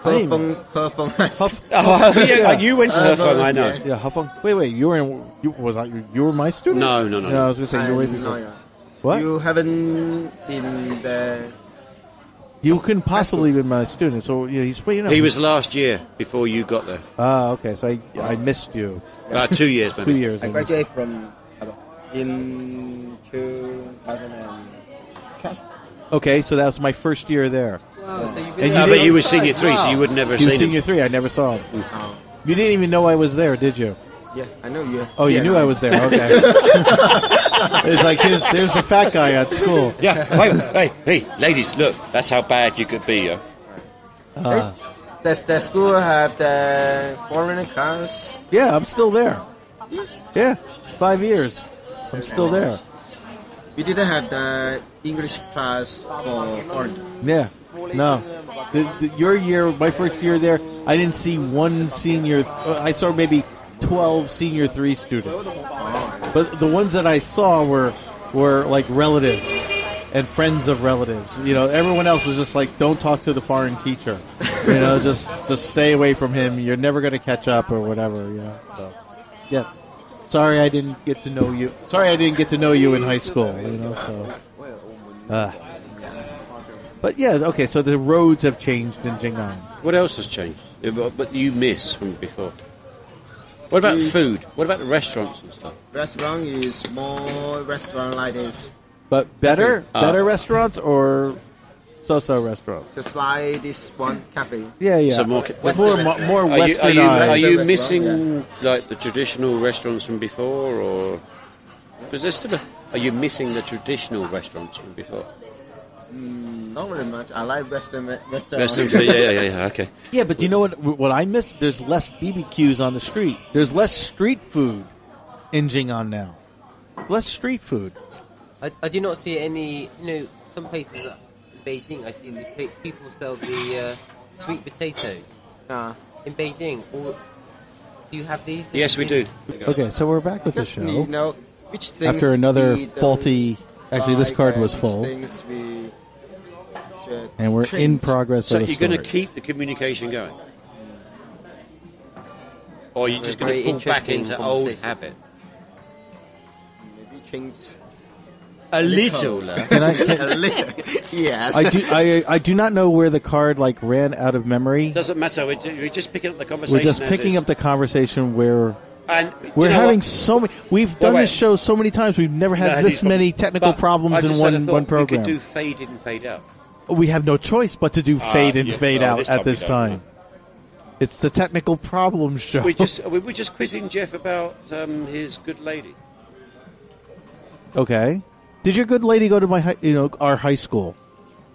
[SPEAKER 5] Perfung, perfung high school.
[SPEAKER 1] Huff,
[SPEAKER 3] Oh, yeah, you went to
[SPEAKER 5] Uh,
[SPEAKER 3] Herfung, I know.
[SPEAKER 5] yeah.
[SPEAKER 1] yeah, Huffung. Wait, wait. You were in. You, was I, you were my student?
[SPEAKER 3] No, no,
[SPEAKER 1] No,
[SPEAKER 3] no, no.
[SPEAKER 1] I was going to say you
[SPEAKER 5] I
[SPEAKER 1] were.
[SPEAKER 5] know, yeah.
[SPEAKER 1] What? You,
[SPEAKER 5] You haven't been the
[SPEAKER 1] couldn't possibly be my student. So you know, he's. Well, you know.
[SPEAKER 3] He was last year before you got there.
[SPEAKER 1] Ah, okay. So I, I missed you.
[SPEAKER 3] Uh, two years,
[SPEAKER 1] Two
[SPEAKER 3] maybe.
[SPEAKER 1] years.
[SPEAKER 5] I graduated from uh, in 2012.
[SPEAKER 1] Okay, so that was my first year there. And
[SPEAKER 3] No,
[SPEAKER 1] didn't-
[SPEAKER 3] Uh, but you were senior three, so you would never have
[SPEAKER 1] You were
[SPEAKER 3] seen
[SPEAKER 1] senior
[SPEAKER 3] him.
[SPEAKER 1] three. I never saw him.
[SPEAKER 3] Mm.
[SPEAKER 5] Oh,
[SPEAKER 1] You didn't even know I was there, did you?
[SPEAKER 5] yeah, I know you.
[SPEAKER 1] Oh, you
[SPEAKER 5] yeah,
[SPEAKER 1] knew I was there. Okay. it's like here's, there's the fat guy at school.
[SPEAKER 3] Yeah, hey, hey, hey, ladies, look, that's how bad you could be. Yeah?
[SPEAKER 1] Uh,
[SPEAKER 5] Does the school have the foreign class?
[SPEAKER 1] yeah, I'm still there. Yeah, five years. I'm still there.
[SPEAKER 5] We didn't have the English class for foreigners.
[SPEAKER 1] Yeah. No. The, the, your year, my first year there, I didn't see one senior. Uh, I saw maybe 12 senior three students. But the ones that I saw were were like relatives and friends of relatives. You know, everyone else was just like, don't talk to the foreign teacher. You know, just just stay away from him. You're never going to catch up or whatever. You know. So, yeah. Sorry, I didn't get to know you. Sorry, I didn't get to know you in high school. You know, so. Uh, but yeah, okay. So the roads have changed in Jing'an.
[SPEAKER 3] What else has changed? Yeah, But but you miss from before. What about
[SPEAKER 5] Mm.
[SPEAKER 3] food? What about the restaurants and stuff?
[SPEAKER 5] Restaurant is more restaurant like this.
[SPEAKER 1] But better,
[SPEAKER 3] Uh,
[SPEAKER 1] better restaurants or so-so restaurants.
[SPEAKER 5] Just like this one cafe.
[SPEAKER 1] Yeah, yeah.
[SPEAKER 3] So more ca-
[SPEAKER 1] But more, more,
[SPEAKER 5] Western-
[SPEAKER 1] more
[SPEAKER 3] Are you, are
[SPEAKER 1] westernized.
[SPEAKER 3] you, are
[SPEAKER 5] Western
[SPEAKER 3] you
[SPEAKER 5] restaurant,
[SPEAKER 3] missing
[SPEAKER 5] yeah.
[SPEAKER 3] like the traditional restaurants from before, or because there's still a, are you missing the traditional restaurants from before?
[SPEAKER 5] Not very much. I like Western Western.
[SPEAKER 3] Restaurants, yeah, yeah, yeah, yeah, okay.
[SPEAKER 1] yeah, but you know what? What I miss? There's less BBQs on the street. There's less street food in Jing'an now. Less street food.
[SPEAKER 2] I, I do not see any. You know, some places uh, in Beijing, I see the pe- people sell the uh, sweet potato
[SPEAKER 1] Ah.
[SPEAKER 5] Nah.
[SPEAKER 2] in Beijing. Or do you have these?
[SPEAKER 3] Yes, we do.
[SPEAKER 1] Okay, so we're back with the
[SPEAKER 5] Just
[SPEAKER 1] show
[SPEAKER 5] you know which things
[SPEAKER 1] after another
[SPEAKER 5] we don't
[SPEAKER 1] faulty. Actually, this
[SPEAKER 5] like
[SPEAKER 1] card
[SPEAKER 5] and
[SPEAKER 1] was
[SPEAKER 5] which
[SPEAKER 1] full,
[SPEAKER 5] Things we should
[SPEAKER 1] and we're in
[SPEAKER 5] change.
[SPEAKER 1] progress.
[SPEAKER 3] So
[SPEAKER 1] of the
[SPEAKER 3] you're going to
[SPEAKER 1] story.
[SPEAKER 3] keep the communication going, or are you just going
[SPEAKER 2] Very
[SPEAKER 3] to fall back
[SPEAKER 2] interesting
[SPEAKER 3] into old
[SPEAKER 2] conversation.
[SPEAKER 3] habit?
[SPEAKER 5] Maybe change
[SPEAKER 3] A little,
[SPEAKER 5] little.
[SPEAKER 1] Can I- can-
[SPEAKER 5] a little. yes.
[SPEAKER 1] I do. I, I do not know where the card like ran out of memory.
[SPEAKER 3] doesn't matter. We're, ju- we're just picking up the conversation.
[SPEAKER 1] We're just
[SPEAKER 3] as
[SPEAKER 1] picking
[SPEAKER 3] is.
[SPEAKER 1] up the conversation where
[SPEAKER 3] And
[SPEAKER 1] we're
[SPEAKER 3] do you know
[SPEAKER 1] having
[SPEAKER 3] what?
[SPEAKER 1] so many. We've done
[SPEAKER 3] wait.
[SPEAKER 1] this show so many times. We've never had
[SPEAKER 3] No,
[SPEAKER 1] this
[SPEAKER 3] these-
[SPEAKER 1] many technical
[SPEAKER 3] but I
[SPEAKER 1] problems in
[SPEAKER 3] just had a
[SPEAKER 1] one
[SPEAKER 3] thought,
[SPEAKER 1] one
[SPEAKER 3] We
[SPEAKER 1] program.
[SPEAKER 3] could do fade in, fade out.
[SPEAKER 1] we have no choice but to do
[SPEAKER 3] Ah,
[SPEAKER 1] fade in,
[SPEAKER 3] yeah,
[SPEAKER 1] fade
[SPEAKER 3] no,
[SPEAKER 1] out
[SPEAKER 3] this time
[SPEAKER 1] at
[SPEAKER 3] we
[SPEAKER 1] this
[SPEAKER 3] don't.
[SPEAKER 1] time. It's the technical problems show.
[SPEAKER 3] We just we were just quizzing Jeff about um, his good lady.
[SPEAKER 1] okay. Did your good lady go to my hi- you know our high school?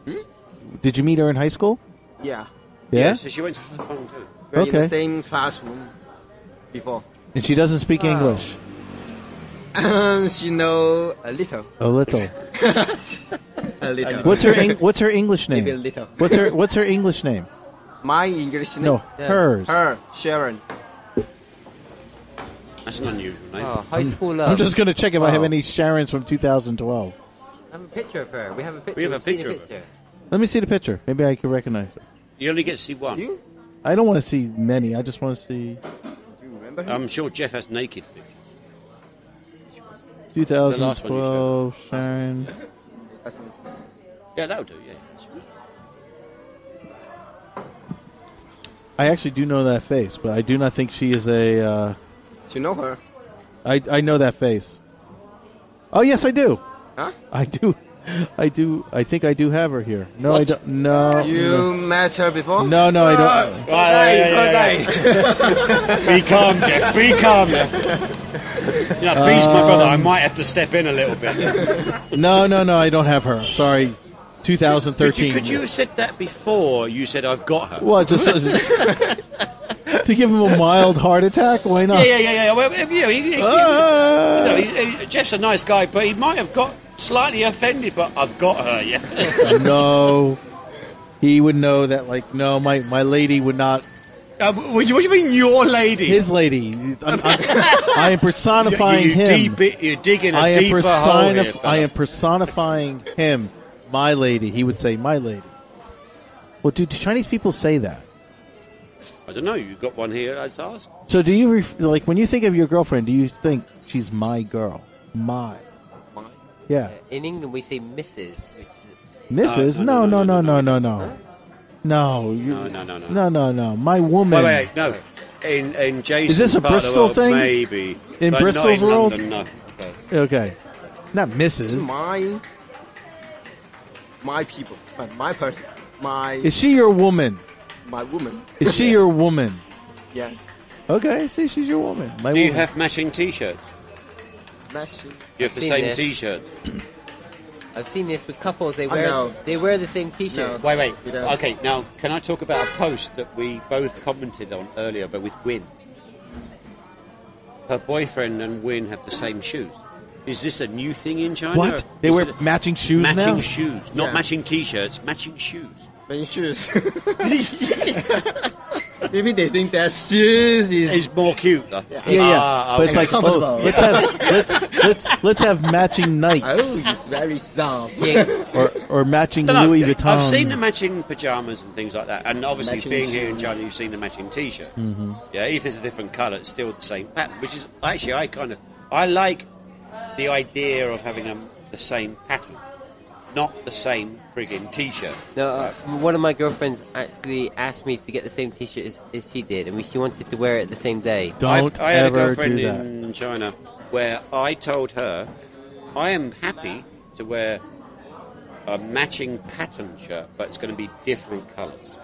[SPEAKER 3] Hmm?
[SPEAKER 1] Did you meet her in high school?
[SPEAKER 5] yeah.
[SPEAKER 1] Yeah.
[SPEAKER 3] so she went to Hong Kong too.
[SPEAKER 5] We're in
[SPEAKER 1] Okay.
[SPEAKER 5] the same classroom before.
[SPEAKER 1] And she doesn't
[SPEAKER 3] Ah.
[SPEAKER 1] speak
[SPEAKER 5] Wow.
[SPEAKER 1] English.
[SPEAKER 5] Um, she know a little,
[SPEAKER 1] A little.
[SPEAKER 5] a little.
[SPEAKER 1] What's her Eng- What's her English name?
[SPEAKER 5] Maybe a little.
[SPEAKER 1] What's her What's her English name?
[SPEAKER 5] My English name?
[SPEAKER 1] No,
[SPEAKER 2] Yeah.
[SPEAKER 1] hers.
[SPEAKER 5] Her Sharon.
[SPEAKER 3] That's an unusual name.
[SPEAKER 2] Oh, high school love.
[SPEAKER 1] I'm just going to check if I have
[SPEAKER 5] Oh.
[SPEAKER 1] any Sharons from 2012.
[SPEAKER 2] I have a picture of her. We have a picture.
[SPEAKER 3] have a
[SPEAKER 2] We've seen
[SPEAKER 3] picture of her.
[SPEAKER 1] Let me see the picture. Maybe I can recognize her.
[SPEAKER 3] You only get to see one.
[SPEAKER 5] You?
[SPEAKER 1] I don't want to see many. I just want to see
[SPEAKER 5] Do you remember? Her?
[SPEAKER 3] I'm sure Jeff has naked pictures. The last
[SPEAKER 1] 2012 Sharon. Uh.
[SPEAKER 5] That's what it's-
[SPEAKER 3] Yeah, that'll do. Yeah, That's fine.
[SPEAKER 1] I actually do know that face, but I do not think she is a. Uh,
[SPEAKER 5] Do you know her?
[SPEAKER 1] I I know that face. Oh yes, I do.
[SPEAKER 5] Huh?
[SPEAKER 1] I do. I do. I think I do have her here. No, I
[SPEAKER 3] What?
[SPEAKER 1] don't. No.
[SPEAKER 5] You met her before?
[SPEAKER 1] No, no, I
[SPEAKER 3] Oh,
[SPEAKER 1] don't.
[SPEAKER 3] be calm, Jeff. Be calm. Yeah, yeah Beast, my brother.
[SPEAKER 1] Um,
[SPEAKER 3] I might have to step in a little bit.
[SPEAKER 1] No, no, no, I don't have her. Sorry.
[SPEAKER 3] Could
[SPEAKER 1] 2013.
[SPEAKER 3] you, could you have said that before you said I've got her?
[SPEAKER 1] Well, just uh, to give him a mild heart attack? Why not?
[SPEAKER 3] Yeah, yeah, yeah, yeah. Well, yeah, he- he- he-
[SPEAKER 1] Ah!
[SPEAKER 3] no, he's- he- Jeff's a nice guy, but he might have got slightly offended. But I've got her. Yeah.
[SPEAKER 1] no, he would know that. Like, no, my my lady would not.
[SPEAKER 3] Uh, what do you what do you mean, your lady?
[SPEAKER 1] His lady. I'm, I'm- I am personifying
[SPEAKER 3] you, you
[SPEAKER 1] him.
[SPEAKER 3] Deep, you're digging a
[SPEAKER 1] I am
[SPEAKER 3] deeper hole here,
[SPEAKER 1] personif-
[SPEAKER 3] fella.
[SPEAKER 1] I am personifying him. My lady. He would say, my lady. Well, dude, do Chinese people say that?
[SPEAKER 3] I don't know. You've got one here. I asked.
[SPEAKER 1] So, do you ref- like when you think of your girlfriend? Do you think she's my girl? My. Yeah.
[SPEAKER 2] Uh, In England, we say Mrs. Which is,
[SPEAKER 1] Mrs. No,
[SPEAKER 3] Uh, No,
[SPEAKER 1] no,
[SPEAKER 3] no,
[SPEAKER 1] no, no, no,
[SPEAKER 2] Huh?
[SPEAKER 1] no. No, you,
[SPEAKER 3] No, no, no, no.
[SPEAKER 1] no, no, no. My woman.
[SPEAKER 3] Wait, wait, no. In in Jason's
[SPEAKER 1] this a
[SPEAKER 3] part of the
[SPEAKER 1] Bristol
[SPEAKER 3] world,
[SPEAKER 1] thing?
[SPEAKER 3] Maybe
[SPEAKER 1] In
[SPEAKER 3] but
[SPEAKER 1] Bristol's
[SPEAKER 3] not in
[SPEAKER 1] world?
[SPEAKER 3] London, no.
[SPEAKER 1] Okay. Not Mrs.
[SPEAKER 5] my my people, my, my person, my
[SPEAKER 1] Is she your woman?
[SPEAKER 5] my woman.
[SPEAKER 1] Is she your woman?
[SPEAKER 5] Yeah,
[SPEAKER 1] Okay, see, she's your woman. My
[SPEAKER 3] Do you
[SPEAKER 1] woman.
[SPEAKER 3] have matching T-shirts?
[SPEAKER 5] that's it.
[SPEAKER 3] Do you have the
[SPEAKER 2] Seen
[SPEAKER 3] same
[SPEAKER 2] this.
[SPEAKER 3] T-shirt?
[SPEAKER 2] I've seen this with couples. They
[SPEAKER 5] I
[SPEAKER 2] wear
[SPEAKER 5] know.
[SPEAKER 2] they wear the same T-shirt.
[SPEAKER 5] No.
[SPEAKER 3] Wait, wait.
[SPEAKER 5] You don't.
[SPEAKER 3] Okay, now can I talk about a post that we both commented on earlier, but with Wynne? Her boyfriend and Wynne have the same shoes. Is this a new thing in China?
[SPEAKER 1] What? They
[SPEAKER 3] Is
[SPEAKER 1] wear
[SPEAKER 3] it-
[SPEAKER 1] matching shoes
[SPEAKER 3] matching
[SPEAKER 1] now.
[SPEAKER 3] shoes, not
[SPEAKER 5] Yeah.
[SPEAKER 3] matching T-shirts, matching shoes.
[SPEAKER 5] Many shoes. Maybe they think that shoes is
[SPEAKER 3] It's more cute. Though. Yeah,
[SPEAKER 1] yeah, yeah.
[SPEAKER 3] Ah,
[SPEAKER 1] But it's
[SPEAKER 3] okay.
[SPEAKER 1] like, oh,
[SPEAKER 5] Comfortable.
[SPEAKER 1] let's have let's let's let's have matching
[SPEAKER 5] oh,
[SPEAKER 1] Nikes
[SPEAKER 5] it's very soft.
[SPEAKER 2] Yeah,
[SPEAKER 1] or or matching
[SPEAKER 3] No, no,
[SPEAKER 1] Louis Vuitton.
[SPEAKER 3] I've seen the matching pajamas and things like that, and obviously
[SPEAKER 5] Matching
[SPEAKER 3] being here in
[SPEAKER 5] shoes.
[SPEAKER 3] China, you've seen the matching T-shirt. Mm-hmm. Yeah, if it's a different colour, it's still the same pattern. Which is actually, I kind of I like the idea of having a, the same pattern, not the same frigging T-shirt.
[SPEAKER 2] no, uh, one of my girlfriends actually asked me to get the same T-shirt as, as she did, and we, she wanted to wear it the same day.
[SPEAKER 1] Don't
[SPEAKER 3] I, I had a
[SPEAKER 1] ever
[SPEAKER 3] girlfriend
[SPEAKER 1] do that.
[SPEAKER 3] in China where I told her I am happy to wear a matching pattern shirt, but it's going to be different colours.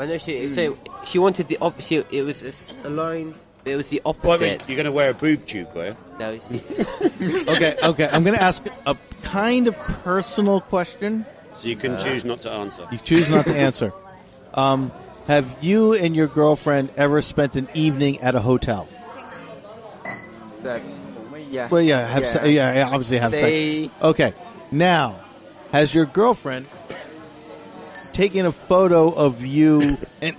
[SPEAKER 2] I know she so she wanted the opposite. It was a s- a line. It was the
[SPEAKER 3] Well, I
[SPEAKER 2] opposite.
[SPEAKER 3] mean, you're going to wear a boob tube, were you?
[SPEAKER 2] no, she,
[SPEAKER 3] Uh.
[SPEAKER 1] Okay, okay. I'm gonna ask a kind of personal question.
[SPEAKER 3] So you can choose not to answer.
[SPEAKER 1] You choose not to answer. Um, have you and your girlfriend ever spent an evening at a hotel?
[SPEAKER 5] Exactly. Yeah.
[SPEAKER 1] Well, yeah, have se- yeah, yeah obviously have
[SPEAKER 5] Stay-
[SPEAKER 1] sex. Okay, now has your girlfriend taken a photo of you? And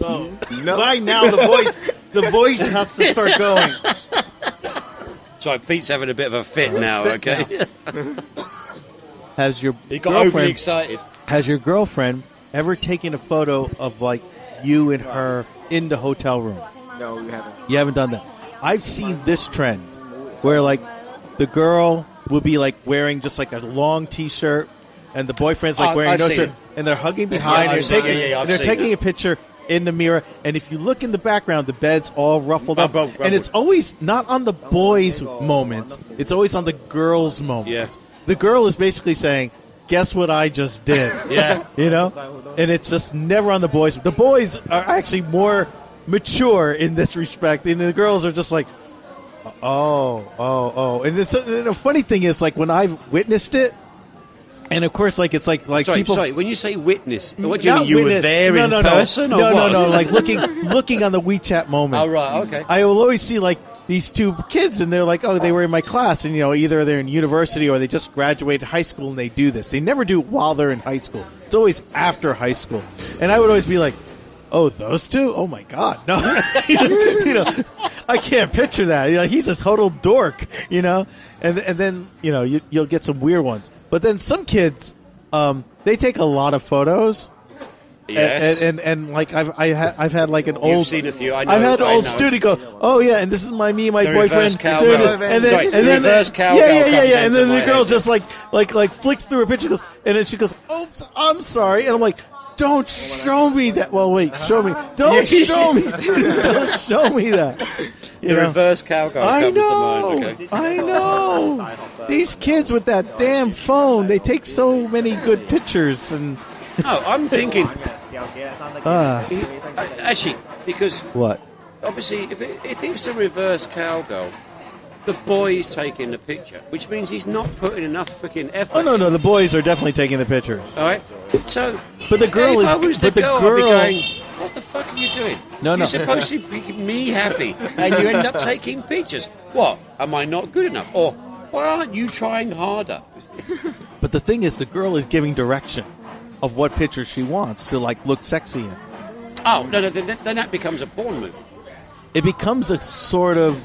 [SPEAKER 1] oh, no. by now the voice, the voice has to start going.
[SPEAKER 3] So Pete's having a bit of a fit now, okay?
[SPEAKER 1] Has your
[SPEAKER 3] He got overly
[SPEAKER 1] girlfriend
[SPEAKER 3] excited.
[SPEAKER 1] has your girlfriend ever taken a photo of like you and her in the hotel room?
[SPEAKER 5] No, you haven't.
[SPEAKER 1] You haven't done that. I've seen this trend where like the girl will be like wearing just like a long t-shirt and the boyfriend's like
[SPEAKER 3] I-
[SPEAKER 1] wearing
[SPEAKER 3] Uh, I've
[SPEAKER 1] no
[SPEAKER 3] seen
[SPEAKER 1] shirt
[SPEAKER 3] it.
[SPEAKER 1] and they're hugging behind
[SPEAKER 3] I've
[SPEAKER 1] and
[SPEAKER 3] seen
[SPEAKER 1] they're
[SPEAKER 3] it.
[SPEAKER 1] taking,
[SPEAKER 3] Yeah, yeah, I've
[SPEAKER 1] and they're
[SPEAKER 3] seen
[SPEAKER 1] taking
[SPEAKER 3] it.
[SPEAKER 1] a picture in the mirror and if you look in the background the bed's all ruffled up
[SPEAKER 3] Rumbled,
[SPEAKER 1] and it's
[SPEAKER 3] rumbled.
[SPEAKER 1] always not on the boys moments it's always on the girls moments
[SPEAKER 3] Yes.
[SPEAKER 1] the girl is basically saying guess what i just did
[SPEAKER 3] Yeah.
[SPEAKER 1] you know, and it's just never on the boys. The boys are actually more mature in this respect, and the girls are just like, oh, oh, oh. And it's and the funny thing is, like when I've witnessed it, and of course, like it's like like
[SPEAKER 3] Sorry,
[SPEAKER 1] people.
[SPEAKER 3] sorry. When you say witness, what do you
[SPEAKER 1] Not
[SPEAKER 3] mean? You were
[SPEAKER 1] witness-
[SPEAKER 3] there
[SPEAKER 1] no,
[SPEAKER 3] in
[SPEAKER 1] no, no.
[SPEAKER 3] person,
[SPEAKER 1] No,
[SPEAKER 3] or
[SPEAKER 1] no,
[SPEAKER 3] what?
[SPEAKER 1] no, Like looking, looking on the WeChat moment.
[SPEAKER 3] Oh, right, okay.
[SPEAKER 1] I uh, will always see like these two kids, and they're like, oh, they were in my class, and you know, either they're in university or they just graduated high school, and they do this. They never do it while they're in high school. It's always after high school, and I would always be like, oh, those two? Oh my god, no, you know, I can't picture that. You know, he's a total dork, you know, and and then you know you, you'll get some weird ones, but then some kids. Um, they take a lot of photos,
[SPEAKER 3] yes.
[SPEAKER 1] and, and, and like I've I ha- I've had like an
[SPEAKER 3] You've
[SPEAKER 1] old
[SPEAKER 3] seen a few. I know.
[SPEAKER 1] I've had an
[SPEAKER 3] I
[SPEAKER 1] old
[SPEAKER 3] know.
[SPEAKER 1] student go, oh yeah, and this is my me, and my
[SPEAKER 3] The reverse
[SPEAKER 1] boyfriend,
[SPEAKER 3] cowgirl.
[SPEAKER 1] and then,
[SPEAKER 3] Sorry,
[SPEAKER 1] and
[SPEAKER 3] the
[SPEAKER 1] then
[SPEAKER 3] reverse cowgirl
[SPEAKER 1] yeah, yeah, yeah,
[SPEAKER 3] comes
[SPEAKER 1] yeah, and
[SPEAKER 3] into
[SPEAKER 1] then
[SPEAKER 3] my
[SPEAKER 1] the girl
[SPEAKER 3] head.
[SPEAKER 1] just like like like flicks through a picture, goes, and then she goes, oops, I'm sorry, and I'm like, don't show me that. Well, wait, show me, don't show me, don't show me that. You
[SPEAKER 3] the
[SPEAKER 1] know?
[SPEAKER 3] reverse cowgirl
[SPEAKER 1] I
[SPEAKER 3] comes
[SPEAKER 1] know,
[SPEAKER 3] to mind. Okay.
[SPEAKER 1] I know. These kids with that damn phone, they take so many good pictures, and
[SPEAKER 3] No, I'm thinking
[SPEAKER 1] uh,
[SPEAKER 3] actually because
[SPEAKER 1] what?
[SPEAKER 3] obviously if it, if it's a reverse cowgirl, the boy's taking the picture, which means he's not putting enough freaking effort.
[SPEAKER 1] Oh no, no, the boys are definitely taking the pictures.
[SPEAKER 3] All right. So,
[SPEAKER 1] But the girl
[SPEAKER 3] if I
[SPEAKER 1] is-
[SPEAKER 3] was the
[SPEAKER 1] but the
[SPEAKER 3] girl, I'd
[SPEAKER 1] girl-
[SPEAKER 3] be going, what the fuck are you doing?
[SPEAKER 1] No, no.
[SPEAKER 3] You're supposed to be me happy, and you end up taking pictures. What? Am I not good enough? Or why aren't you trying harder?
[SPEAKER 1] But the thing is, the girl is giving direction of what picture she wants to like look sexy in.
[SPEAKER 3] Oh no, no. Then, then that becomes a porn movie.
[SPEAKER 1] It becomes a sort of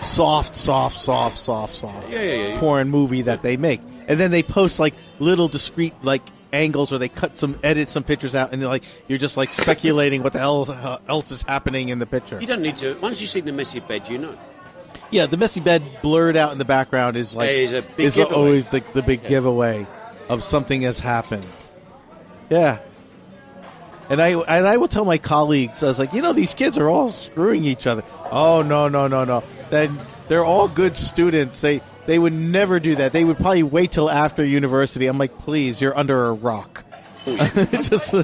[SPEAKER 1] soft, soft, soft, soft, soft
[SPEAKER 3] Yeah, yeah, yeah.
[SPEAKER 1] porn movie that they make, and then they post like little discreet like angles where they cut some, edit some pictures out, and like you're just like speculating what the hell uh, else is happening in the picture.
[SPEAKER 3] You don't need to. Once you've seen the messy bed, you know.
[SPEAKER 1] Yeah, the messy bed blurred out in the background is like
[SPEAKER 3] Is a big
[SPEAKER 1] is
[SPEAKER 3] giveaway.
[SPEAKER 1] always the, the big giveaway of something has happened. Yeah, and I and I will tell my colleagues I was like, you know, these kids are all screwing each other. Oh no no no no! Then they're all good students. They they would never do that. They would probably wait till after university. I'm like, please, you're under a rock. Just uh,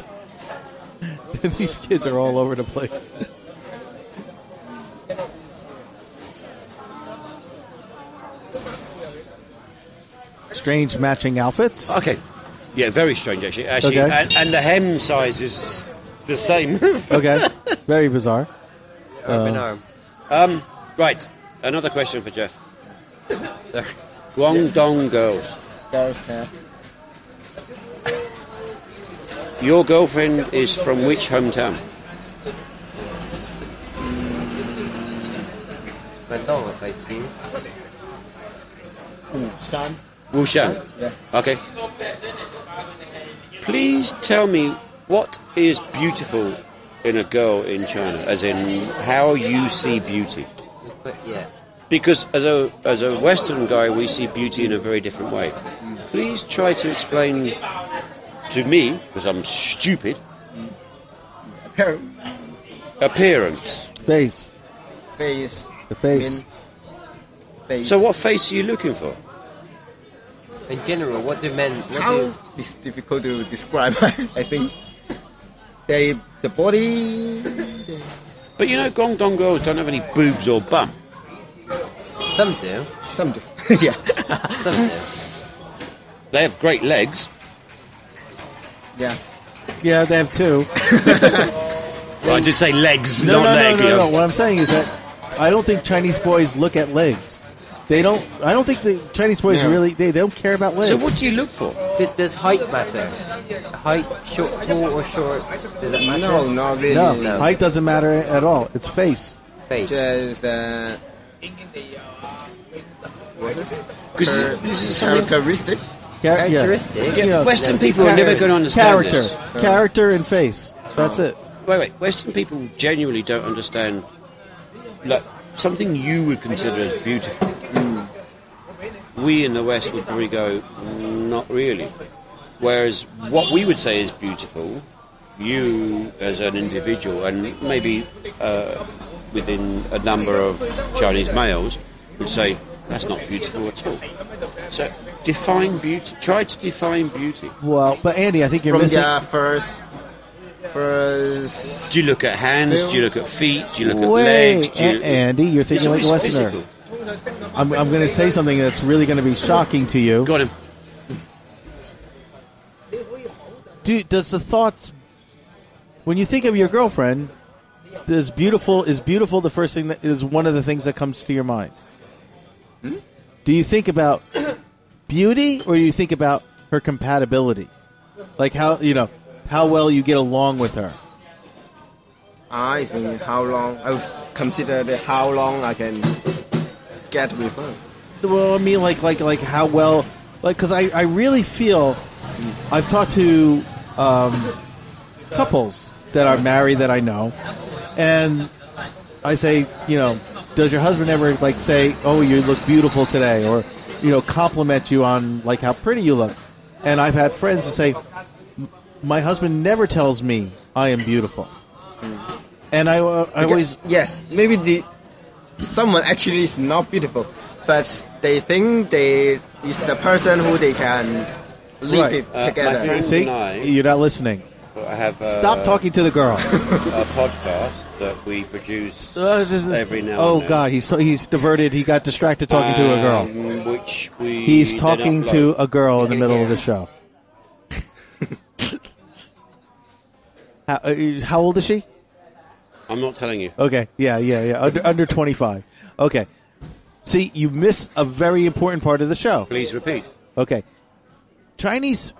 [SPEAKER 1] these kids are all over the place. Strange matching outfits.
[SPEAKER 3] Okay. Yeah, very strange actually. Actually,
[SPEAKER 1] Okay.
[SPEAKER 3] and, and the hem size is the same.
[SPEAKER 1] Okay, very bizarre.
[SPEAKER 2] Urban arm.
[SPEAKER 3] um, right. Another question for Jeff. Guangdong girls.
[SPEAKER 5] Girls, yeah.
[SPEAKER 3] Your girlfriend is from which hometown?
[SPEAKER 2] McDonald's, I see.
[SPEAKER 5] Son.
[SPEAKER 3] Wushan.
[SPEAKER 5] Yeah.
[SPEAKER 3] Okay. Please tell me what is beautiful in a girl in China, as in how you see beauty.
[SPEAKER 2] But yeah.
[SPEAKER 3] Because as a as a Western guy, we see beauty in a very different way. Please try to explain to me, because I'm stupid,
[SPEAKER 5] Her
[SPEAKER 3] appearance.
[SPEAKER 1] Face,
[SPEAKER 5] face.
[SPEAKER 1] the face.
[SPEAKER 5] Min. Face.
[SPEAKER 3] So, what face are you looking for?
[SPEAKER 2] In general, what do men? What
[SPEAKER 5] How
[SPEAKER 2] do
[SPEAKER 5] it's difficult to describe. I think they the body.
[SPEAKER 3] But you know, Guangdong girls don't have any boobs or bum.
[SPEAKER 2] some do?
[SPEAKER 5] Some do. yeah.
[SPEAKER 2] Some do.
[SPEAKER 3] They have great legs,
[SPEAKER 5] Yeah.
[SPEAKER 1] Yeah, they have two.
[SPEAKER 3] Well, I did say legs,
[SPEAKER 1] No, no,
[SPEAKER 3] not
[SPEAKER 1] no,
[SPEAKER 3] leg.
[SPEAKER 1] no,
[SPEAKER 3] yeah.
[SPEAKER 1] no. What I'm saying is that I don't think Chinese boys look at legs. They don't. I don't think the Chinese boys
[SPEAKER 5] No.
[SPEAKER 1] really. They, they don't care about legs.
[SPEAKER 3] So what do you look for?
[SPEAKER 2] Does, does height matter? Height, short, tall, or short? Does it matter?
[SPEAKER 5] No, not really.
[SPEAKER 1] no,
[SPEAKER 2] No.
[SPEAKER 1] height doesn't matter at all. It's face.
[SPEAKER 2] Face.
[SPEAKER 5] Just uh, what is it?
[SPEAKER 3] Because
[SPEAKER 5] Her-
[SPEAKER 3] this is something.
[SPEAKER 5] characteristic.
[SPEAKER 1] Char- yeah.
[SPEAKER 2] Characteristic.
[SPEAKER 3] Yeah,
[SPEAKER 1] you know, uh,
[SPEAKER 3] Western people are never going to understand
[SPEAKER 1] character,
[SPEAKER 3] this.
[SPEAKER 1] Uh, character, and face. That's it.
[SPEAKER 3] Wait, wait. Western people genuinely don't understand like, something you would consider as beautiful. Mm. We in the West would probably go, not really. Whereas what we would say is beautiful, you as an individual, and maybe uh, within a number of Chinese males, would say, that's not beautiful at all. So define beauty. Try to define beauty.
[SPEAKER 1] Well, but Andy, I think you're
[SPEAKER 5] From
[SPEAKER 1] missing.
[SPEAKER 5] the first, first.
[SPEAKER 3] Do you look at hands? Do you look at feet? Do you look at
[SPEAKER 1] Wait, uh-uh.
[SPEAKER 3] legs? Do you,
[SPEAKER 1] A- Andy, you're
[SPEAKER 3] It's
[SPEAKER 1] thinking like a
[SPEAKER 3] always
[SPEAKER 1] Westerner.
[SPEAKER 3] physical.
[SPEAKER 1] I'm, I'm going to say something that's really going to be shocking to you.
[SPEAKER 3] Got him.
[SPEAKER 1] do does the thoughts when you think of your girlfriend does beautiful is beautiful the first thing that is one of the things that comes to your mind
[SPEAKER 3] Hmm?
[SPEAKER 1] do you think about beauty or do you think about her compatibility like how you know how well you get along with her
[SPEAKER 5] I think how long I would consider the how long I can get with her.
[SPEAKER 1] Well, I mean, like, like, like how well, like, because I, I really feel I've talked to um, couples that are married that I know, and I say, you know, does your husband ever like say, "Oh, you look beautiful today," or you know, compliment you on like how pretty you look? And I've had friends who say, "M- my husband never tells me I am beautiful, and I, uh, I always,
[SPEAKER 5] yes, maybe the someone actually is not beautiful, but they think they is the person who they can live
[SPEAKER 1] Right.
[SPEAKER 5] it
[SPEAKER 3] Uh, my
[SPEAKER 5] together.
[SPEAKER 3] friend-
[SPEAKER 1] see,
[SPEAKER 3] Deny.
[SPEAKER 1] you're not listening.
[SPEAKER 3] I have uh,
[SPEAKER 1] Stop talking to the girl."
[SPEAKER 3] a podcast that we produce
[SPEAKER 1] Uh, this is-
[SPEAKER 3] every now.
[SPEAKER 1] oh
[SPEAKER 3] and then.
[SPEAKER 1] God, he's he's diverted. He got distracted talking to a girl.
[SPEAKER 3] Um, Which we
[SPEAKER 1] He's
[SPEAKER 3] then
[SPEAKER 1] talking
[SPEAKER 3] upload.
[SPEAKER 1] to a girl in the middle of the show. how, uh, how old is she?
[SPEAKER 3] I'm not telling you.
[SPEAKER 1] Okay. Yeah, yeah, yeah. Under under 25. Okay. See, you missed a very important part of the show.
[SPEAKER 3] Please repeat.
[SPEAKER 1] Okay. Chinese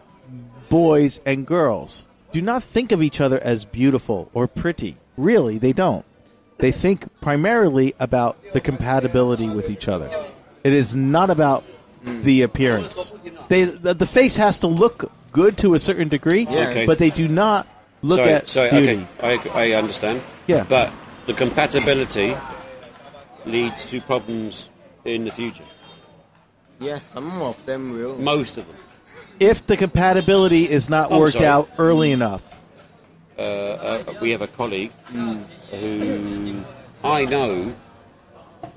[SPEAKER 1] boys and girls do not think of each other as beautiful or pretty. Really, they don't. They think primarily about the compatibility with each other. It is not about the appearance. They the, the face has to look good to a certain degree,
[SPEAKER 5] Yeah.
[SPEAKER 3] Okay.
[SPEAKER 1] but they do not look
[SPEAKER 3] sorry,
[SPEAKER 1] at
[SPEAKER 3] sorry,
[SPEAKER 1] beauty.
[SPEAKER 3] okay. I, I understand.
[SPEAKER 1] Yeah.
[SPEAKER 3] But the compatibility leads to problems in the future.
[SPEAKER 5] Yeah, some of them will.
[SPEAKER 3] Most of them.
[SPEAKER 1] If the compatibility is not
[SPEAKER 3] I'm
[SPEAKER 1] worked
[SPEAKER 3] sorry.
[SPEAKER 1] out early enough,
[SPEAKER 3] Uh, we have a colleague who I know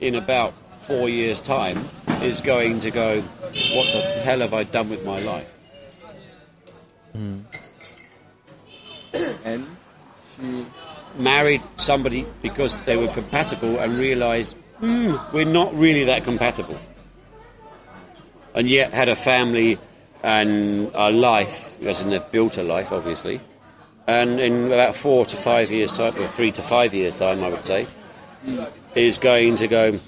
[SPEAKER 3] in about four years' time is going to go, What the hell have I done with my life?
[SPEAKER 5] And she,
[SPEAKER 3] Married somebody because they were compatible and realized "Hmm, we're not really that compatible. And yet had a family and a life, as in they've built a life, obviously. And in about four to five years' time, or three to five years' time, I would say, is going to go,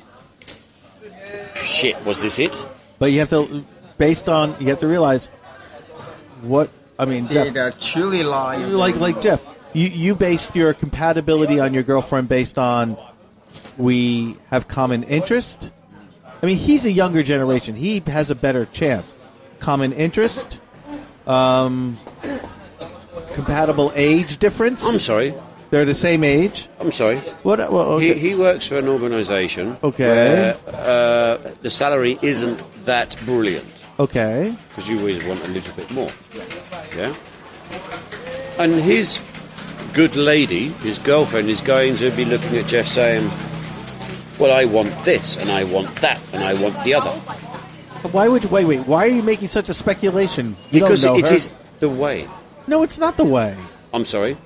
[SPEAKER 3] shit, was this it?
[SPEAKER 1] but you have to based on you have to realize what I mean,
[SPEAKER 5] they
[SPEAKER 1] Jeff,
[SPEAKER 5] are truly lying.
[SPEAKER 1] like like Jeff, you you based your compatibility on your girlfriend based on we have common interest. I mean, he's a younger generation. He has a better chance. Common interest, um, compatible age difference.
[SPEAKER 3] I'm sorry,
[SPEAKER 1] They're the same age.
[SPEAKER 3] I'm sorry.
[SPEAKER 1] What? uh, Well, okay.
[SPEAKER 3] He, he works for an organisation
[SPEAKER 1] Okay.
[SPEAKER 3] where uh, the salary isn't that brilliant.
[SPEAKER 1] okay.
[SPEAKER 3] because you always want a little bit more. Yeah? And his good lady, his girlfriend, is going to be looking at Jeff saying, Well, I want this, and I want that, and I want the other.
[SPEAKER 1] Why would wait? Wait. Why are you making such a speculation? You don't
[SPEAKER 3] Because
[SPEAKER 1] know
[SPEAKER 3] it
[SPEAKER 1] her.
[SPEAKER 3] is the way.
[SPEAKER 1] No, it's not the way.
[SPEAKER 3] I'm sorry.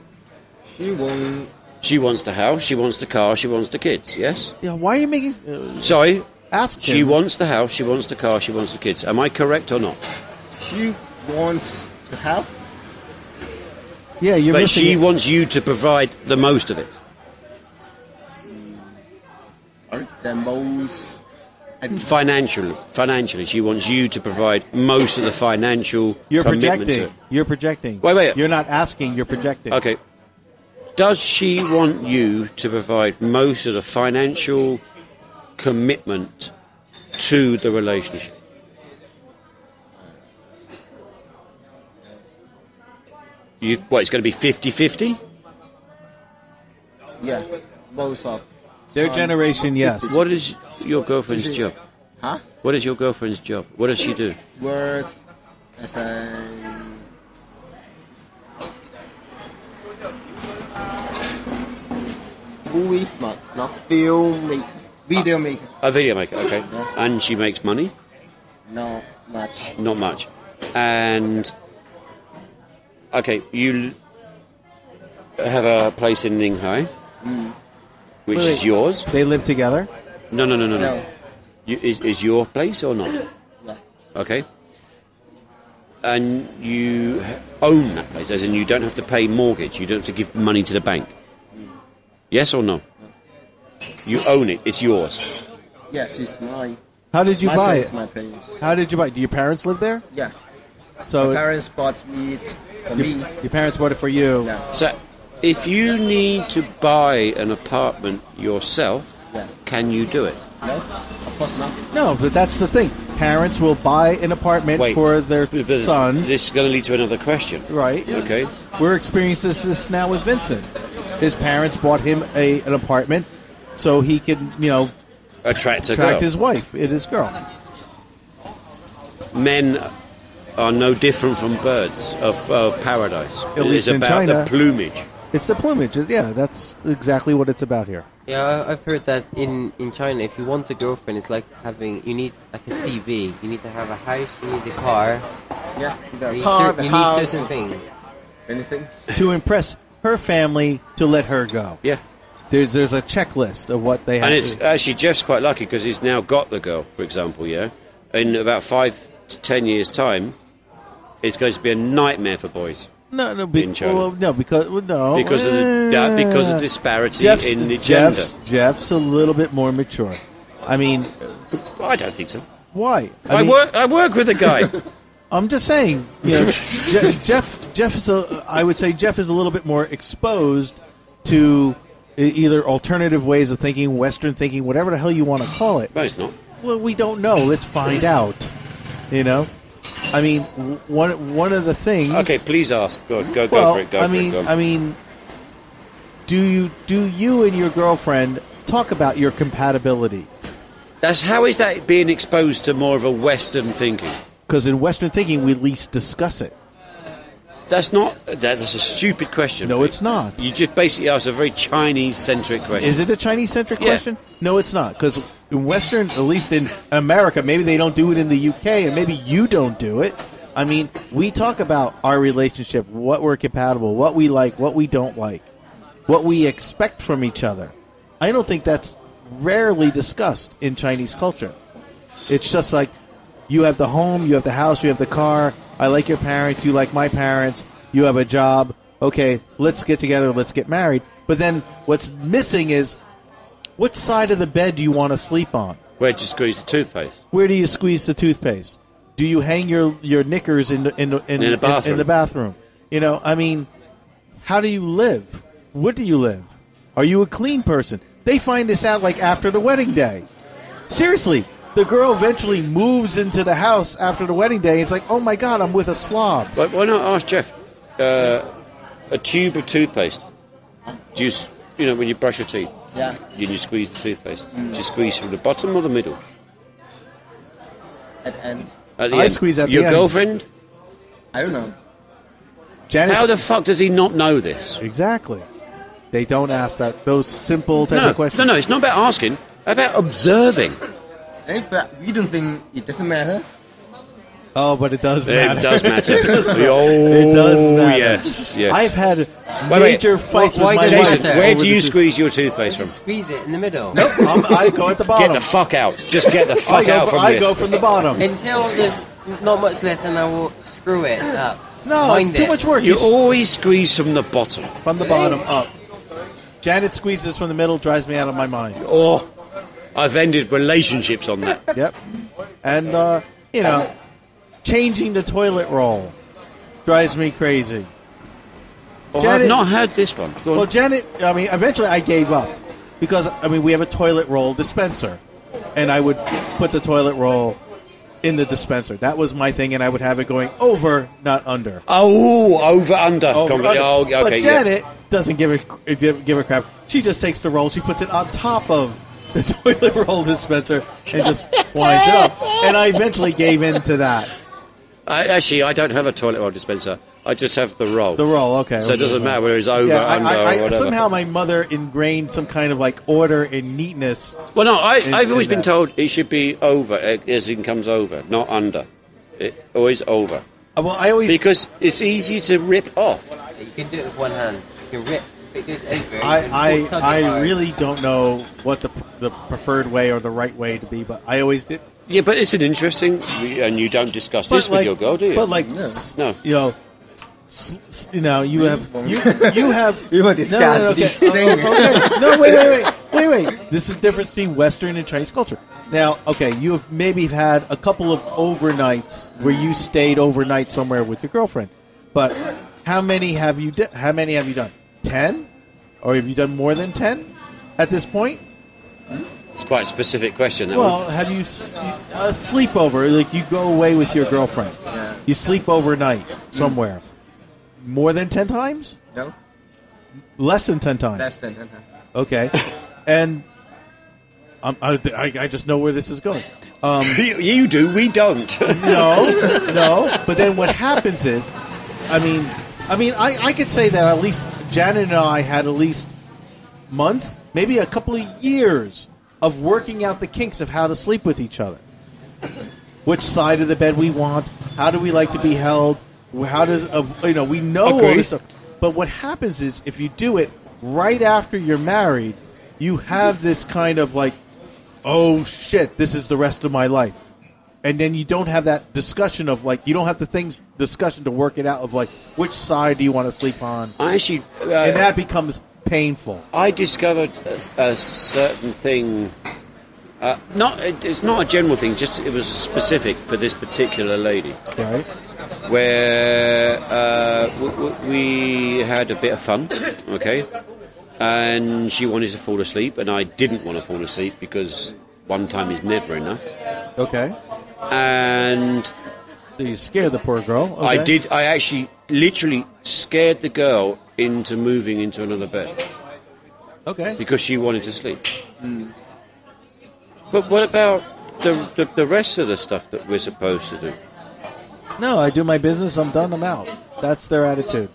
[SPEAKER 5] She won't.
[SPEAKER 3] She wants the house, she wants the car, she wants the kids, yes?
[SPEAKER 1] Yeah, why are you making? Uh,
[SPEAKER 3] Sorry.
[SPEAKER 1] ask
[SPEAKER 3] She
[SPEAKER 1] him.
[SPEAKER 3] wants the house, she wants the car, she wants the kids. Am I correct or not?
[SPEAKER 5] She wants to have.
[SPEAKER 1] yeah, you're
[SPEAKER 3] But
[SPEAKER 1] missing.
[SPEAKER 3] she
[SPEAKER 1] it.
[SPEAKER 3] wants you to provide the most of it.
[SPEAKER 5] the most. And
[SPEAKER 3] Financially, financially, she wants you to provide most of the financial
[SPEAKER 1] You're
[SPEAKER 3] commitment to
[SPEAKER 1] projecting.
[SPEAKER 3] it.
[SPEAKER 1] You're projecting.
[SPEAKER 3] Wait, wait.
[SPEAKER 1] You're not asking. You're projecting.
[SPEAKER 3] Okay. Does she want you to provide most of the financial commitment to the relationship? You, what, it's going to be 50 50?
[SPEAKER 5] yeah, most of.
[SPEAKER 1] Their generation, yes.
[SPEAKER 3] What is your girlfriend's job?
[SPEAKER 5] Huh?
[SPEAKER 3] What is your girlfriend's job? What does she do?
[SPEAKER 5] Work as a. Movie, but not film make, video maker.
[SPEAKER 3] A video maker, okay. And she makes money?
[SPEAKER 5] Not much.
[SPEAKER 3] Not much. And. Okay, you l- have a place in Ninghai, which
[SPEAKER 1] Wait,
[SPEAKER 3] Mm. is
[SPEAKER 1] wait.
[SPEAKER 3] yours.
[SPEAKER 1] They live together.
[SPEAKER 3] No, no, no, no, no.
[SPEAKER 5] No.
[SPEAKER 3] You, is, is your place or not?
[SPEAKER 5] Yeah.
[SPEAKER 3] Okay. And you h- own that place, as in you don't have to pay mortgage, you don't have to give money to the bank. Yes or Mm. no? You own it, it's yours.
[SPEAKER 5] Yes, it's mine.
[SPEAKER 1] How did you
[SPEAKER 5] my
[SPEAKER 1] buy
[SPEAKER 5] place,
[SPEAKER 1] it?
[SPEAKER 5] my place.
[SPEAKER 1] How did you buy? it? Do your parents live there?
[SPEAKER 5] Yeah.
[SPEAKER 1] So
[SPEAKER 5] My parents bought me it for
[SPEAKER 1] your,
[SPEAKER 5] me.
[SPEAKER 1] your parents bought it for you.
[SPEAKER 5] Yeah,
[SPEAKER 3] So, if you need to buy an apartment yourself,
[SPEAKER 5] yeah.
[SPEAKER 3] can you do it?
[SPEAKER 5] No, of course not.
[SPEAKER 1] No, but that's the thing. Parents will buy an apartment for their
[SPEAKER 3] but- but
[SPEAKER 1] son.
[SPEAKER 3] This is going to lead to another question.
[SPEAKER 1] Right.
[SPEAKER 3] Okay.
[SPEAKER 1] We're experiencing this now with Vincent. His parents bought him a an apartment so he could, you know,
[SPEAKER 3] Attract a girl.
[SPEAKER 1] attract his wife, it is girl.
[SPEAKER 3] men are no different from birds of, of paradise. it
[SPEAKER 1] least
[SPEAKER 3] is
[SPEAKER 1] in
[SPEAKER 3] about
[SPEAKER 1] China.
[SPEAKER 3] the plumage.
[SPEAKER 1] It's the plumage. Yeah, that's exactly what it's about here.
[SPEAKER 2] Yeah, I- I've heard that in, in China, if you want a girlfriend, it's like having you need like a CV. You need to have a house, you need a car,
[SPEAKER 5] Yeah,
[SPEAKER 2] you need,
[SPEAKER 5] the
[SPEAKER 2] cer-
[SPEAKER 5] car, the
[SPEAKER 2] you need
[SPEAKER 5] house,
[SPEAKER 2] certain things.
[SPEAKER 5] anything.
[SPEAKER 1] to impress her family to let her go.
[SPEAKER 3] Yeah.
[SPEAKER 1] There's there's a checklist of what they have.
[SPEAKER 3] And it's
[SPEAKER 1] to-
[SPEAKER 3] actually Jeff's quite lucky because he's now got the girl, for example, yeah? In about five to ten years' time, it's going to be a nightmare for boys.
[SPEAKER 1] No, no, be,
[SPEAKER 3] In China.
[SPEAKER 1] well, no, because well, no,
[SPEAKER 3] because of the, yeah, because of disparity
[SPEAKER 1] Oh, Jeff's,
[SPEAKER 3] in the gender.
[SPEAKER 1] Jeff's, Jeff's a little bit more mature. I mean,
[SPEAKER 3] I don't think so.
[SPEAKER 1] why?
[SPEAKER 3] I,
[SPEAKER 1] mean,
[SPEAKER 3] work. I work with a guy.
[SPEAKER 1] I'm just saying. You know, Je- Jeff, Jeff is a. I would say Jeff is a little bit more exposed to e- either alternative ways of thinking, Western thinking, whatever the hell you want to call it.
[SPEAKER 3] no, it's not.
[SPEAKER 1] Well, we don't know. Let's find out. You know, I mean, w- one one of the things.
[SPEAKER 3] Okay, please ask. Go, on, go,
[SPEAKER 1] well,
[SPEAKER 3] go for it. Go
[SPEAKER 1] I
[SPEAKER 3] for
[SPEAKER 1] mean,
[SPEAKER 3] it. Go on.
[SPEAKER 1] I mean, do you do you and your girlfriend talk about your compatibility?
[SPEAKER 3] That's how is that being exposed to more of a Western thinking?
[SPEAKER 1] Because in Western thinking, we at least discuss it.
[SPEAKER 3] That's not. That's a stupid question.
[SPEAKER 1] No,
[SPEAKER 3] mate.
[SPEAKER 1] it's not.
[SPEAKER 3] You just basically asked a very Chinese-centric question.
[SPEAKER 1] Is it a Chinese centric
[SPEAKER 3] Yeah.
[SPEAKER 1] question? No, it's not. Because in Western, at least in America, maybe they don't do it in the UK, and maybe you don't do it. I mean, we talk about our relationship, what we're compatible, what we like, what we don't like, what we expect from each other. I don't think that's rarely discussed in Chinese culture. It's just like you have the home, you have the house, you have the car. I like your parents, you like my parents. You have a job. Okay, let's get together, let's get married. But then what's missing is which side of the bed do you want to sleep on?
[SPEAKER 3] Where you squeeze the toothpaste?
[SPEAKER 1] Where do you squeeze the toothpaste? Do you hang your, your knickers in the, in, the, in,
[SPEAKER 3] In the
[SPEAKER 1] in
[SPEAKER 3] bathroom.
[SPEAKER 1] the bathroom? You know, I mean, how do you live? What do you live? Are you a clean person? They find this out like after the wedding day. Seriously, the girl eventually moves into the house after the wedding day. It's like, oh my god, I'm with a slob.
[SPEAKER 3] But why not ask Jeff? Uh, a tube of toothpaste. Do you, s- you know, when you brush your teeth,
[SPEAKER 5] Yeah.
[SPEAKER 3] you, you squeeze the toothpaste. Do you squeeze from the bottom or the middle?
[SPEAKER 5] At end.
[SPEAKER 3] At the
[SPEAKER 1] I
[SPEAKER 3] end.
[SPEAKER 1] squeeze at the
[SPEAKER 3] Your
[SPEAKER 1] end.
[SPEAKER 3] girlfriend?
[SPEAKER 5] I don't know.
[SPEAKER 1] Janice,
[SPEAKER 3] How the fuck does he not know this?
[SPEAKER 1] exactly? They don't ask that those simple type
[SPEAKER 3] No,
[SPEAKER 1] of questions.
[SPEAKER 3] no, no. It's not about asking. About observing.
[SPEAKER 5] Eh, but we don't think it doesn't matter.
[SPEAKER 1] Oh, but it does matter.
[SPEAKER 3] It does matter.
[SPEAKER 1] It
[SPEAKER 3] Oh,
[SPEAKER 1] does matter.
[SPEAKER 3] yes, yes.
[SPEAKER 1] I've had
[SPEAKER 3] Wait, wait.
[SPEAKER 1] major fights
[SPEAKER 2] Why- why
[SPEAKER 1] with
[SPEAKER 2] does
[SPEAKER 1] my
[SPEAKER 2] it
[SPEAKER 1] wife.
[SPEAKER 3] Jason,
[SPEAKER 2] matter.
[SPEAKER 3] where
[SPEAKER 2] Over
[SPEAKER 3] do
[SPEAKER 2] the
[SPEAKER 3] you
[SPEAKER 2] tooth-
[SPEAKER 3] squeeze your toothpaste from?
[SPEAKER 2] Just squeeze it in the middle.
[SPEAKER 1] I'm, I go at the bottom.
[SPEAKER 3] Get the fuck out. Just get the
[SPEAKER 1] I
[SPEAKER 3] fuck
[SPEAKER 1] go, from,
[SPEAKER 3] out from
[SPEAKER 1] I
[SPEAKER 3] this.
[SPEAKER 1] go from the bottom.
[SPEAKER 2] Until there's not much left, and I will screw it up.
[SPEAKER 1] no,
[SPEAKER 2] Mind
[SPEAKER 1] too
[SPEAKER 2] it.
[SPEAKER 1] much work.
[SPEAKER 3] You
[SPEAKER 1] You s-
[SPEAKER 3] always squeeze from the bottom.
[SPEAKER 1] from the bottom up. Janet squeezes from the middle, drives me out of my mind.
[SPEAKER 3] Oh, I've ended relationships on that.
[SPEAKER 1] Yep. And uh, you know, changing the toilet roll drives me crazy.
[SPEAKER 3] Oh,
[SPEAKER 1] Janet-
[SPEAKER 3] I've not heard this one. Go on.
[SPEAKER 1] Well, Janet, I mean, eventually I gave up because I mean we have a toilet roll dispenser, and I would put the toilet roll in the dispenser. That was my thing, and I would have it going over, not under.
[SPEAKER 3] oh, over under.
[SPEAKER 1] Oh,
[SPEAKER 3] Conver-
[SPEAKER 1] brother.
[SPEAKER 3] oh, okay,
[SPEAKER 1] but
[SPEAKER 3] yeah.
[SPEAKER 1] Janet doesn't give a give, give a crap. She just takes the roll, she puts it on top of the toilet roll dispenser, and just winds it up. And I eventually gave in to that.
[SPEAKER 3] I, actually, I don't have a toilet roll dispenser. I just have the roll.
[SPEAKER 1] The roll, okay.
[SPEAKER 3] So it doesn't matter whether it's over,
[SPEAKER 1] Yeah, I,
[SPEAKER 3] under,
[SPEAKER 1] I,
[SPEAKER 3] or
[SPEAKER 1] I,
[SPEAKER 3] whatever.
[SPEAKER 1] somehow my mother ingrained some kind of like order and neatness.
[SPEAKER 3] Well, no, I,
[SPEAKER 1] in-
[SPEAKER 3] I've always
[SPEAKER 1] in
[SPEAKER 3] been
[SPEAKER 1] that.
[SPEAKER 3] told it should be over, eh, as in comes over, not under. It, always over.
[SPEAKER 1] Uh, Well, I always
[SPEAKER 3] Because it's easy to rip off.
[SPEAKER 2] You can do it with one hand. You can rip. It goes over.
[SPEAKER 1] I, I, I really don't know what the, the preferred way or the right way to be, but I always did.
[SPEAKER 3] Yeah, but it's an interesting, and you don't discuss this
[SPEAKER 1] But
[SPEAKER 3] with
[SPEAKER 1] like-
[SPEAKER 3] your girl, do you?
[SPEAKER 1] But like,
[SPEAKER 5] No.
[SPEAKER 3] no.
[SPEAKER 1] you know, s- s- you know, you have you, you have
[SPEAKER 5] We were
[SPEAKER 1] no, no, no,
[SPEAKER 5] discussed
[SPEAKER 1] okay. Oh,
[SPEAKER 5] this thing.
[SPEAKER 1] Okay. no, wait, wait, wait, wait, wait. This is the difference between Western and Chinese culture. Now, okay, you have maybe had a couple of overnights where you stayed overnight somewhere with your girlfriend, but how many have you? Di- how many have you done? Ten, or have you done more than ten at this point?
[SPEAKER 3] It's quite a specific question. That one.
[SPEAKER 1] Well, have you s- a sleepover? Like you go away with your girlfriend, you sleep overnight somewhere. More than ten times?
[SPEAKER 5] No?
[SPEAKER 1] Less than ten times?
[SPEAKER 5] Less than.
[SPEAKER 1] Okay, and um, I, I, I just know where this is going. Um,
[SPEAKER 3] You, you do, we don't.
[SPEAKER 1] no, no. But then what happens is, I mean, I mean, I, I could say that at least Janet and I had at least months, maybe a couple of years of working out the kinks of how to sleep with each other. Which side of the bed we want? How do we like to be held? How does uh, you know? We know all
[SPEAKER 3] Agreed.
[SPEAKER 1] this stuff. But what happens is, if you do it right after you're married, you have this kind of like, oh shit, this is the rest of my life and then you don't have that discussion of like you don't have the things discussion to work it out of like which side do you want to sleep on,
[SPEAKER 3] I actually. Uh,
[SPEAKER 1] and that becomes painful.
[SPEAKER 3] I discovered a, a certain thing. Uh, not it, it's not a general thing. Just it was specific for this particular lady,
[SPEAKER 1] Right?
[SPEAKER 3] where uh, w- w- we had a bit of fun, okay, and she wanted to fall asleep, and I didn't want to fall asleep because one time is never enough,
[SPEAKER 1] Okay.
[SPEAKER 3] and
[SPEAKER 1] So you scare the poor girl.
[SPEAKER 3] I
[SPEAKER 1] okay.
[SPEAKER 3] did. I actually literally scared the girl into moving into another bed.
[SPEAKER 1] Okay.
[SPEAKER 3] because she wanted to sleep. But what about the, the the rest of the stuff that we're supposed to do?
[SPEAKER 1] No, I do my business. I'm done. I'm out. That's their attitude.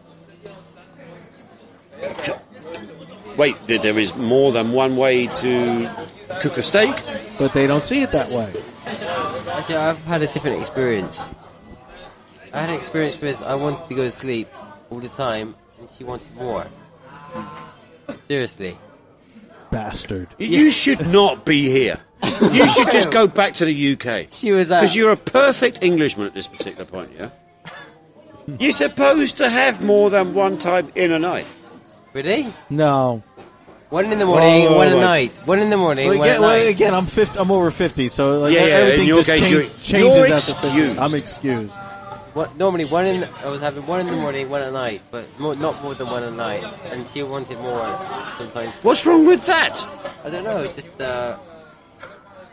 [SPEAKER 3] Wait, th- there is more than one way to cook a steak.
[SPEAKER 1] But they don't see it that way.
[SPEAKER 2] Actually, I've had a different experience. I had an experience where I wanted to go to sleep all the time, and she wanted more. Seriously.
[SPEAKER 1] Bastard.
[SPEAKER 3] You should not be here. You should just go back to the UK
[SPEAKER 2] She was like,
[SPEAKER 3] because you're a perfect Englishman at this particular point. Yeah, you're supposed to have more than one time in a night.
[SPEAKER 2] really?
[SPEAKER 1] No.
[SPEAKER 2] One in the morning,
[SPEAKER 1] Whoa,
[SPEAKER 2] one at
[SPEAKER 1] whoa.
[SPEAKER 2] night. One in the morning,
[SPEAKER 1] Well,
[SPEAKER 2] one
[SPEAKER 1] again,
[SPEAKER 2] at
[SPEAKER 1] well,
[SPEAKER 2] night.
[SPEAKER 1] again, I'm 50, I'm over 50, so like,
[SPEAKER 3] Yeah, yeah,
[SPEAKER 1] everything
[SPEAKER 3] in your
[SPEAKER 1] just
[SPEAKER 3] case,
[SPEAKER 1] change-
[SPEAKER 3] you're-
[SPEAKER 1] changes
[SPEAKER 3] you're
[SPEAKER 1] after 50.
[SPEAKER 3] excused.
[SPEAKER 1] I'm excused.
[SPEAKER 2] What, normally, one in I was having one in the morning, one at night, but more, not more than one at night. And she wanted more sometimes.
[SPEAKER 3] What's wrong with that?
[SPEAKER 2] I don't know. Just uh,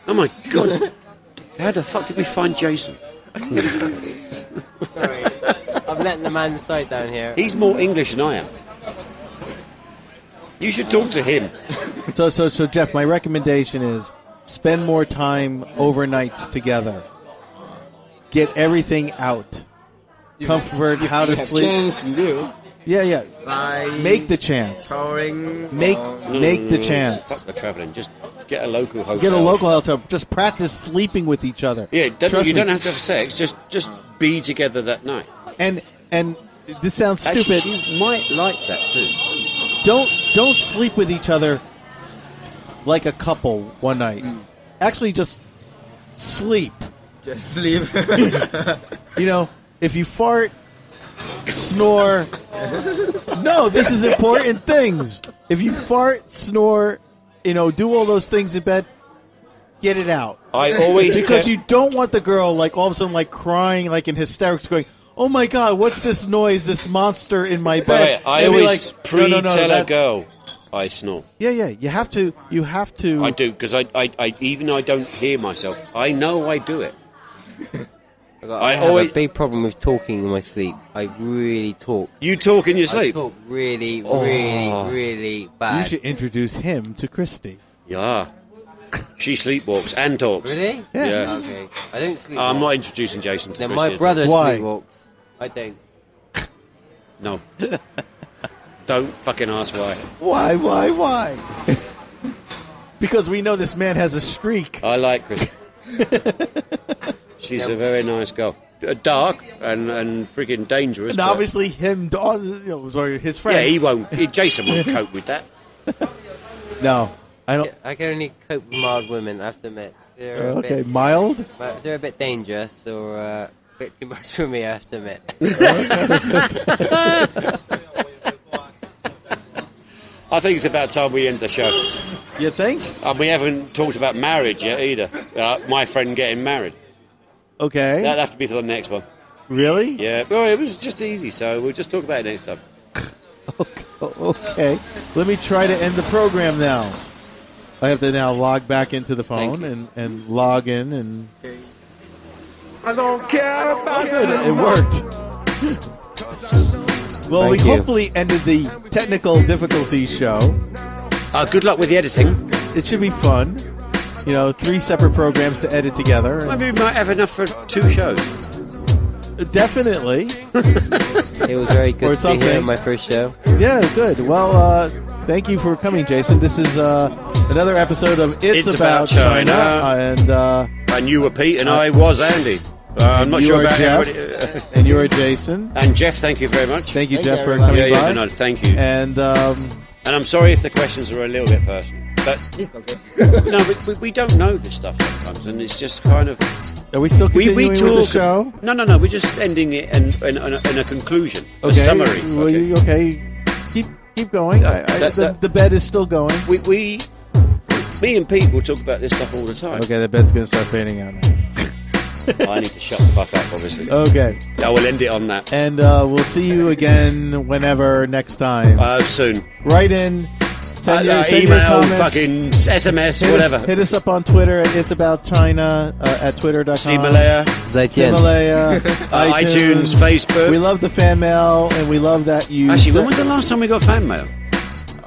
[SPEAKER 3] Oh my god! How the fuck did we find Jason?
[SPEAKER 2] sorry, I'm letting the man decide down here.
[SPEAKER 3] He's more English than I am. You should talk to him.
[SPEAKER 1] So, so, so, Jeff, my recommendation is spend more time overnight together. Get everything out. Comfort, how to
[SPEAKER 5] have
[SPEAKER 1] sleep.
[SPEAKER 5] changed view
[SPEAKER 1] Yeah, yeah.
[SPEAKER 5] by
[SPEAKER 1] Make the chance.
[SPEAKER 5] touring.
[SPEAKER 1] Make,
[SPEAKER 5] or-
[SPEAKER 1] make the
[SPEAKER 3] Fuck
[SPEAKER 1] chance.
[SPEAKER 3] the travelling. Just get a local hotel.
[SPEAKER 1] Get a local hotel. Just practice sleeping with each other.
[SPEAKER 3] Yeah, don't,
[SPEAKER 1] Trust
[SPEAKER 3] you
[SPEAKER 1] me.
[SPEAKER 3] don't have to have sex. Just just be together that night.
[SPEAKER 1] And and this sounds
[SPEAKER 3] Actually,
[SPEAKER 1] stupid.
[SPEAKER 3] she might like that too.
[SPEAKER 1] don't don't sleep with each other like a couple one night.
[SPEAKER 3] Mm.
[SPEAKER 1] Actually, just sleep.
[SPEAKER 5] just sleep.
[SPEAKER 1] You know, if you fart, snore. no, this is important things. If you fart, snore, you know, do all those things in bed, get it out
[SPEAKER 3] I always
[SPEAKER 1] because
[SPEAKER 3] te-
[SPEAKER 1] you don't want the girl like all of a sudden like crying like in hysterics going. Oh my God! What's this noise? This monster in my bed.
[SPEAKER 3] Right, I
[SPEAKER 1] And be
[SPEAKER 3] always
[SPEAKER 1] like,
[SPEAKER 3] pre
[SPEAKER 1] "No,
[SPEAKER 3] tell
[SPEAKER 1] no, no,
[SPEAKER 3] a
[SPEAKER 1] that-
[SPEAKER 3] girl I snore.
[SPEAKER 1] Yeah, yeah. You have to. You have to.
[SPEAKER 3] I do because I, I, I even I don't hear myself. I know I do it.
[SPEAKER 2] I, got,
[SPEAKER 3] I
[SPEAKER 2] I, have
[SPEAKER 3] always-
[SPEAKER 2] a big problem with talking in my sleep. I really talk.
[SPEAKER 3] You talk in your
[SPEAKER 2] I
[SPEAKER 3] sleep.
[SPEAKER 2] talk really, really, really
[SPEAKER 1] Oh. You
[SPEAKER 2] bad.
[SPEAKER 1] should introduce him to Christy.
[SPEAKER 3] Yeah. She sleepwalks and talks.
[SPEAKER 2] Really?
[SPEAKER 1] Yeah.
[SPEAKER 3] Yeah.
[SPEAKER 2] Okay. I don't sleep.
[SPEAKER 3] Uh, I'm not introducing Jason to
[SPEAKER 2] Then
[SPEAKER 3] Christy
[SPEAKER 2] my
[SPEAKER 3] at all.
[SPEAKER 2] brother
[SPEAKER 1] Why?
[SPEAKER 2] sleepwalks. I don't.
[SPEAKER 3] No. Don't fucking ask why.
[SPEAKER 1] Why? Why? Why? because we know this man has a streak.
[SPEAKER 3] I like Chris. She's a very nice girl. Uh, Dark and, and freaking dangerous.
[SPEAKER 1] and
[SPEAKER 3] but-
[SPEAKER 1] obviously, him, da- you know, sorry, his
[SPEAKER 3] Yeah,
[SPEAKER 1] friend.
[SPEAKER 3] he won't. he- Jason won't cope with that.
[SPEAKER 1] no, I don't.
[SPEAKER 2] I can only cope with mild women. I have to admit, they're a
[SPEAKER 1] okay,
[SPEAKER 2] bit,
[SPEAKER 1] mild.
[SPEAKER 2] but they're a bit dangerous or uh, a bit too much for me. I have to admit.
[SPEAKER 3] I think it's about time we end the show.
[SPEAKER 1] You think?
[SPEAKER 3] And we haven't talked about marriage yet either. Uh, my friend getting married.
[SPEAKER 1] Okay.
[SPEAKER 3] That'll have to be for the next one.
[SPEAKER 1] really?
[SPEAKER 3] Yeah. Well, it was just easy, so we'll just talk about it next time.
[SPEAKER 1] Okay. Let me try to end the program now. I have to now log back into the phone and, and log in and. I don't care about it. It worked. well, we
[SPEAKER 2] Thank you.
[SPEAKER 1] hopefully ended the technical difficulties show.
[SPEAKER 3] Uh, good luck with the editing.
[SPEAKER 1] It should be fun. You know, three separate programs to edit together.
[SPEAKER 3] Maybe we might have enough for two shows.
[SPEAKER 1] Definitely.
[SPEAKER 2] It was very
[SPEAKER 1] Or
[SPEAKER 2] good to be
[SPEAKER 1] something.
[SPEAKER 2] here on my first show.
[SPEAKER 1] Yeah, good. Well, uh, thank you for coming, Jason. This is uh, another episode of It's,
[SPEAKER 3] It's About China.
[SPEAKER 1] And. Uh,
[SPEAKER 3] And you were Pete, and I was Andy. Uh, I'm not
[SPEAKER 1] you
[SPEAKER 3] sure
[SPEAKER 1] are
[SPEAKER 3] about
[SPEAKER 1] Jeff.
[SPEAKER 3] everybody.
[SPEAKER 1] and you're Jason.
[SPEAKER 3] and Jeff, thank you very much.
[SPEAKER 1] Thank you,
[SPEAKER 2] Thank
[SPEAKER 1] Jeff,
[SPEAKER 2] you,
[SPEAKER 1] for
[SPEAKER 2] everybody.
[SPEAKER 1] coming
[SPEAKER 3] yeah, yeah,
[SPEAKER 1] by.
[SPEAKER 3] no, no, thank you.
[SPEAKER 1] And um,
[SPEAKER 3] And I'm sorry if the questions are a little bit personal, but
[SPEAKER 5] It's okay.
[SPEAKER 3] no, we, we, we don't know this stuff sometimes, and it's just kind of
[SPEAKER 1] Are we still continuing with the
[SPEAKER 3] talk-
[SPEAKER 1] show?
[SPEAKER 3] No, no, no. We're just ending it in, in, in, a, in a conclusion, a summary.
[SPEAKER 1] Well, you- okay. Keep keep going. I, I,
[SPEAKER 3] That-
[SPEAKER 1] the,
[SPEAKER 3] that-
[SPEAKER 1] the bed is still going.
[SPEAKER 3] We, we, me and Pete will talk about this stuff all the time.
[SPEAKER 1] Okay, the bed's gonna start fading out. Now.
[SPEAKER 3] I need to shut the fuck up, obviously.
[SPEAKER 1] Okay,
[SPEAKER 3] I will end it on that.
[SPEAKER 1] and uh, we'll see you again whenever next time.
[SPEAKER 3] Uh, soon.
[SPEAKER 1] Write in,
[SPEAKER 3] Uh,
[SPEAKER 1] send your,
[SPEAKER 3] uh,
[SPEAKER 1] send your
[SPEAKER 3] email,
[SPEAKER 1] comments.
[SPEAKER 3] fucking SMS,
[SPEAKER 1] hit
[SPEAKER 3] whatever.
[SPEAKER 1] Us, hit us up on Twitter. at It's about China uh, at twitter.com.
[SPEAKER 3] Himalaya,
[SPEAKER 2] Zaijian.
[SPEAKER 1] Himalaya,
[SPEAKER 3] uh, iTunes, Facebook.
[SPEAKER 1] We love the fan mail, and we love that you.
[SPEAKER 3] Actually, when
[SPEAKER 1] sent-
[SPEAKER 3] was the last time we got fan mail?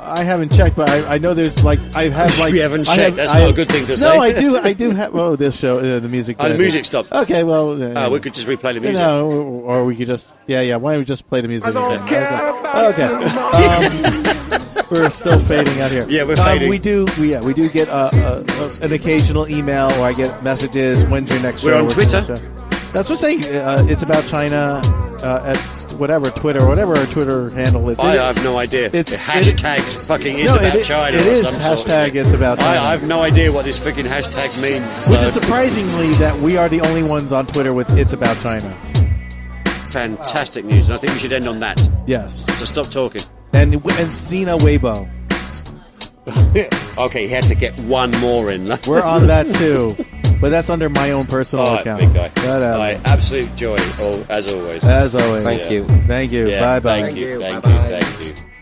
[SPEAKER 1] I haven't checked, but I, I know there's like I have like
[SPEAKER 3] We haven't
[SPEAKER 1] I
[SPEAKER 3] checked.
[SPEAKER 1] have-
[SPEAKER 3] That's
[SPEAKER 1] I
[SPEAKER 3] not
[SPEAKER 1] have-
[SPEAKER 3] a good thing to
[SPEAKER 1] no,
[SPEAKER 3] say.
[SPEAKER 1] I do. I do have. Oh, this show, uh, the music.
[SPEAKER 3] Oh, the
[SPEAKER 1] bed.
[SPEAKER 3] music stopped.
[SPEAKER 1] Okay, well, uh,
[SPEAKER 3] Uh, we could just replay the
[SPEAKER 1] you
[SPEAKER 3] music.
[SPEAKER 1] know, or we could just yeah, yeah. Why don't we just play the music? I don't care okay. Um, we're still fading out here.
[SPEAKER 3] Yeah, we're
[SPEAKER 1] Um,
[SPEAKER 3] fading.
[SPEAKER 1] we do. We, yeah, we do get uh, uh, uh, an occasional email, or I get messages. When's your next?
[SPEAKER 3] We're
[SPEAKER 1] show?
[SPEAKER 3] on
[SPEAKER 1] When's
[SPEAKER 3] Twitter.
[SPEAKER 1] your next show? That's what I'm saying. Uh, it's about China uh, at whatever Twitter, whatever our Twitter handle is.
[SPEAKER 3] I have no idea.
[SPEAKER 1] It's-
[SPEAKER 3] It's hashtag fucking is
[SPEAKER 1] No,
[SPEAKER 3] about
[SPEAKER 1] it-
[SPEAKER 3] China.
[SPEAKER 1] it
[SPEAKER 3] or
[SPEAKER 1] is
[SPEAKER 3] some sort of
[SPEAKER 1] hashtag
[SPEAKER 3] thing.
[SPEAKER 1] It's About China.
[SPEAKER 3] I, I have no idea what this freaking hashtag means. So
[SPEAKER 1] Which is surprisingly that we are the only ones on Twitter with "It's about China."
[SPEAKER 3] fantastic news, and I think we should end on that.
[SPEAKER 1] Yes,
[SPEAKER 3] So stop talking.
[SPEAKER 1] and and Zena Weibo,
[SPEAKER 3] okay, he had to get one more in.
[SPEAKER 1] we're on that too, but that's under my own personal
[SPEAKER 3] All right,
[SPEAKER 1] account.
[SPEAKER 3] big guy.
[SPEAKER 1] Whatever.
[SPEAKER 3] All right, absolute joy, al- as always.
[SPEAKER 1] As always,
[SPEAKER 2] Thank
[SPEAKER 3] Yeah.
[SPEAKER 2] you.
[SPEAKER 1] Thank you.
[SPEAKER 3] Yeah,
[SPEAKER 1] bye bye.
[SPEAKER 3] Thank you.
[SPEAKER 5] Thank you,
[SPEAKER 3] Thank you.
[SPEAKER 5] bye-bye.
[SPEAKER 3] Thank you.